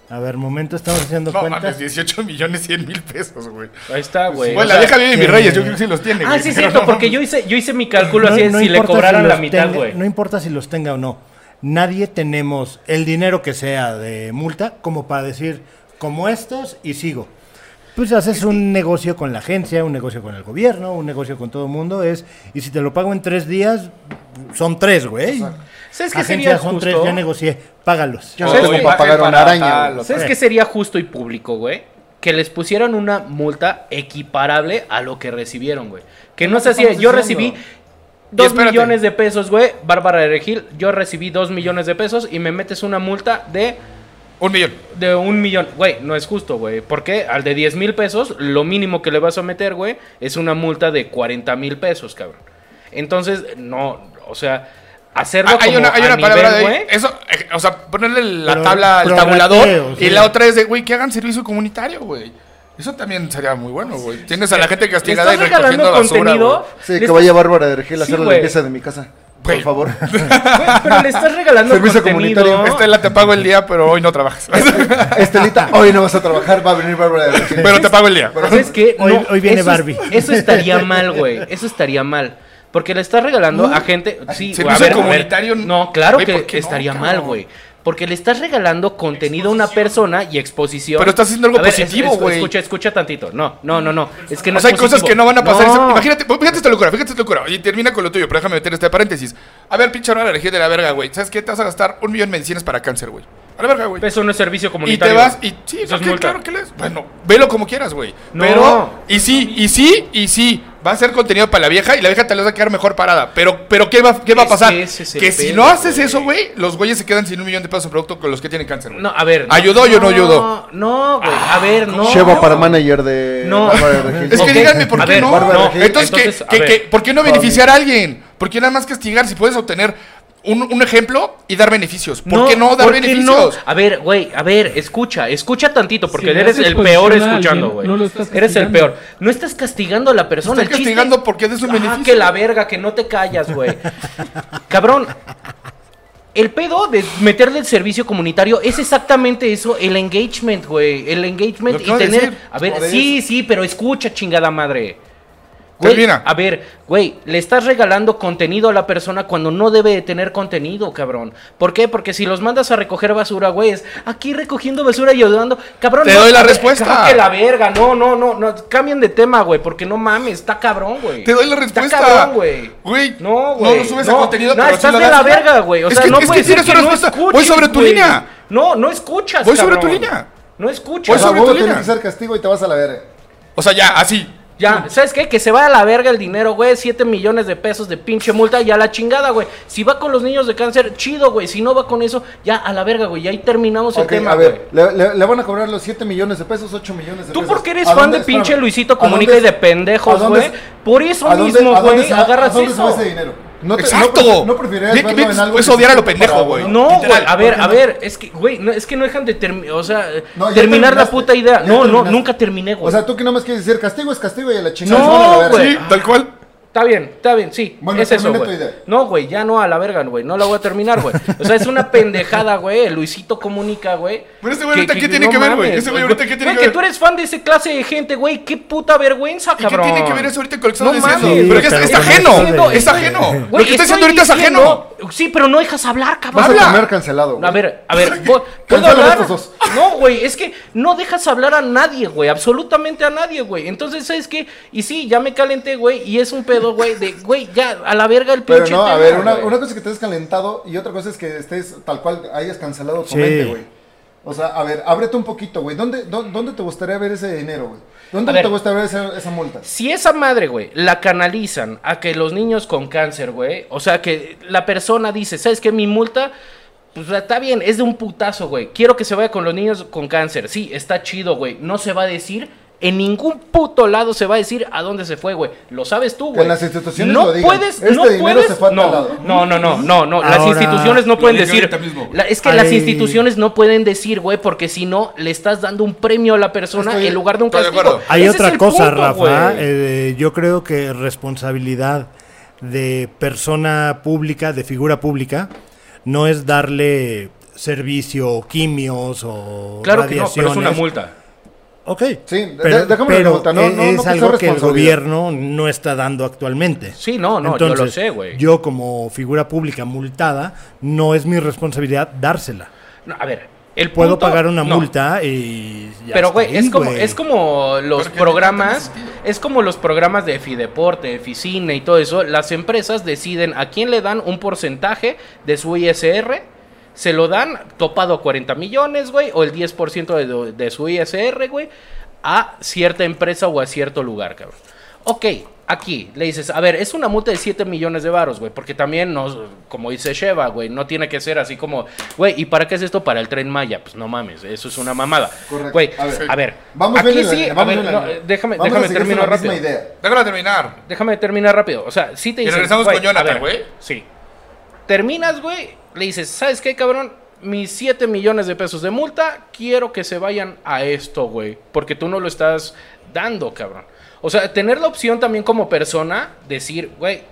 Speaker 3: A ver, momento, estamos haciendo
Speaker 2: No
Speaker 3: cuentas.
Speaker 2: mames, 18 millones 100 mil pesos, güey.
Speaker 1: Ahí está,
Speaker 2: Bueno,
Speaker 1: güey. Pues, O
Speaker 2: la
Speaker 1: sea- eh,
Speaker 2: deja bien en mis
Speaker 3: sí.
Speaker 2: reyes, yo creo que sí los tiene,
Speaker 1: Ah,
Speaker 2: güey,
Speaker 1: sí, es
Speaker 2: pero
Speaker 1: cierto,
Speaker 2: no
Speaker 1: porque
Speaker 2: mames.
Speaker 1: yo hice, yo hice mi cálculo así de si le
Speaker 3: importa
Speaker 1: cobraran
Speaker 3: si
Speaker 1: la
Speaker 3: los
Speaker 1: mitad,
Speaker 3: tenga-
Speaker 1: güey.
Speaker 3: No importa si los tenga o no. Nadie tenemos el dinero que sea de multa como para decir, como estos y sigo. Pues haces un negocio con la agencia, un negocio con el gobierno, un negocio con todo el mundo. es Y si te lo pago en tres días, son tres, güey.
Speaker 1: ¿Sabes qué sería
Speaker 3: Agencia, son tres,
Speaker 1: justo?
Speaker 3: ya negocié, págalos.
Speaker 4: Yo no
Speaker 1: ¿Sabes
Speaker 4: tengo
Speaker 1: qué?
Speaker 4: para pagar una araña. güey.
Speaker 1: ¿Sabes
Speaker 3: Sí.
Speaker 1: qué sería justo y público, güey? Que les pusieran una multa equiparable a lo que recibieron, güey. Que no
Speaker 4: lo
Speaker 1: sea
Speaker 4: que
Speaker 1: así, de,
Speaker 4: estamos
Speaker 1: yo
Speaker 4: diciendo.
Speaker 1: recibí dos
Speaker 2: espérate.
Speaker 1: millones de pesos, güey. Bárbara de Regil, yo recibí dos millones de pesos y me metes una multa de
Speaker 2: Un millón.
Speaker 1: de un millón. Güey, no es justo, güey. Porque al de 10 mil pesos, lo mínimo que le vas a meter, güey, es una multa de 40 mil pesos, cabrón. Entonces, no, o sea, hacerlo
Speaker 2: Ah, hay
Speaker 1: como
Speaker 2: una, hay
Speaker 1: a
Speaker 2: una palabra de
Speaker 1: nivel,
Speaker 2: ahí.
Speaker 1: güey,
Speaker 2: Eso, eh, o sea, ponerle la
Speaker 3: Pero-
Speaker 2: tabla al
Speaker 3: prorrateo,
Speaker 2: tabulador.
Speaker 3: sí.
Speaker 2: Y la otra es de, güey, que hagan servicio comunitario, güey. Eso también sería muy bueno, güey. Tienes a la gente
Speaker 1: ¿Le
Speaker 2: castigada
Speaker 1: estás
Speaker 2: y recogiendo
Speaker 1: regalando
Speaker 2: basura.
Speaker 1: contenido?
Speaker 2: güey.
Speaker 4: Sí,
Speaker 1: ¿Le
Speaker 4: que
Speaker 1: estás-
Speaker 4: vaya Bárbara de Regil a
Speaker 1: Sí,
Speaker 4: hacer la
Speaker 1: güey.
Speaker 4: limpieza de mi casa.
Speaker 2: Güey.
Speaker 4: Por
Speaker 2: (laughs)
Speaker 4: favor.
Speaker 1: güey, pero le estás regalando
Speaker 4: Servicio
Speaker 1: contenido.
Speaker 4: comunitario.
Speaker 2: Estela, te pago el día, pero hoy no trabajas. (laughs)
Speaker 4: Estelita, hoy no vas a trabajar, va a venir Bárbara de Regil.
Speaker 2: pero te pago el día.
Speaker 1: ¿Sabes qué?
Speaker 3: Hoy-
Speaker 1: No,
Speaker 3: hoy viene
Speaker 1: eso es-
Speaker 3: Barbie.
Speaker 2: (laughs)
Speaker 1: eso estaría mal, güey. Eso estaría mal. Porque le estás regalando a gente. Sí,
Speaker 2: servicio
Speaker 1: güey, a ver, a ver.
Speaker 2: comunitario,
Speaker 1: No, claro
Speaker 2: güey, ¿por
Speaker 1: que
Speaker 2: qué no,
Speaker 1: estaría
Speaker 2: cabrón?
Speaker 1: mal, güey. Porque le estás regalando contenido a una persona y exposición.
Speaker 2: Pero estás haciendo algo
Speaker 1: A ver,
Speaker 2: positivo,
Speaker 1: es- es-
Speaker 2: güey.
Speaker 1: Escucha, escucha tantito. No, no, no, no. Es que no
Speaker 2: o sea,
Speaker 1: es
Speaker 2: hay cosas
Speaker 1: positivo.
Speaker 2: que no van a pasar.
Speaker 1: No.
Speaker 2: Imagínate, pues, fíjate esta locura, fíjate esta locura. Y termina con lo tuyo, pero déjame meter este paréntesis. A ver, pinche hora de la verga, güey. ¿Sabes qué? Te vas a gastar un millón de medicinas para cáncer, güey. A la verga, güey.
Speaker 1: Eso no es servicio
Speaker 2: Y te
Speaker 1: comunitario.
Speaker 2: vas y sí,
Speaker 1: Eso es
Speaker 2: ¿qué?
Speaker 1: multa.
Speaker 2: claro que les. Bueno, velo como quieras, güey.
Speaker 1: No.
Speaker 2: Pero y sí, y sí, y sí, va a ser contenido para la vieja y la vieja te lo va a quedar mejor parada. Pero pero qué va qué va a
Speaker 1: Es
Speaker 2: pasar?
Speaker 1: que
Speaker 2: Que,
Speaker 1: ese es el
Speaker 2: si
Speaker 1: pedo,
Speaker 2: no haces
Speaker 1: güey.
Speaker 2: eso, güey, los güeyes se quedan sin un millón de pesos en producto con los que tienen cáncer. güey.
Speaker 1: No, a ver.
Speaker 2: ¿Ayudó o yo no ayudó? Ah,
Speaker 1: No, güey. A ver, no.
Speaker 4: Sheva para manager de
Speaker 1: No.
Speaker 4: Bárbara de Regil.
Speaker 2: Es que
Speaker 1: Ok.
Speaker 2: díganme por
Speaker 1: A
Speaker 2: qué
Speaker 1: ver,
Speaker 2: no.
Speaker 4: Bárbara,
Speaker 1: no.
Speaker 4: ¿qué?
Speaker 2: Entonces, ¿qué-
Speaker 1: Entonces, a
Speaker 2: qué-
Speaker 1: ver.
Speaker 2: qué- ¿por qué no beneficiar a alguien? ¿Por qué nada más castigar si puedes obtener un, un ejemplo y dar beneficios? ¿Por qué no dar
Speaker 1: ¿por qué
Speaker 2: beneficios?
Speaker 1: no? A ver, güey, a ver, escucha, escucha tantito, porque
Speaker 5: Si le
Speaker 1: eres
Speaker 5: haces
Speaker 1: el peor
Speaker 5: posicionar a
Speaker 1: escuchando,
Speaker 5: alguien,
Speaker 1: güey.
Speaker 5: no lo estás
Speaker 1: eres el
Speaker 5: castigando.
Speaker 1: peor. No estás castigando a la persona.
Speaker 2: Estás
Speaker 1: el chiste-
Speaker 2: castigando porque des un
Speaker 1: Ah,
Speaker 2: beneficio.
Speaker 1: que la verga, que no te callas,
Speaker 2: (laughs)
Speaker 1: güey. Cabrón. El pedo de meterle el servicio comunitario es exactamente eso, el engagement, güey. El engagement
Speaker 2: Lo
Speaker 1: y
Speaker 2: acabo de
Speaker 1: tener.
Speaker 2: decir.
Speaker 1: A ver,
Speaker 4: Por eso.
Speaker 1: sí, sí, pero escucha, chingada madre. Güey,
Speaker 2: Termina.
Speaker 1: a ver, güey, le estás regalando contenido a la persona cuando no debe de tener contenido, cabrón. ¿Por qué? Porque si los mandas a recoger basura, güey, es aquí recogiendo basura y ayudando. Cabrón,
Speaker 2: Te
Speaker 1: no,
Speaker 2: doy la
Speaker 1: a ver,
Speaker 2: respuesta.
Speaker 1: claro que la verga, no, no, no, no, cambien de tema, güey, porque no mames, está cabrón, güey.
Speaker 2: Te doy la
Speaker 1: Está
Speaker 2: respuesta.
Speaker 1: cabrón, güey.
Speaker 2: Güey.
Speaker 1: No, güey.
Speaker 2: No lo subes a contenido,
Speaker 1: no,
Speaker 2: pero sí
Speaker 1: estás
Speaker 2: lo
Speaker 1: de
Speaker 2: das.
Speaker 1: la verga, güey. O
Speaker 2: Es
Speaker 1: sea,
Speaker 2: que-
Speaker 1: no
Speaker 2: es que
Speaker 1: puede ser
Speaker 2: tienes
Speaker 1: que
Speaker 2: una
Speaker 1: no
Speaker 2: respuesta. Voy
Speaker 1: escuches,
Speaker 2: sobre tu
Speaker 1: güey.
Speaker 2: línea.
Speaker 1: No, no escuchas,
Speaker 2: Voy sobre
Speaker 1: cabrón.
Speaker 2: tu línea.
Speaker 1: No
Speaker 2: Voy
Speaker 1: escuchas.
Speaker 4: O sea,
Speaker 2: sobre
Speaker 4: huevo,
Speaker 2: tu
Speaker 4: tiene
Speaker 2: línea.
Speaker 4: que ser castigo y te vas a la verga.
Speaker 2: O sea, ya, así.
Speaker 1: Ya, ¿sabes qué? Que se va a la verga el dinero, güey. 7 millones de pesos de pinche multa y a la chingada, güey. Si va con los niños de cáncer, chido, güey. Si no va con eso, ya a la verga, güey. Y ahí terminamos
Speaker 4: Ok,
Speaker 1: el tema,
Speaker 4: a
Speaker 1: güey.
Speaker 4: ver, le, le- le van a cobrar los 7 millones de pesos, 8 millones de
Speaker 1: Tú
Speaker 4: pesos.
Speaker 1: porque eres
Speaker 4: ¿A
Speaker 1: fan
Speaker 4: dónde-
Speaker 1: de pinche
Speaker 4: espérame,
Speaker 1: Luisito
Speaker 4: ¿a dónde
Speaker 1: Comunica y de
Speaker 4: es- a
Speaker 1: pendejos,
Speaker 4: dónde
Speaker 1: güey.
Speaker 4: es-
Speaker 1: Por eso
Speaker 4: ¿A dónde-
Speaker 1: mismo,
Speaker 4: a dónde
Speaker 1: güey,
Speaker 4: se-
Speaker 1: agarras
Speaker 4: ¿a dónde se va
Speaker 1: eso.
Speaker 4: ese dinero? No te- no
Speaker 2: ¡Exacto!
Speaker 4: prefi- No prefierías
Speaker 2: Ve-
Speaker 4: verlo
Speaker 2: ve-
Speaker 4: en algo
Speaker 2: es
Speaker 4: que
Speaker 2: odiar a lo
Speaker 4: te sirva
Speaker 2: pendejo,
Speaker 4: para-
Speaker 2: güey.
Speaker 1: No, güey,
Speaker 2: Literal,
Speaker 1: a ver,
Speaker 4: ¿por
Speaker 1: a
Speaker 4: qué no?
Speaker 1: ver, es que, güey, no, es que no dejan de terminar, o sea,
Speaker 4: No, ya
Speaker 1: terminar la
Speaker 4: terminaste,
Speaker 1: puta idea.
Speaker 4: ya
Speaker 1: No, no,
Speaker 4: terminaste.
Speaker 1: nunca terminé, güey.
Speaker 4: O sea, tú que nada más quieres decir castigo es castigo y a la chingada.
Speaker 1: No,
Speaker 4: se van a la verga.
Speaker 1: güey. Ah,
Speaker 2: Sí, tal cual.
Speaker 1: Está bien, está bien, sí.
Speaker 4: Bueno,
Speaker 1: es eso,
Speaker 4: termina
Speaker 1: güey.
Speaker 4: tu idea.
Speaker 1: No, güey, ya no a la verga, güey. No la voy a terminar, güey. O sea, es una pendejada, güey. el Luisito comunica, güey.
Speaker 2: Pero ese güey ahorita, ¿qué tiene que ver, güey? Ese güey ahorita, ¿qué tiene
Speaker 1: Güey,
Speaker 2: que
Speaker 1: que
Speaker 2: ver?
Speaker 1: tú eres fan de ese clase de gente, güey. Qué puta vergüenza,
Speaker 2: ¿Y qué
Speaker 1: cabrón.
Speaker 2: tiene que ver eso ahorita con lo que
Speaker 1: No
Speaker 2: estás diciendo?
Speaker 1: mames.
Speaker 2: Pero es,
Speaker 3: Sí,
Speaker 2: es
Speaker 3: pero no
Speaker 2: ajeno,
Speaker 3: estoy-
Speaker 2: es ajeno. lo
Speaker 1: Güey,
Speaker 2: que está
Speaker 1: estoy
Speaker 2: diciendo ahorita es ajeno.
Speaker 1: diciendo- Sí, pero no dejas hablar, cabrón.
Speaker 4: Vas a
Speaker 2: Habla.
Speaker 4: comer cancelado.
Speaker 1: A
Speaker 4: güey.
Speaker 1: ver, a
Speaker 4: (laughs)
Speaker 1: ver, ¿puedo
Speaker 4: Cancela
Speaker 1: hablar?
Speaker 4: estos dos.
Speaker 1: No, güey, es que no dejas hablar a nadie, güey, absolutamente a nadie, güey. Entonces, ¿sabes qué? Y sí, ya me calenté, güey, y es un pedo, güey, de, güey, ya, a la verga el pinche
Speaker 4: Pero no, a
Speaker 1: tema,
Speaker 4: ver, una,
Speaker 1: güey.
Speaker 4: una cosa es que te estés calentado y otra cosa es que estés tal cual hayas cancelado tu
Speaker 3: Sí.
Speaker 4: mente, güey. O sea, a ver, ábrete un poquito, güey. ¿Dónde, dó- ¿Dónde te gustaría ver ese dinero, güey? ¿Dónde
Speaker 1: A ver.
Speaker 4: te gustaría ver esa, esa multa?
Speaker 1: Si esa madre, güey, la canalizan a que los niños con cáncer, güey, o sea, que la persona dice, ¿sabes qué? Mi multa, pues está bien, es de un putazo, güey. Quiero que se vaya con los niños con cáncer. Sí, está chido, güey. No se va a decir, en ningún puto lado se va a decir a dónde se fue, güey. Lo sabes tú, güey.
Speaker 4: en las instituciones
Speaker 1: no
Speaker 4: lo digan.
Speaker 1: puedes,
Speaker 4: Este
Speaker 1: no
Speaker 4: dinero
Speaker 1: puedes.
Speaker 4: se fue a tal
Speaker 1: no,
Speaker 4: lado.
Speaker 1: no, no, no, no, no. las
Speaker 3: Ahora-
Speaker 1: instituciones no pueden
Speaker 2: dije
Speaker 1: decir.
Speaker 2: ahorita mismo, güey.
Speaker 1: la- es que las
Speaker 3: Ay.
Speaker 1: instituciones no pueden decir, güey, porque si no, le estás dando un premio a la persona
Speaker 4: Estoy-
Speaker 1: en lugar de un
Speaker 2: estoy de
Speaker 1: castigo.
Speaker 2: acuerdo.
Speaker 3: Hay
Speaker 1: Ese es
Speaker 3: otra
Speaker 1: el
Speaker 3: cosa,
Speaker 1: punto,
Speaker 3: Rafa.
Speaker 1: güey.
Speaker 3: eh, yo creo que responsabilidad de persona pública, de figura pública, no es darle servicio, quimios o
Speaker 1: Claro que no, pero es una
Speaker 3: radiaciones.
Speaker 1: multa.
Speaker 3: Ok.
Speaker 4: Sí, de-
Speaker 3: pero,
Speaker 4: déjame
Speaker 3: pero
Speaker 4: preguntar, no-
Speaker 3: e-
Speaker 4: no- no
Speaker 3: es
Speaker 4: que sea
Speaker 3: algo que el
Speaker 4: responsabilidad.
Speaker 3: gobierno no está dando actualmente.
Speaker 1: Sí, no, no, yo lo sé, güey.
Speaker 3: Yo como figura pública multada, no es mi responsabilidad dársela.
Speaker 1: No, a ver, el
Speaker 3: Puedo
Speaker 1: punto-
Speaker 3: pagar una
Speaker 1: no,
Speaker 3: multa y ya
Speaker 1: Pero
Speaker 3: está
Speaker 1: güey,
Speaker 3: ahí,
Speaker 1: es como
Speaker 3: güey.
Speaker 1: es como los
Speaker 2: Pero que
Speaker 1: programas,
Speaker 2: no tiene sentido.
Speaker 1: es como los programas de Fideporte, de Ficine y todo eso, las empresas deciden a quién le dan un porcentaje de su ISR, se lo dan topado a 40 millones, güey, o el 10% de, do- de su ISR, güey, a cierta empresa o a cierto lugar, cabrón. Ok, aquí le dices, a ver, es una multa de 7 millones de varos, güey, porque también, nos, como dice Sheva, güey, no tiene que ser así como, güey, ¿y para qué es esto para el tren Maya? Pues no mames, eso es una mamada.
Speaker 4: Correcto.
Speaker 1: Güey,
Speaker 4: A ver.
Speaker 1: a ver,
Speaker 4: Vamos
Speaker 1: aquí
Speaker 4: viendo la-
Speaker 1: sí, a
Speaker 4: vamos
Speaker 1: ver,
Speaker 4: viendo la
Speaker 1: no,
Speaker 4: línea.
Speaker 1: déjame,
Speaker 4: Vamos a
Speaker 1: déjame
Speaker 4: seguir con
Speaker 1: terminar
Speaker 4: la misma
Speaker 1: rápido.
Speaker 4: idea.
Speaker 2: Déjalo terminar.
Speaker 1: Déjame terminar rápido. O sea, sí te dicen.
Speaker 2: regresamos
Speaker 1: güey,
Speaker 2: con Jonathan,
Speaker 1: a ver,
Speaker 2: güey.
Speaker 1: Sí. Terminas, güey. Le dices, ¿sabes qué, cabrón? Mis 7 millones de pesos de multa, quiero que se vayan a esto, güey. Porque tú no lo estás dando, cabrón. O sea, tener la opción también como persona, decir, güey,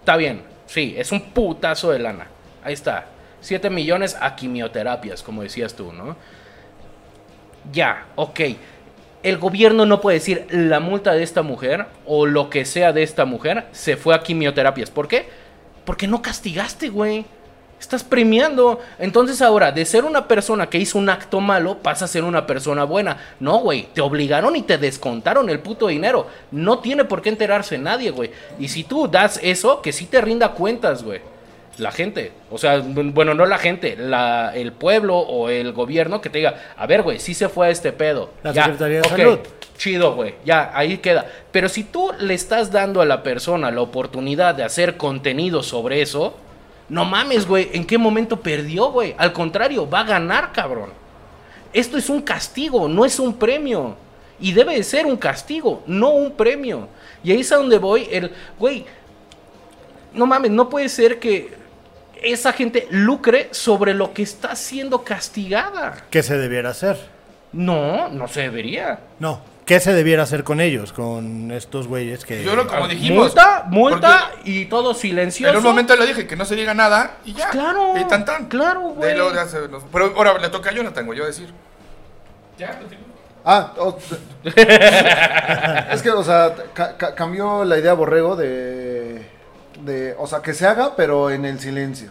Speaker 1: está bien. Sí, es un putazo de lana. Ahí está. 7 millones a quimioterapias, como decías tú, ¿no? Ya, ok. El gobierno no puede decir la multa de esta mujer o lo que sea de esta mujer se fue a quimioterapias. ¿Por qué? Porque no castigaste, güey. Estás premiando. Entonces ahora, de ser una persona que hizo un acto malo, pasa a ser una persona buena. No, güey. Te obligaron y te descontaron el puto dinero. No tiene por qué enterarse nadie, güey. Y si tú das eso, que sí te rinda cuentas, güey la gente. O sea, bu- bueno, no la gente, la, el pueblo o el gobierno que te diga, a ver, güey, sí se fue a este pedo.
Speaker 3: La Secretaría de Salud.
Speaker 1: Chido, güey, ya, ahí queda. Pero si tú le estás dando a la persona la oportunidad de hacer contenido sobre eso, no mames, güey, ¿en qué momento perdió, güey? Al contrario, va a ganar, cabrón. Esto es un castigo, no es un premio. Y debe de ser un castigo, no un premio. Y ahí es a donde voy, el, güey, no mames, no puede ser que esa gente lucre sobre lo que está siendo castigada.
Speaker 3: ¿Qué se debiera hacer?
Speaker 1: No, no se debería.
Speaker 3: No, ¿qué se debiera hacer con ellos, con estos güeyes que...
Speaker 2: Yo lo como dijimos.
Speaker 1: Ah, Multa, multa
Speaker 2: porque
Speaker 1: y todo silencioso.
Speaker 2: En un momento le dije que no se diga nada y ya.
Speaker 1: Pues claro,
Speaker 2: Y tan tan.
Speaker 1: claro,
Speaker 2: De ahí
Speaker 1: güey.
Speaker 2: luego ya se nos- Pero ahora le toca a Jonathan, güey, yo decir.
Speaker 5: Ya, continúa.
Speaker 4: Ah, o- (laughs) es que, o sea, ca- ca- cambió la idea Borrego de, de, o sea, que se haga, pero en el silencio,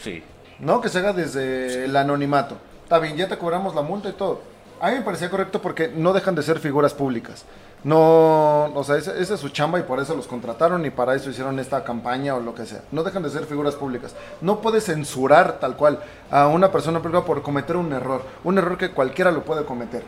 Speaker 1: Sí.
Speaker 4: ¿no? Que se haga desde el anonimato. Está bien, ya te cobramos la multa y todo. A mí me parecía correcto porque no dejan de ser figuras públicas. No, o sea, esa, esa es su chamba y por eso los contrataron y para eso hicieron esta campaña o lo que sea. No dejan de ser figuras públicas. No puedes censurar tal cual a una persona pública por cometer un error. Un error que cualquiera lo puede cometer.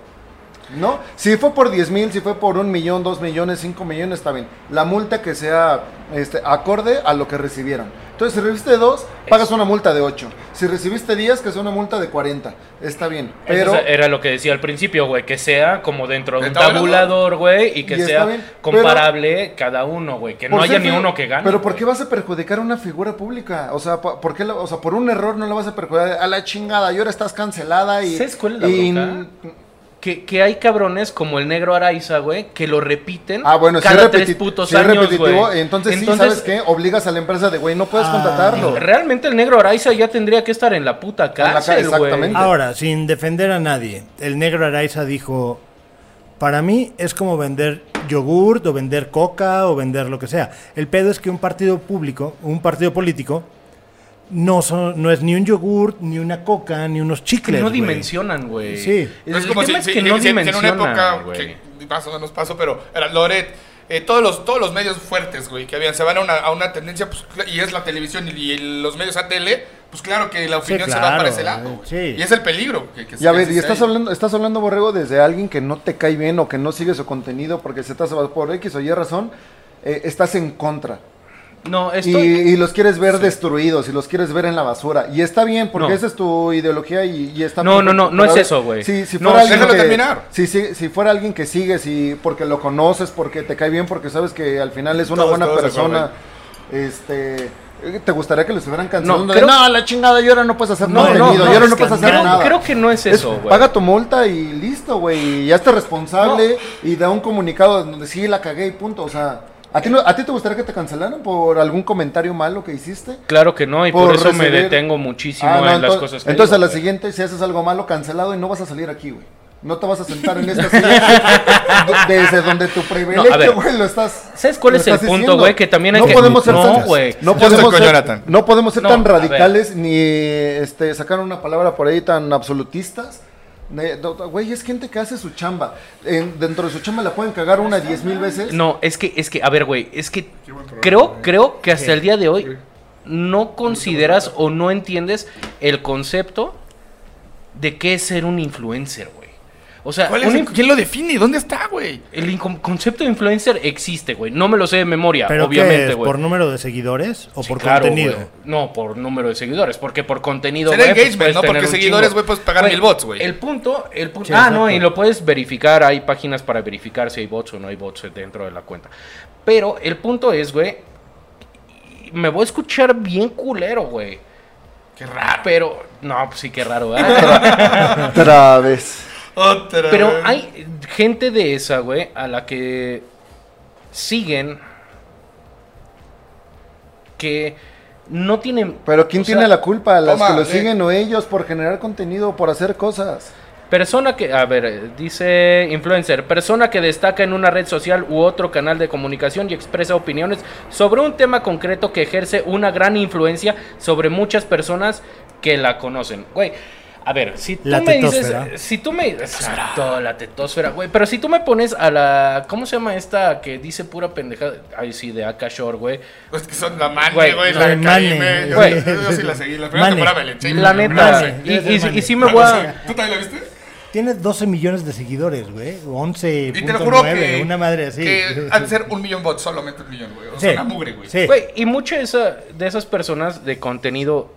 Speaker 4: ¿No? Si fue por 10 mil, si fue por un millón, dos millones, cinco millones, está bien. La multa que sea este, acorde a lo que recibieron. Entonces, si recibiste dos, pagas una multa de 8. Si recibiste 10, que sea una multa de 40. Está bien. Pero.
Speaker 1: Eso era lo que decía al principio, güey, que sea como dentro de un
Speaker 2: ¿De tabulador?
Speaker 1: tabulador, güey, y que
Speaker 4: Y está
Speaker 1: sea
Speaker 4: bien, pero-
Speaker 1: comparable cada uno, güey, que no
Speaker 4: por
Speaker 1: haya
Speaker 4: ser
Speaker 1: ni
Speaker 4: figu-
Speaker 1: uno que gane. pues.
Speaker 4: Pero ¿por
Speaker 1: güey.
Speaker 4: qué vas a perjudicar a una figura pública? O sea, pa- ¿por qué la- o sea, por un error no la vas a perjudicar? A la chingada, y ahora estás cancelada y.
Speaker 1: ¿Sabes cuál es la
Speaker 4: y-
Speaker 1: bronca? Que, que hay cabrones como el negro Araiza, güey, que lo repiten
Speaker 4: Ah, bueno, si es,
Speaker 1: cada
Speaker 4: repeti-
Speaker 1: tres putos
Speaker 4: si es
Speaker 1: años,
Speaker 4: repetitivo,
Speaker 1: güey.
Speaker 4: entonces, sí, ¿sabes qué? Obligas a la empresa de, güey, no puedes
Speaker 3: Ah.
Speaker 4: contratarlo.
Speaker 1: Realmente el negro Araiza ya tendría que estar en la puta
Speaker 4: ca-
Speaker 1: cárcel, güey. Ah,
Speaker 4: exactamente.
Speaker 3: Ahora, sin defender a nadie, el negro Araiza dijo, para mí es como vender yogurt o vender coca o vender lo que sea. El pedo es que un partido público, un partido político, no, son, no es ni un yogurt, ni una coca, ni unos
Speaker 1: Que
Speaker 3: chicles.
Speaker 1: no
Speaker 3: güey.
Speaker 1: dimensionan, güey.
Speaker 3: Sí.
Speaker 1: El,
Speaker 2: No es como si,
Speaker 1: tema es
Speaker 2: si-
Speaker 1: que no
Speaker 2: si- si en una
Speaker 1: dimensionan,
Speaker 2: época
Speaker 1: güey.
Speaker 2: que más o menos pasó, pero era Loret. eh, todos, los, todos los medios fuertes, güey, que habían, se van a una, a una tendencia, pues, cl- y es la televisión y, y los medios a tele, pues claro que la opinión se va
Speaker 3: claro,
Speaker 2: para ese lado. güey.
Speaker 3: sí.
Speaker 2: Y es el peligro. Que, que
Speaker 4: Ya ves,
Speaker 2: que
Speaker 4: y
Speaker 2: existe
Speaker 4: estás
Speaker 2: ahí.
Speaker 4: hablando, estás hablando, Borrego, desde alguien que no te cae bien o que no sigue su contenido porque se te hace por X o Y razón, eh, estás en contra.
Speaker 1: No,
Speaker 4: Y,
Speaker 1: esto...
Speaker 4: y los quieres ver destruidos y los quieres ver en la basura. Y está bien, porque
Speaker 1: No.
Speaker 4: esa es tu ideología y, y está
Speaker 1: No,
Speaker 4: perfecto,
Speaker 1: no, no, no
Speaker 4: pero
Speaker 1: es
Speaker 4: a ver,
Speaker 1: eso, güey.
Speaker 4: Si, si
Speaker 1: No,
Speaker 4: fuera alguien
Speaker 2: déjalo
Speaker 4: que-
Speaker 2: terminar.
Speaker 4: Si, si- si fuera alguien que sigues y porque lo conoces, porque te cae bien, porque sabes que al final es una
Speaker 2: Todos,
Speaker 4: buena
Speaker 2: todos de
Speaker 4: persona, este... eh, ¿Te gustaría que lo estuvieran cancelando?
Speaker 1: No,
Speaker 4: de,
Speaker 1: creo-
Speaker 4: No, la chingada, y ahora no puedes hacer
Speaker 3: No,
Speaker 4: contenido,
Speaker 3: no, no,
Speaker 4: y ahora
Speaker 3: es
Speaker 4: no
Speaker 3: que
Speaker 4: puedes hacer
Speaker 1: creo,
Speaker 4: nada.
Speaker 1: creo que no es
Speaker 4: Es-
Speaker 1: eso, güey.
Speaker 4: paga tu multa y listo, güey. Y ya estás responsable y da un comunicado donde sí la cagué y punto. O sea, ¿a ti, no- ¿a ti te gustaría que te cancelaran por algún comentario malo que hiciste?
Speaker 1: Claro que no, y por,
Speaker 4: por
Speaker 1: eso me
Speaker 4: recibir-
Speaker 1: detengo muchísimo
Speaker 4: Ah, no,
Speaker 1: en las
Speaker 4: entonces,
Speaker 1: cosas que
Speaker 4: entonces
Speaker 1: digo,
Speaker 4: a la
Speaker 1: güey.
Speaker 4: siguiente, si haces algo malo, cancelado y no vas a salir aquí, güey. No te vas a sentar en
Speaker 1: (laughs)
Speaker 4: esta silla do- desde donde tu
Speaker 1: No, a ver.
Speaker 4: privilegio, güey, lo estás.
Speaker 1: ¿Sabes cuál
Speaker 4: lo
Speaker 1: es el
Speaker 4: estás
Speaker 1: punto,
Speaker 4: diciendo?
Speaker 1: güey? Que también hay
Speaker 4: no
Speaker 1: que-
Speaker 4: Podemos ser
Speaker 1: no,
Speaker 4: tan-
Speaker 1: güey.
Speaker 2: Yo
Speaker 4: No
Speaker 2: estoy
Speaker 4: podemos
Speaker 2: con
Speaker 4: ser,
Speaker 2: Jonathan.
Speaker 4: no podemos ser
Speaker 1: No,
Speaker 4: tan
Speaker 1: a ver.
Speaker 4: radicales ni este, sacar una palabra por ahí tan absolutistas. Ne- do- do- Güey, es gente que hace su chamba. En- dentro de su chamba la pueden cagar una diez mil veces.
Speaker 1: No, es que, es que, a ver, güey, es que creo, creo que hasta el día de hoy no consideras o no entiendes el concepto de qué es ser un influencer, güey. O sea,
Speaker 2: ¿Cuál es
Speaker 1: un
Speaker 2: el-
Speaker 1: inf-
Speaker 2: ¿Quién lo define? ¿Dónde está, güey?
Speaker 1: el inco- concepto de influencer existe, güey. No me lo sé de memoria,
Speaker 3: ¿Pero qué
Speaker 1: obviamente,
Speaker 3: es?
Speaker 1: güey.
Speaker 3: ¿Por número de seguidores o
Speaker 1: Sí,
Speaker 3: por
Speaker 1: claro,
Speaker 3: contenido?
Speaker 1: güey. No, por número de seguidores, porque por contenido.
Speaker 2: Será
Speaker 1: güey, pues,
Speaker 2: engagement,
Speaker 1: puedes
Speaker 2: ¿no?
Speaker 1: tener
Speaker 2: Porque
Speaker 1: un
Speaker 2: seguidores,
Speaker 1: chingo.
Speaker 2: güey, puedes pagar mil bots, güey.
Speaker 1: El punto, el punto.
Speaker 3: Sí,
Speaker 1: ah, no,
Speaker 3: exacto.
Speaker 1: y lo puedes verificar. Hay páginas para verificar si hay bots o no hay bots dentro de la cuenta. Pero el punto es, güey, me voy a escuchar bien culero, güey. Qué raro. Pero, no, pues sí, qué raro, ¿verdad? Pero-
Speaker 4: (laughs) Otra vez.
Speaker 2: Otra
Speaker 1: pero
Speaker 2: vez.
Speaker 1: hay gente de esa, güey, a la que siguen que no tienen...
Speaker 4: Pero ¿quién
Speaker 1: o sea,
Speaker 4: tiene la culpa? ¿Las
Speaker 2: toma,
Speaker 4: que lo
Speaker 2: eh.
Speaker 4: siguen o ellos por generar contenido, por hacer cosas?
Speaker 1: Persona que, a ver, eh, dice influencer, persona que destaca en una red social u otro canal de comunicación y expresa opiniones sobre un tema concreto que ejerce una gran influencia sobre muchas personas que la conocen. Güey, a ver, si tú
Speaker 3: La
Speaker 1: me dices,
Speaker 3: tetósfera.
Speaker 1: si tú me, exacto, la tetósfera, güey, pero si tú me pones a la, ¿cómo se llama esta que dice pura pendejada? Ay, sí, de Akashor, güey.
Speaker 2: Es Pues que son la Mane,
Speaker 1: Güey,
Speaker 2: güey,
Speaker 3: la
Speaker 2: la de
Speaker 3: Mane,
Speaker 2: Karime. Yo,
Speaker 1: güey.
Speaker 2: yo- yo sí la seguí. La primera
Speaker 3: Mane.
Speaker 2: temporada me la eché.
Speaker 1: La neta,
Speaker 3: Mane,
Speaker 1: y,
Speaker 3: es de
Speaker 1: y, si-
Speaker 3: Mane.
Speaker 1: y sí
Speaker 2: me
Speaker 1: me voy a...
Speaker 2: ¿Tú también la viste?
Speaker 3: Tiene 12 millones de seguidores, güey. o 11.9,
Speaker 2: Y te lo juro que.
Speaker 3: una madre así. (laughs)
Speaker 2: Que al ser un millón bots, solamente un millón, güey. O sea,
Speaker 3: Sí,
Speaker 2: una mugre, güey.
Speaker 3: sí.
Speaker 1: Güey, y muchas de, esa- de esas personas de contenido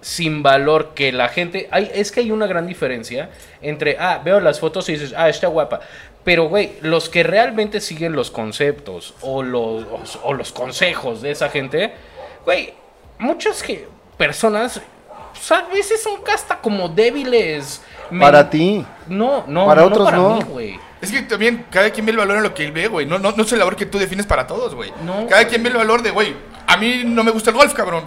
Speaker 1: sin valor que la gente... Hay, es que hay una gran diferencia entre, ah, veo las fotos y dices, ah, está guapa. Pero, güey, los que realmente siguen los conceptos o los, o los consejos de esa gente, güey, muchas que, personas... pues, a veces son hasta como débiles. men-
Speaker 4: Para ti.
Speaker 1: No, no,
Speaker 4: Para
Speaker 1: no
Speaker 4: otros
Speaker 1: para
Speaker 4: no.
Speaker 1: mí, güey.
Speaker 2: Es que también cada quien ve el valor en lo que él ve, güey. No, no, no es el valor que tú defines para todos, güey.
Speaker 1: No,
Speaker 2: cada
Speaker 1: güey.
Speaker 2: quien ve el valor de, güey, a mí no me gusta el golf, cabrón.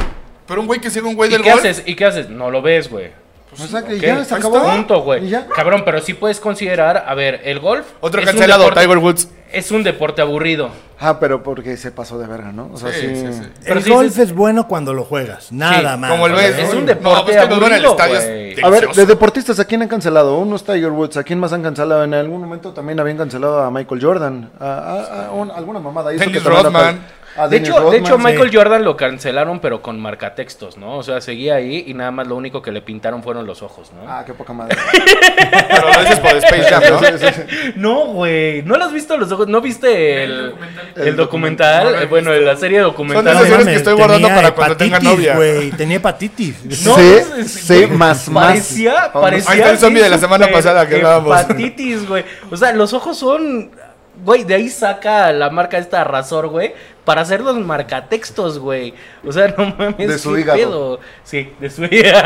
Speaker 2: Pero un güey que sigue un güey
Speaker 1: ¿Y
Speaker 2: del
Speaker 1: qué
Speaker 2: golf.
Speaker 1: haces? ¿Y qué haces? No lo ves, güey.
Speaker 4: o sea que
Speaker 1: Ok,
Speaker 4: ya se
Speaker 2: Pues ahí
Speaker 4: acabó.
Speaker 2: está.
Speaker 1: Punto, güey.
Speaker 4: ¿Y ya?
Speaker 1: Cabrón, pero sí puedes considerar, a ver, el golf.
Speaker 2: Otro
Speaker 1: es un
Speaker 2: cancelado,
Speaker 1: deporte-
Speaker 2: Tiger Woods.
Speaker 1: Es un deporte aburrido.
Speaker 4: Ah, pero porque se pasó de verga, ¿no? O sea, Ah, sí.
Speaker 1: Pero
Speaker 3: el
Speaker 1: sí
Speaker 3: golf
Speaker 1: dices-
Speaker 3: es bueno cuando lo juegas, nada más.
Speaker 2: Como el
Speaker 3: güey.
Speaker 2: ves.
Speaker 1: Es un
Speaker 2: No,
Speaker 1: deporte
Speaker 2: pues, que lo ven en el
Speaker 1: aburrido,
Speaker 2: estadio es
Speaker 1: güey.
Speaker 2: de-
Speaker 4: A ver,
Speaker 2: Delicioso.
Speaker 4: de deportistas, ¿a quién han cancelado? Unos Tiger Woods, ¿a quién más han cancelado? En algún momento también habían cancelado a Michael Jordan, a, a- a un- alguna mamada. hizo
Speaker 2: Dennis
Speaker 4: que también
Speaker 2: Rodman.
Speaker 4: la- a
Speaker 1: De
Speaker 4: Dennis
Speaker 1: hecho, de
Speaker 4: Ah, Rodman,
Speaker 1: hecho
Speaker 4: sí.
Speaker 1: Michael Jordan lo cancelaron, pero con marcatextos, ¿no? O sea, seguía ahí y nada más lo único que le pintaron fueron los ojos, ¿no?
Speaker 4: Ah, qué poca
Speaker 1: (laughs)
Speaker 4: madre.
Speaker 2: Pero lo dices por Space Jam, ¿no?
Speaker 4: (laughs) Sí, sí, sí.
Speaker 1: No, güey. ¿No lo has visto los ojos? ¿No viste el, el documental?
Speaker 4: El documental.
Speaker 1: Eh, bueno, la serie
Speaker 2: Son de
Speaker 1: documental.
Speaker 2: esas series
Speaker 3: mames,
Speaker 2: que estoy guardando
Speaker 3: tenía
Speaker 2: para cuando tenga
Speaker 3: hepatitis,
Speaker 2: novia.
Speaker 3: güey,
Speaker 2: (laughs)
Speaker 3: tenía hepatitis.
Speaker 1: No,
Speaker 4: C,
Speaker 1: es- es-
Speaker 4: C más más.
Speaker 1: Parecía, parecía.
Speaker 2: Ahí está el zombie
Speaker 1: sí,
Speaker 2: de la semana
Speaker 1: súper
Speaker 2: pasada que hablábamos.
Speaker 1: Hepatitis, güey. O sea, los ojos son. Güey, de ahí saca la marca esta Razor, güey, para hacer los marcatextos, güey. O sea, no mames.
Speaker 4: De su
Speaker 1: qué
Speaker 4: hígado.
Speaker 1: Sí, de su hígado.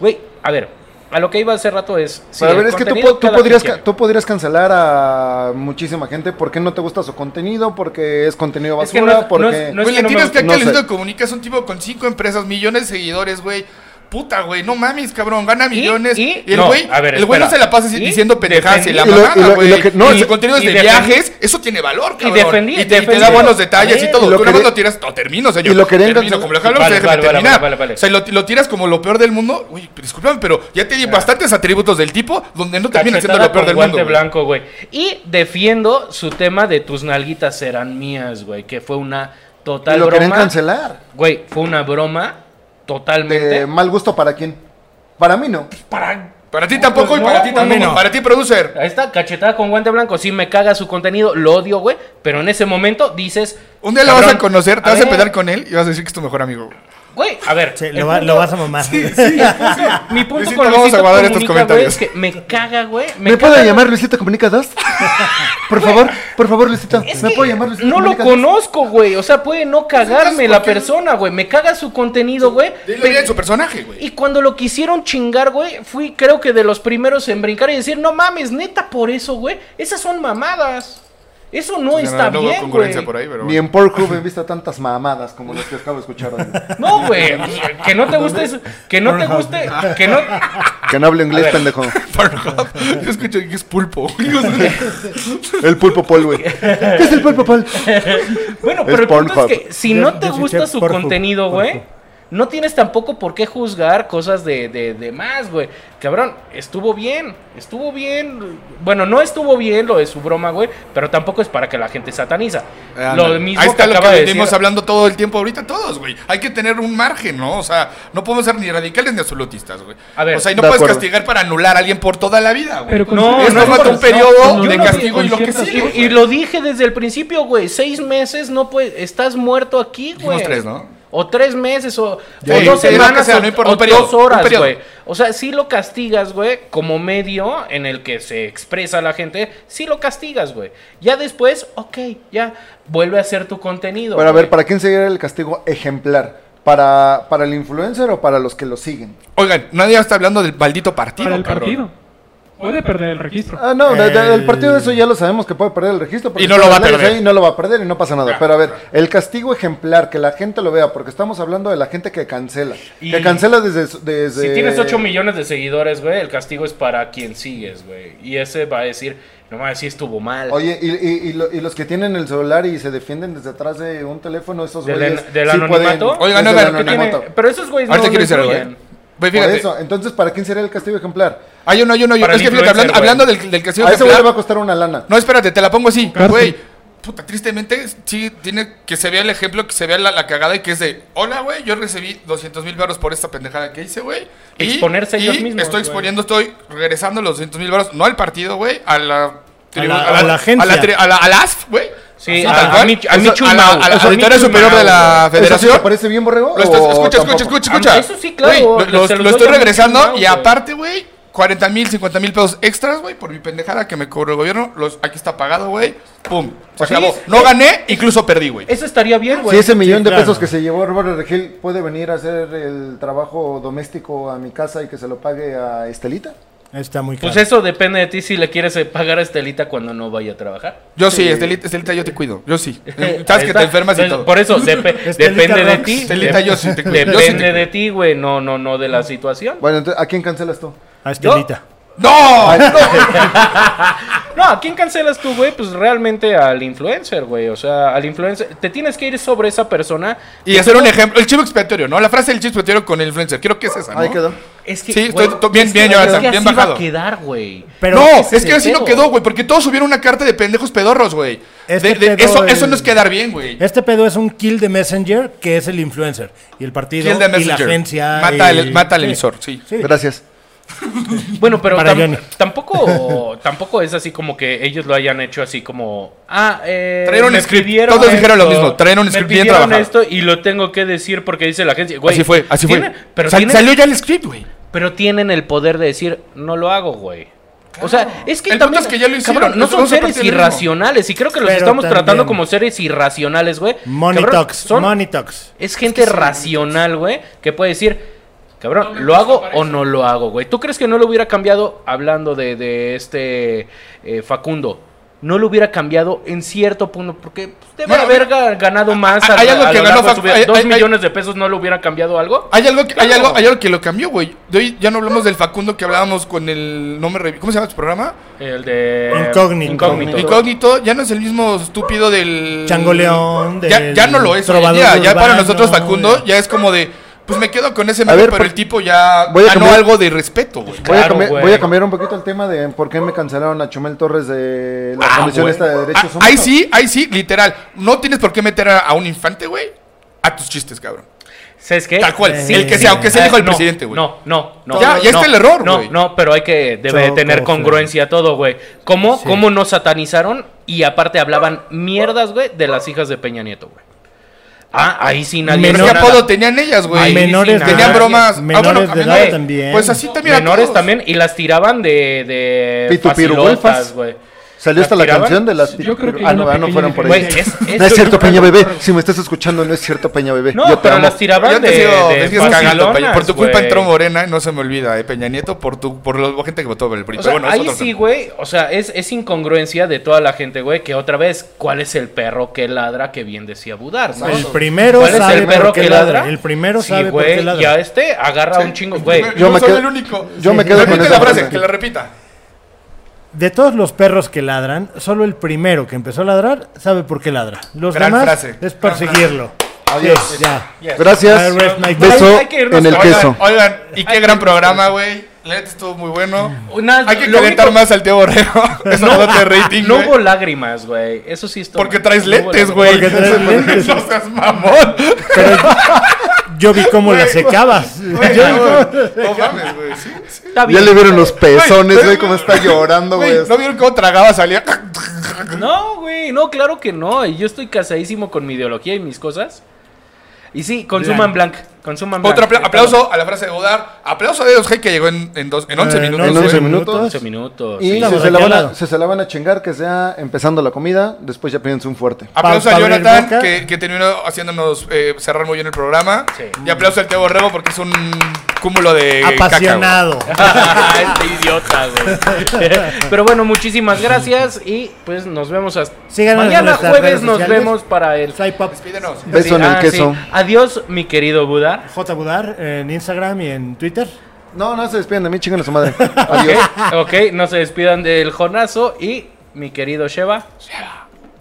Speaker 1: Güey, a ver, a lo que iba hace rato es. sí,
Speaker 4: Pero a
Speaker 1: el
Speaker 4: ver, es que tú,
Speaker 1: contenido
Speaker 4: po- tú
Speaker 1: cada
Speaker 4: podrías,
Speaker 1: quien
Speaker 4: ca- tú podrías cancelar a muchísima gente porque no te gusta su contenido, porque es contenido
Speaker 1: Es que
Speaker 4: basura,
Speaker 1: no es-
Speaker 4: porque...
Speaker 1: no es- no es-
Speaker 2: Güey, le
Speaker 1: que
Speaker 2: tienes
Speaker 1: me-
Speaker 2: que aquí
Speaker 4: no
Speaker 2: al
Speaker 4: sé.
Speaker 2: Instituto de Comunicación, tipo con cinco empresas, millones de seguidores, güey. Puta, güey, no mames, cabrón, gana millones.
Speaker 1: y-
Speaker 2: Y, el
Speaker 1: no,
Speaker 2: güey,
Speaker 1: a ver,
Speaker 2: el güey no
Speaker 1: espera.
Speaker 2: se la pasa si-
Speaker 1: Y
Speaker 2: diciendo pendejadas y la
Speaker 4: Y lo- y
Speaker 2: mamada,
Speaker 4: lo- y lo
Speaker 2: güey.
Speaker 4: que-
Speaker 2: no,
Speaker 4: no,
Speaker 2: y
Speaker 4: y-
Speaker 2: su contenido es
Speaker 1: y
Speaker 2: de
Speaker 1: defendí-
Speaker 2: viajes, eso tiene valor, cabrón.
Speaker 1: defendí-
Speaker 2: y, te, y te da
Speaker 1: defendí-
Speaker 2: buenos detalles
Speaker 1: Sí,
Speaker 2: y todo.
Speaker 4: lo
Speaker 2: Tú nada más
Speaker 4: quería-
Speaker 2: lo tiras, no, termino, señor.
Speaker 4: Y lo querían
Speaker 2: termino,
Speaker 4: cancelar-
Speaker 2: como lo hablamos,
Speaker 1: Vale,
Speaker 2: déjame
Speaker 1: vale, vale,
Speaker 2: terminar.
Speaker 1: vale, vale.
Speaker 2: O sea, lo, lo tiras como lo peor del mundo. Uy, discúlpame, pero ya te di bastantes atributos del tipo donde no termina siendo
Speaker 1: Ah. Cachetada
Speaker 2: lo peor
Speaker 1: con
Speaker 2: del mundo.
Speaker 1: guante
Speaker 2: güey.
Speaker 1: blanco, güey. Y defiendo su tema de tus nalguitas serán mías, güey, que fue una
Speaker 4: y
Speaker 1: total
Speaker 4: lo querían
Speaker 1: broma.
Speaker 4: cancelar.
Speaker 1: Güey, fue una broma totalmente.
Speaker 4: De mal gusto para quién. Para mí no.
Speaker 1: para...
Speaker 2: Para ti tampoco
Speaker 1: Pues
Speaker 2: y
Speaker 1: no,
Speaker 2: para ti
Speaker 1: pues
Speaker 2: también.
Speaker 1: no.
Speaker 2: Para ti, producer.
Speaker 1: Ahí está, cachetada con guante blanco. Sí, me caga su contenido, lo odio, güey. Pero en ese momento dices.
Speaker 2: Un día lo vas
Speaker 1: cabrón,
Speaker 2: a conocer, te vas a
Speaker 1: ver,
Speaker 2: pelear con él y vas a decir que es tu mejor amigo. güey.
Speaker 1: Güey, a ver.
Speaker 3: Sí,
Speaker 1: el
Speaker 3: lo, va-
Speaker 1: punto-
Speaker 3: lo vas a mamar. (laughs)
Speaker 1: Mi punto
Speaker 2: Luisito,
Speaker 1: con
Speaker 2: vamos a guardar estos
Speaker 1: Luisito Comunica, güey,
Speaker 2: comentarios.
Speaker 1: es que me caga, güey.
Speaker 4: ¿Me,
Speaker 1: caga-
Speaker 4: puedo llamar Luisito Comunica 2? por favor, por favor, Luisito.
Speaker 1: Es
Speaker 4: ¿Me
Speaker 1: que
Speaker 4: puedo llamar Luisito
Speaker 1: No lo
Speaker 4: Comunica 2?
Speaker 1: conozco, güey. O sea, puede no cagarme
Speaker 2: caso
Speaker 1: la
Speaker 2: porque-
Speaker 1: persona, güey. Me caga su contenido, güey.
Speaker 2: Dile
Speaker 1: Pe-
Speaker 2: bien su personaje, güey.
Speaker 1: Y cuando lo quisieron chingar, güey, fui creo que de los primeros en brincar y decir, no mames, neta por eso, güey. Esas son mamadas. Eso no
Speaker 2: O sea,
Speaker 1: está
Speaker 2: no, veo
Speaker 1: bien,
Speaker 2: congruencia
Speaker 1: güey.
Speaker 2: por ahí, pero
Speaker 4: Ni
Speaker 2: bueno. (laughs)
Speaker 4: en Pornhub he visto tantas mamadas como las que acabo de escuchar hoy.
Speaker 1: No, güey. Que no te guste eso. Que no te guste. Que no.
Speaker 4: que no hablo inglés, pendejo.
Speaker 2: Pornhub. Yo escucho que es pulpo.
Speaker 1: (laughs)
Speaker 4: El pulpo pol, güey. ¿Qué es el pulpo pol?
Speaker 1: Bueno,
Speaker 4: Es
Speaker 1: pero el punto
Speaker 4: Pornhub.
Speaker 1: es que si
Speaker 3: Yo-
Speaker 1: no te
Speaker 3: yo sí
Speaker 1: gusta
Speaker 3: sé
Speaker 1: su
Speaker 3: Pornhub,
Speaker 1: contenido, güey,
Speaker 3: Pornhub.
Speaker 1: No tienes tampoco por qué juzgar cosas de, de- de más, güey. Cabrón, estuvo bien, estuvo bien. Bueno, no estuvo bien lo de su broma, güey, pero tampoco es para que la gente sataniza. lo
Speaker 2: Eh, Ándale.
Speaker 1: mismo
Speaker 2: Ah, Ahí está
Speaker 1: que
Speaker 2: lo que
Speaker 1: acaba de decir.
Speaker 2: venimos hablando todo el tiempo ahorita todos, güey. Hay que tener un margen, ¿no? O sea, no podemos ser ni radicales ni absolutistas, güey.
Speaker 1: A ver,
Speaker 2: o sea, y no
Speaker 4: de
Speaker 2: puedes
Speaker 4: acuerdo.
Speaker 2: castigar para anular a alguien por toda la vida, güey.
Speaker 7: Pero con-
Speaker 1: No,
Speaker 2: Esto
Speaker 1: no,
Speaker 2: falta
Speaker 1: no,
Speaker 2: un periodo
Speaker 7: no,
Speaker 2: de
Speaker 1: yo no-
Speaker 2: castigo y lo que
Speaker 7: ciertas-
Speaker 2: sigue. güey.
Speaker 1: Y, y lo dije desde el principio, güey. Seis meses no puedes. Estás muerto aquí, güey.
Speaker 2: Dijimos tres, ¿no?
Speaker 1: O tres meses, o,
Speaker 2: Ya,
Speaker 1: o
Speaker 2: sí,
Speaker 1: dos
Speaker 2: sí, lo que
Speaker 1: semanas,
Speaker 2: sea,
Speaker 1: o,
Speaker 2: no importa,
Speaker 1: o
Speaker 2: un periodo,
Speaker 1: dos
Speaker 2: un
Speaker 1: horas,
Speaker 2: periodo.
Speaker 1: güey. O sea, si lo castigas, güey, como medio en el que se expresa la gente, si lo castigas, güey. Ya después, ok, ya, vuelve a hacer tu contenido.
Speaker 4: Pero a
Speaker 1: güey.
Speaker 4: ver, ¿para quién sería el castigo ejemplar? ¿Para, ¿Para el influencer o para los que lo siguen?
Speaker 2: Oigan, nadie está hablando del maldito partido,
Speaker 7: para el
Speaker 2: cabrón.
Speaker 7: partido. Puede perder el registro.
Speaker 4: Ah, no, de- de-
Speaker 3: Eh.
Speaker 4: el partido de eso ya lo sabemos que puede perder el registro. porque
Speaker 2: Y no
Speaker 4: están
Speaker 2: lo va a
Speaker 4: las leyes
Speaker 2: perder.
Speaker 4: ahí, Y no lo va a perder y no pasa nada. Pero a ver, el castigo ejemplar, que la gente lo vea, porque estamos hablando de la gente que cancela.
Speaker 1: Y-
Speaker 4: Que cancela desde... su- desde
Speaker 1: Si tienes 8 millones de seguidores, güey, el castigo es para quien sigues, güey. Y ese va a decir, no mames, sí estuvo mal.
Speaker 4: Oye, y, y- y lo- y los que tienen el celular y se defienden desde atrás de un teléfono, esos
Speaker 1: ¿Del-
Speaker 4: güeyes...
Speaker 1: del
Speaker 4: sí
Speaker 1: anonimato?
Speaker 4: pueden-
Speaker 2: Oigan, oigan,
Speaker 4: desde el
Speaker 2: ¿qué tiene?
Speaker 4: anonimato.
Speaker 1: Pero esos güeyes no,
Speaker 2: Ahorita
Speaker 1: no
Speaker 2: quiero decir algo,
Speaker 1: influyen.
Speaker 4: eh.
Speaker 2: güey. Güey,
Speaker 4: Por
Speaker 2: fíjate.
Speaker 4: eso, entonces, ¿para quién sería el castigo ejemplar?
Speaker 2: Hay uno, hay uno, hay uno.
Speaker 1: Para
Speaker 2: Es
Speaker 1: el
Speaker 2: que fíjate, hablando,
Speaker 1: influencer, güey.
Speaker 2: hablando del, del castigo
Speaker 4: A ese güey
Speaker 2: ejemplar-
Speaker 4: le va a costar una lana.
Speaker 2: No, espérate, te la pongo así,
Speaker 7: Cárcel.
Speaker 2: güey. Puta, tristemente, sí, tiene que se vea el ejemplo, que se vea la, la cagada y que es de, hola, güey, yo recibí 200 mil baros por esta pendejada que hice, güey. Y-
Speaker 1: Exponerse
Speaker 2: y
Speaker 1: ellos mismos,
Speaker 2: Estoy
Speaker 1: güey.
Speaker 2: exponiendo, estoy regresando los 200 mil baros, no al partido, güey, a la. tribu-
Speaker 3: la- a la agencia.
Speaker 2: A la, tri- a la- a la ASF, güey.
Speaker 1: Sí,
Speaker 2: Así,
Speaker 1: a-
Speaker 2: tal
Speaker 1: a
Speaker 2: cual.
Speaker 1: mi- a
Speaker 2: O sea,
Speaker 1: mi Chuy
Speaker 2: a la-
Speaker 1: Mao.
Speaker 2: a la
Speaker 1: O sea,
Speaker 2: Auditoría
Speaker 1: mi Chuy
Speaker 2: Superior de la
Speaker 1: Mao,
Speaker 4: ¿Eso sí
Speaker 2: Federación.
Speaker 4: te parece bien, Borrego?
Speaker 2: Lo estás-
Speaker 4: o
Speaker 2: escucha, escucha,
Speaker 4: tampoco?
Speaker 2: escucha, escucha.
Speaker 1: Eso sí, claro,
Speaker 2: Güey, lo, lo-
Speaker 1: se lo
Speaker 2: lo estoy
Speaker 1: doy a mi
Speaker 2: regresando
Speaker 1: Chuy
Speaker 2: y
Speaker 1: Mao, güey.
Speaker 2: aparte, güey, 40 mil, 50 mil pesos extras, güey, por mi pendejada que me cobró el gobierno. Los, aquí está pagado, güey. Pum, se
Speaker 1: Sí,
Speaker 2: acabó.
Speaker 1: sí.
Speaker 2: No gané, incluso perdí, güey.
Speaker 1: Eso estaría bien, güey.
Speaker 4: Si ese millón de
Speaker 3: claro.
Speaker 4: pesos que se llevó Robert Regil puede venir a hacer el trabajo doméstico a mi casa y que se lo pague a Estelita.
Speaker 3: Está muy caro.
Speaker 1: Pues eso depende de ti si le quieres eh, pagar a Estelita cuando no vaya a trabajar.
Speaker 2: Yo sí, este Estelita, Estelita, yo te cuido. Yo sí.
Speaker 1: Ahí
Speaker 2: Sabes que
Speaker 1: está.
Speaker 2: te enfermas y
Speaker 1: Entonces,
Speaker 2: todo. (laughs)
Speaker 1: Por eso, depe-
Speaker 3: Estelita
Speaker 1: depende de
Speaker 3: Rocks.
Speaker 1: ti.
Speaker 2: Estelita,
Speaker 1: Dep-
Speaker 2: yo sí te cuido. Yo sí te
Speaker 1: Depende
Speaker 2: cuido.
Speaker 1: de ti, güey. No, no, no de la situación.
Speaker 4: Bueno, entonces, ¿a quién cancelas tú?
Speaker 3: A Estelita.
Speaker 2: ¡No!
Speaker 1: No, ¿a quién cancelas tú, güey? Pues realmente al influencer, güey. O sea, al influencer. Te tienes que ir sobre esa persona.
Speaker 2: Y hacer un ejemplo. El chivo expiatorio, ¿no? La frase del chivo expiatorio con el influencer. Creo que es esa, ¿no?
Speaker 4: Ahí quedó.
Speaker 1: Es que,
Speaker 2: Sí,
Speaker 1: güey,
Speaker 2: estoy- to- bien,
Speaker 1: es que-
Speaker 2: bien, Jonathan,
Speaker 1: es que
Speaker 2: bien
Speaker 1: así
Speaker 2: bajado.
Speaker 1: va a quedar, güey.
Speaker 3: Pero
Speaker 2: no,
Speaker 1: ese
Speaker 2: es
Speaker 1: es
Speaker 2: que
Speaker 1: el
Speaker 2: así no
Speaker 1: pedo.
Speaker 2: quedó, güey, porque todos subieron una carta de pendejos pedorros, güey. De-
Speaker 3: Este
Speaker 2: de-
Speaker 3: pedo
Speaker 2: eso,
Speaker 3: es-
Speaker 2: eso no es quedar bien, güey.
Speaker 3: Este pedo es un kill de Messenger, que es el influencer. Y el partido
Speaker 2: Kill the
Speaker 3: y la
Speaker 2: messenger.
Speaker 3: agencia.
Speaker 2: Mata
Speaker 3: y-
Speaker 2: al- mata al
Speaker 3: Sí.
Speaker 2: emisor, sí.
Speaker 3: Sí.
Speaker 4: Gracias.
Speaker 1: Bueno, pero
Speaker 3: Para
Speaker 1: tam-
Speaker 3: Johnny.
Speaker 1: tampoco (laughs) tampoco es así como que ellos lo hayan hecho así como ah eh,
Speaker 2: Traen un
Speaker 1: me
Speaker 2: script.
Speaker 1: pidieron
Speaker 2: Todos dijeron lo
Speaker 1: esto,
Speaker 2: mismo, traen un
Speaker 1: me
Speaker 2: script bien
Speaker 1: pidieron
Speaker 2: trabajado.
Speaker 1: esto y lo tengo que decir porque dice la agencia. Güey,
Speaker 2: así fue, así
Speaker 1: tiene-
Speaker 2: fue.
Speaker 1: Pero,
Speaker 2: Sal-
Speaker 1: tienen,
Speaker 2: Salió ya el script, güey.
Speaker 1: pero tienen el poder de decir no lo hago, güey. O sea, es que
Speaker 2: El punto
Speaker 1: también
Speaker 2: es que ya lo hicieron,
Speaker 1: cabrón, no
Speaker 2: eso
Speaker 1: son
Speaker 2: no se
Speaker 1: seres
Speaker 2: parte del mismo.
Speaker 1: irracionales y creo que los
Speaker 3: Pero
Speaker 1: estamos tratando
Speaker 3: también-
Speaker 1: como seres irracionales, güey.
Speaker 3: Money
Speaker 1: Cabrón,
Speaker 3: Talks.
Speaker 1: son-
Speaker 3: Money Talks.
Speaker 1: es gente racional, güey, que puede decir,
Speaker 5: No
Speaker 1: cabrón,
Speaker 5: me
Speaker 1: ¿lo
Speaker 5: gusta
Speaker 1: hago
Speaker 5: para
Speaker 1: o
Speaker 5: eso".
Speaker 1: no lo hago, güey? ¿Tú crees que no lo hubiera cambiado hablando de, de este eh, Facundo? No lo hubiera cambiado en cierto punto, porque pues, debe
Speaker 2: Bueno,
Speaker 1: haber
Speaker 2: mira,
Speaker 1: ga- ganado más.
Speaker 2: hay algo que
Speaker 1: lo
Speaker 2: ganó
Speaker 1: largo de
Speaker 2: Facu-
Speaker 1: su vida.
Speaker 2: hay-
Speaker 1: ¿Dos
Speaker 2: hay-
Speaker 1: millones de pesos no lo hubiera cambiado algo?
Speaker 2: Hay algo, que, hay,
Speaker 1: Claro.
Speaker 2: algo, hay algo que lo cambió, güey. De hoy ya no hablamos del Facundo que hablábamos con el. No me revi- ¿Cómo se llama tu programa?
Speaker 1: El de...
Speaker 3: Incógnito.
Speaker 1: Incógnito.
Speaker 2: Incógnito. Ya no es el mismo estúpido del.
Speaker 3: Changoleón,
Speaker 2: Ya,
Speaker 3: del
Speaker 2: ya no lo es. hoy en
Speaker 3: trovador
Speaker 2: día. Ya para
Speaker 3: urbano,
Speaker 2: nosotros Facundo
Speaker 3: de-
Speaker 2: ya es como de. Pues me quedo con ese
Speaker 4: A ver,
Speaker 2: meme, pero
Speaker 4: por-
Speaker 2: el tipo ya
Speaker 4: voy a
Speaker 2: ganó
Speaker 4: cambiar-
Speaker 2: algo de respeto, güey.
Speaker 4: Voy, a
Speaker 1: Claro,
Speaker 4: cambiar,
Speaker 1: güey.
Speaker 4: voy a cambiar un poquito el tema de por qué me cancelaron a Chumel Torres de la
Speaker 2: Ah,
Speaker 4: Comisión
Speaker 2: güey.
Speaker 4: esta de Derechos
Speaker 2: Ah,
Speaker 4: Humanos.
Speaker 2: Ahí sí, ahí sí, literal. No tienes por qué meter a, a un infante, güey, a tus chistes, cabrón.
Speaker 1: ¿Sabes qué?
Speaker 2: Tal cual,
Speaker 3: Sí,
Speaker 2: el que
Speaker 3: sí.
Speaker 2: sea, aunque sea el hijo
Speaker 1: Eh,
Speaker 2: del
Speaker 1: no,
Speaker 2: presidente, güey.
Speaker 1: No, no, no.
Speaker 2: Ya, ya
Speaker 1: no,
Speaker 2: está el error,
Speaker 1: No,
Speaker 2: güey.
Speaker 1: no, pero hay que debe de
Speaker 3: Choco,
Speaker 1: tener congruencia todo, güey. ¿Cómo, ¿Cómo nos satanizaron y aparte hablaban mierdas, güey, de las hijas de Peña Nieto, güey? Ah, ahí sí nadie.
Speaker 2: Pero
Speaker 1: hizo
Speaker 2: qué
Speaker 1: nada.
Speaker 2: apodo tenían ellas, güey.
Speaker 1: Ay, sí,
Speaker 3: menores de
Speaker 2: Tenían
Speaker 3: edad.
Speaker 2: bromas. Ah,
Speaker 3: Menores
Speaker 2: bueno,
Speaker 3: de
Speaker 2: a mí no-
Speaker 3: edad también.
Speaker 2: Pues así también. a
Speaker 1: Menores
Speaker 2: todos.
Speaker 1: también y las tiraban de de
Speaker 4: Pitupirugolfas.
Speaker 1: facilotas, güey.
Speaker 4: Salió hasta la
Speaker 1: ¿Aspiraban?
Speaker 4: canción de las...
Speaker 7: Yo creo que
Speaker 4: ah,
Speaker 7: yo
Speaker 4: no,
Speaker 7: no
Speaker 4: ah, no
Speaker 7: pequeña
Speaker 4: fueron por
Speaker 1: Güey,
Speaker 4: ahí.
Speaker 1: es, es-
Speaker 4: No es cierto, Peña Bebé. Si me estás escuchando, no es cierto, Peña Bebé.
Speaker 1: No,
Speaker 4: Yo te
Speaker 1: pero
Speaker 4: amo.
Speaker 1: las
Speaker 2: Yo
Speaker 1: tiraban de,
Speaker 2: te sigo, te
Speaker 1: de
Speaker 2: sigues cagando, Peña.
Speaker 1: facilonas,
Speaker 2: Por tu culpa
Speaker 1: güey.
Speaker 2: entró Morena, no se me olvida, eh, Peña Nieto, por tu por la gente que votó por el PRI.
Speaker 1: O sea,
Speaker 2: Pero bueno, es
Speaker 1: ahí
Speaker 2: otro
Speaker 1: sí,
Speaker 2: tema.
Speaker 1: güey. O sea, es, es incongruencia de toda la gente, güey. Que otra vez, ¿cuál es el perro que ladra que bien decía Budar? ¿no?
Speaker 3: El primero
Speaker 1: ¿Cuál es
Speaker 3: sabe
Speaker 1: el perro
Speaker 3: por qué
Speaker 1: que
Speaker 3: ladra?
Speaker 1: ladra?
Speaker 3: El primero
Speaker 1: sí,
Speaker 3: sabe por
Speaker 1: güey,
Speaker 3: qué ladra.
Speaker 1: Ya este agarra un chingo, güey.
Speaker 4: Yo
Speaker 2: Yo
Speaker 4: me
Speaker 2: soy
Speaker 4: quedo-
Speaker 2: el único.
Speaker 4: yo me quedo con
Speaker 2: Repite
Speaker 4: esa
Speaker 2: la frase,
Speaker 4: frase.
Speaker 2: que la repita.
Speaker 3: De todos los perros que ladran, solo el primero que empezó a ladrar sabe por qué ladra. Los
Speaker 2: Gran
Speaker 3: demás
Speaker 2: frase.
Speaker 3: es perseguirlo.
Speaker 4: Adiós.
Speaker 3: Ya. I
Speaker 4: Gracias.
Speaker 3: rest my case.
Speaker 4: Beso
Speaker 1: Hay- hay que irnos
Speaker 4: en el
Speaker 1: con-
Speaker 2: Oigan,
Speaker 4: queso.
Speaker 2: oigan, y qué gran programa, güey. Let estuvo muy bueno.
Speaker 1: Una-
Speaker 2: Hay que
Speaker 1: lo
Speaker 2: calentar
Speaker 1: único-
Speaker 2: más al tío Borrego. Eso no, te rating,
Speaker 1: No
Speaker 2: güey.
Speaker 1: hubo lágrimas, güey. Eso sí está.
Speaker 2: Porque
Speaker 1: mal.
Speaker 2: traes
Speaker 1: No hubo
Speaker 2: lentes,
Speaker 1: lágrimas.
Speaker 2: güey.
Speaker 3: Porque traes lentes.
Speaker 2: No seas mamón.
Speaker 3: Yo vi cómo la secabas.
Speaker 2: Güey, no, no mames, güey. sí, sí.
Speaker 1: Está
Speaker 4: Ya
Speaker 1: bien.
Speaker 4: le vieron los pezones,
Speaker 2: Güey,
Speaker 4: güey, cómo está llorando, güey.
Speaker 2: Güey, ¿no vieron cómo tragaba? Salía.
Speaker 1: No, güey. No, claro que no. Y Yo estoy casadísimo con mi ideología y mis cosas. Y sí, consuman blank. Consuman blank.
Speaker 2: Otro apla- aplauso a la frase de Godard. Aplauso de Dios, G, que llegó en, en, dos- en 11
Speaker 3: Eh,
Speaker 2: minutos.
Speaker 4: en
Speaker 2: güey.
Speaker 4: 11
Speaker 1: 11
Speaker 4: minutos.
Speaker 1: minutos.
Speaker 4: Y
Speaker 1: sí.
Speaker 3: la
Speaker 4: si se, la van a,
Speaker 3: barraqueada.
Speaker 4: si se la van a chingar, que sea empezando la comida, después ya pídense un fuerte.
Speaker 1: Ah,
Speaker 2: Aplauso
Speaker 3: Pa-
Speaker 2: a
Speaker 3: pa' abrir
Speaker 2: Jonathan,
Speaker 3: boca.
Speaker 2: que, que terminó haciéndonos eh, cerrar muy bien el programa.
Speaker 1: Sí.
Speaker 2: Y aplauso al Teo Borrego porque es un cúmulo de. caca,
Speaker 3: Apasionado.
Speaker 1: (laughs) este idiota,
Speaker 3: (laughs)
Speaker 1: güey. Pero bueno, muchísimas gracias y pues nos vemos hasta
Speaker 3: Síganos en
Speaker 1: mañana
Speaker 3: nuestras
Speaker 1: jueves
Speaker 3: redes
Speaker 1: nos
Speaker 3: sociales.
Speaker 1: vemos para el
Speaker 3: Fly
Speaker 2: güey.
Speaker 3: Pop,
Speaker 2: Despídenos.
Speaker 4: Beso en el
Speaker 1: Ah, sí.
Speaker 4: queso.
Speaker 1: Adiós, mi querido Budar.
Speaker 3: J. Budar en Instagram y en Twitter.
Speaker 4: No, no se despiden de mí, chingan a
Speaker 1: (laughs)
Speaker 4: su madre. Adiós.
Speaker 1: Ok, no se despidan del Jonazo y mi querido Sheva.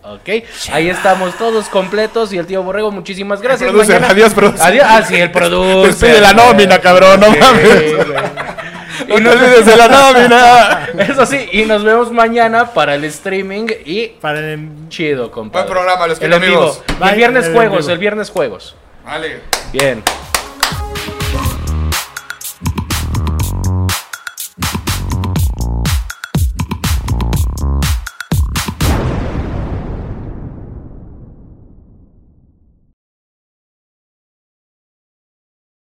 Speaker 1: Ok, ahí estamos todos completos y el tío Borrego, muchísimas gracias.
Speaker 2: Producer,
Speaker 1: Mañana-
Speaker 2: adiós, producer.
Speaker 1: Adiós. Ah,
Speaker 2: (laughs)
Speaker 1: sí, el producer.
Speaker 2: Despide la nómina, cabrón, no
Speaker 1: Sí,
Speaker 2: mames.
Speaker 1: güey.
Speaker 2: No
Speaker 1: Y
Speaker 2: te
Speaker 1: nos-
Speaker 2: olvides de la nómina.
Speaker 1: (laughs) Eso sí, y nos vemos mañana para el streaming y
Speaker 3: Para em, el-
Speaker 1: chido, compadre.
Speaker 2: Buen programa, los
Speaker 1: El
Speaker 2: quiero,
Speaker 1: en vivo.
Speaker 2: amigos.
Speaker 1: El
Speaker 3: Bye,
Speaker 1: viernes
Speaker 3: el en
Speaker 1: juegos,
Speaker 3: vivo.
Speaker 1: el viernes juegos.
Speaker 2: Vale.
Speaker 1: Bien.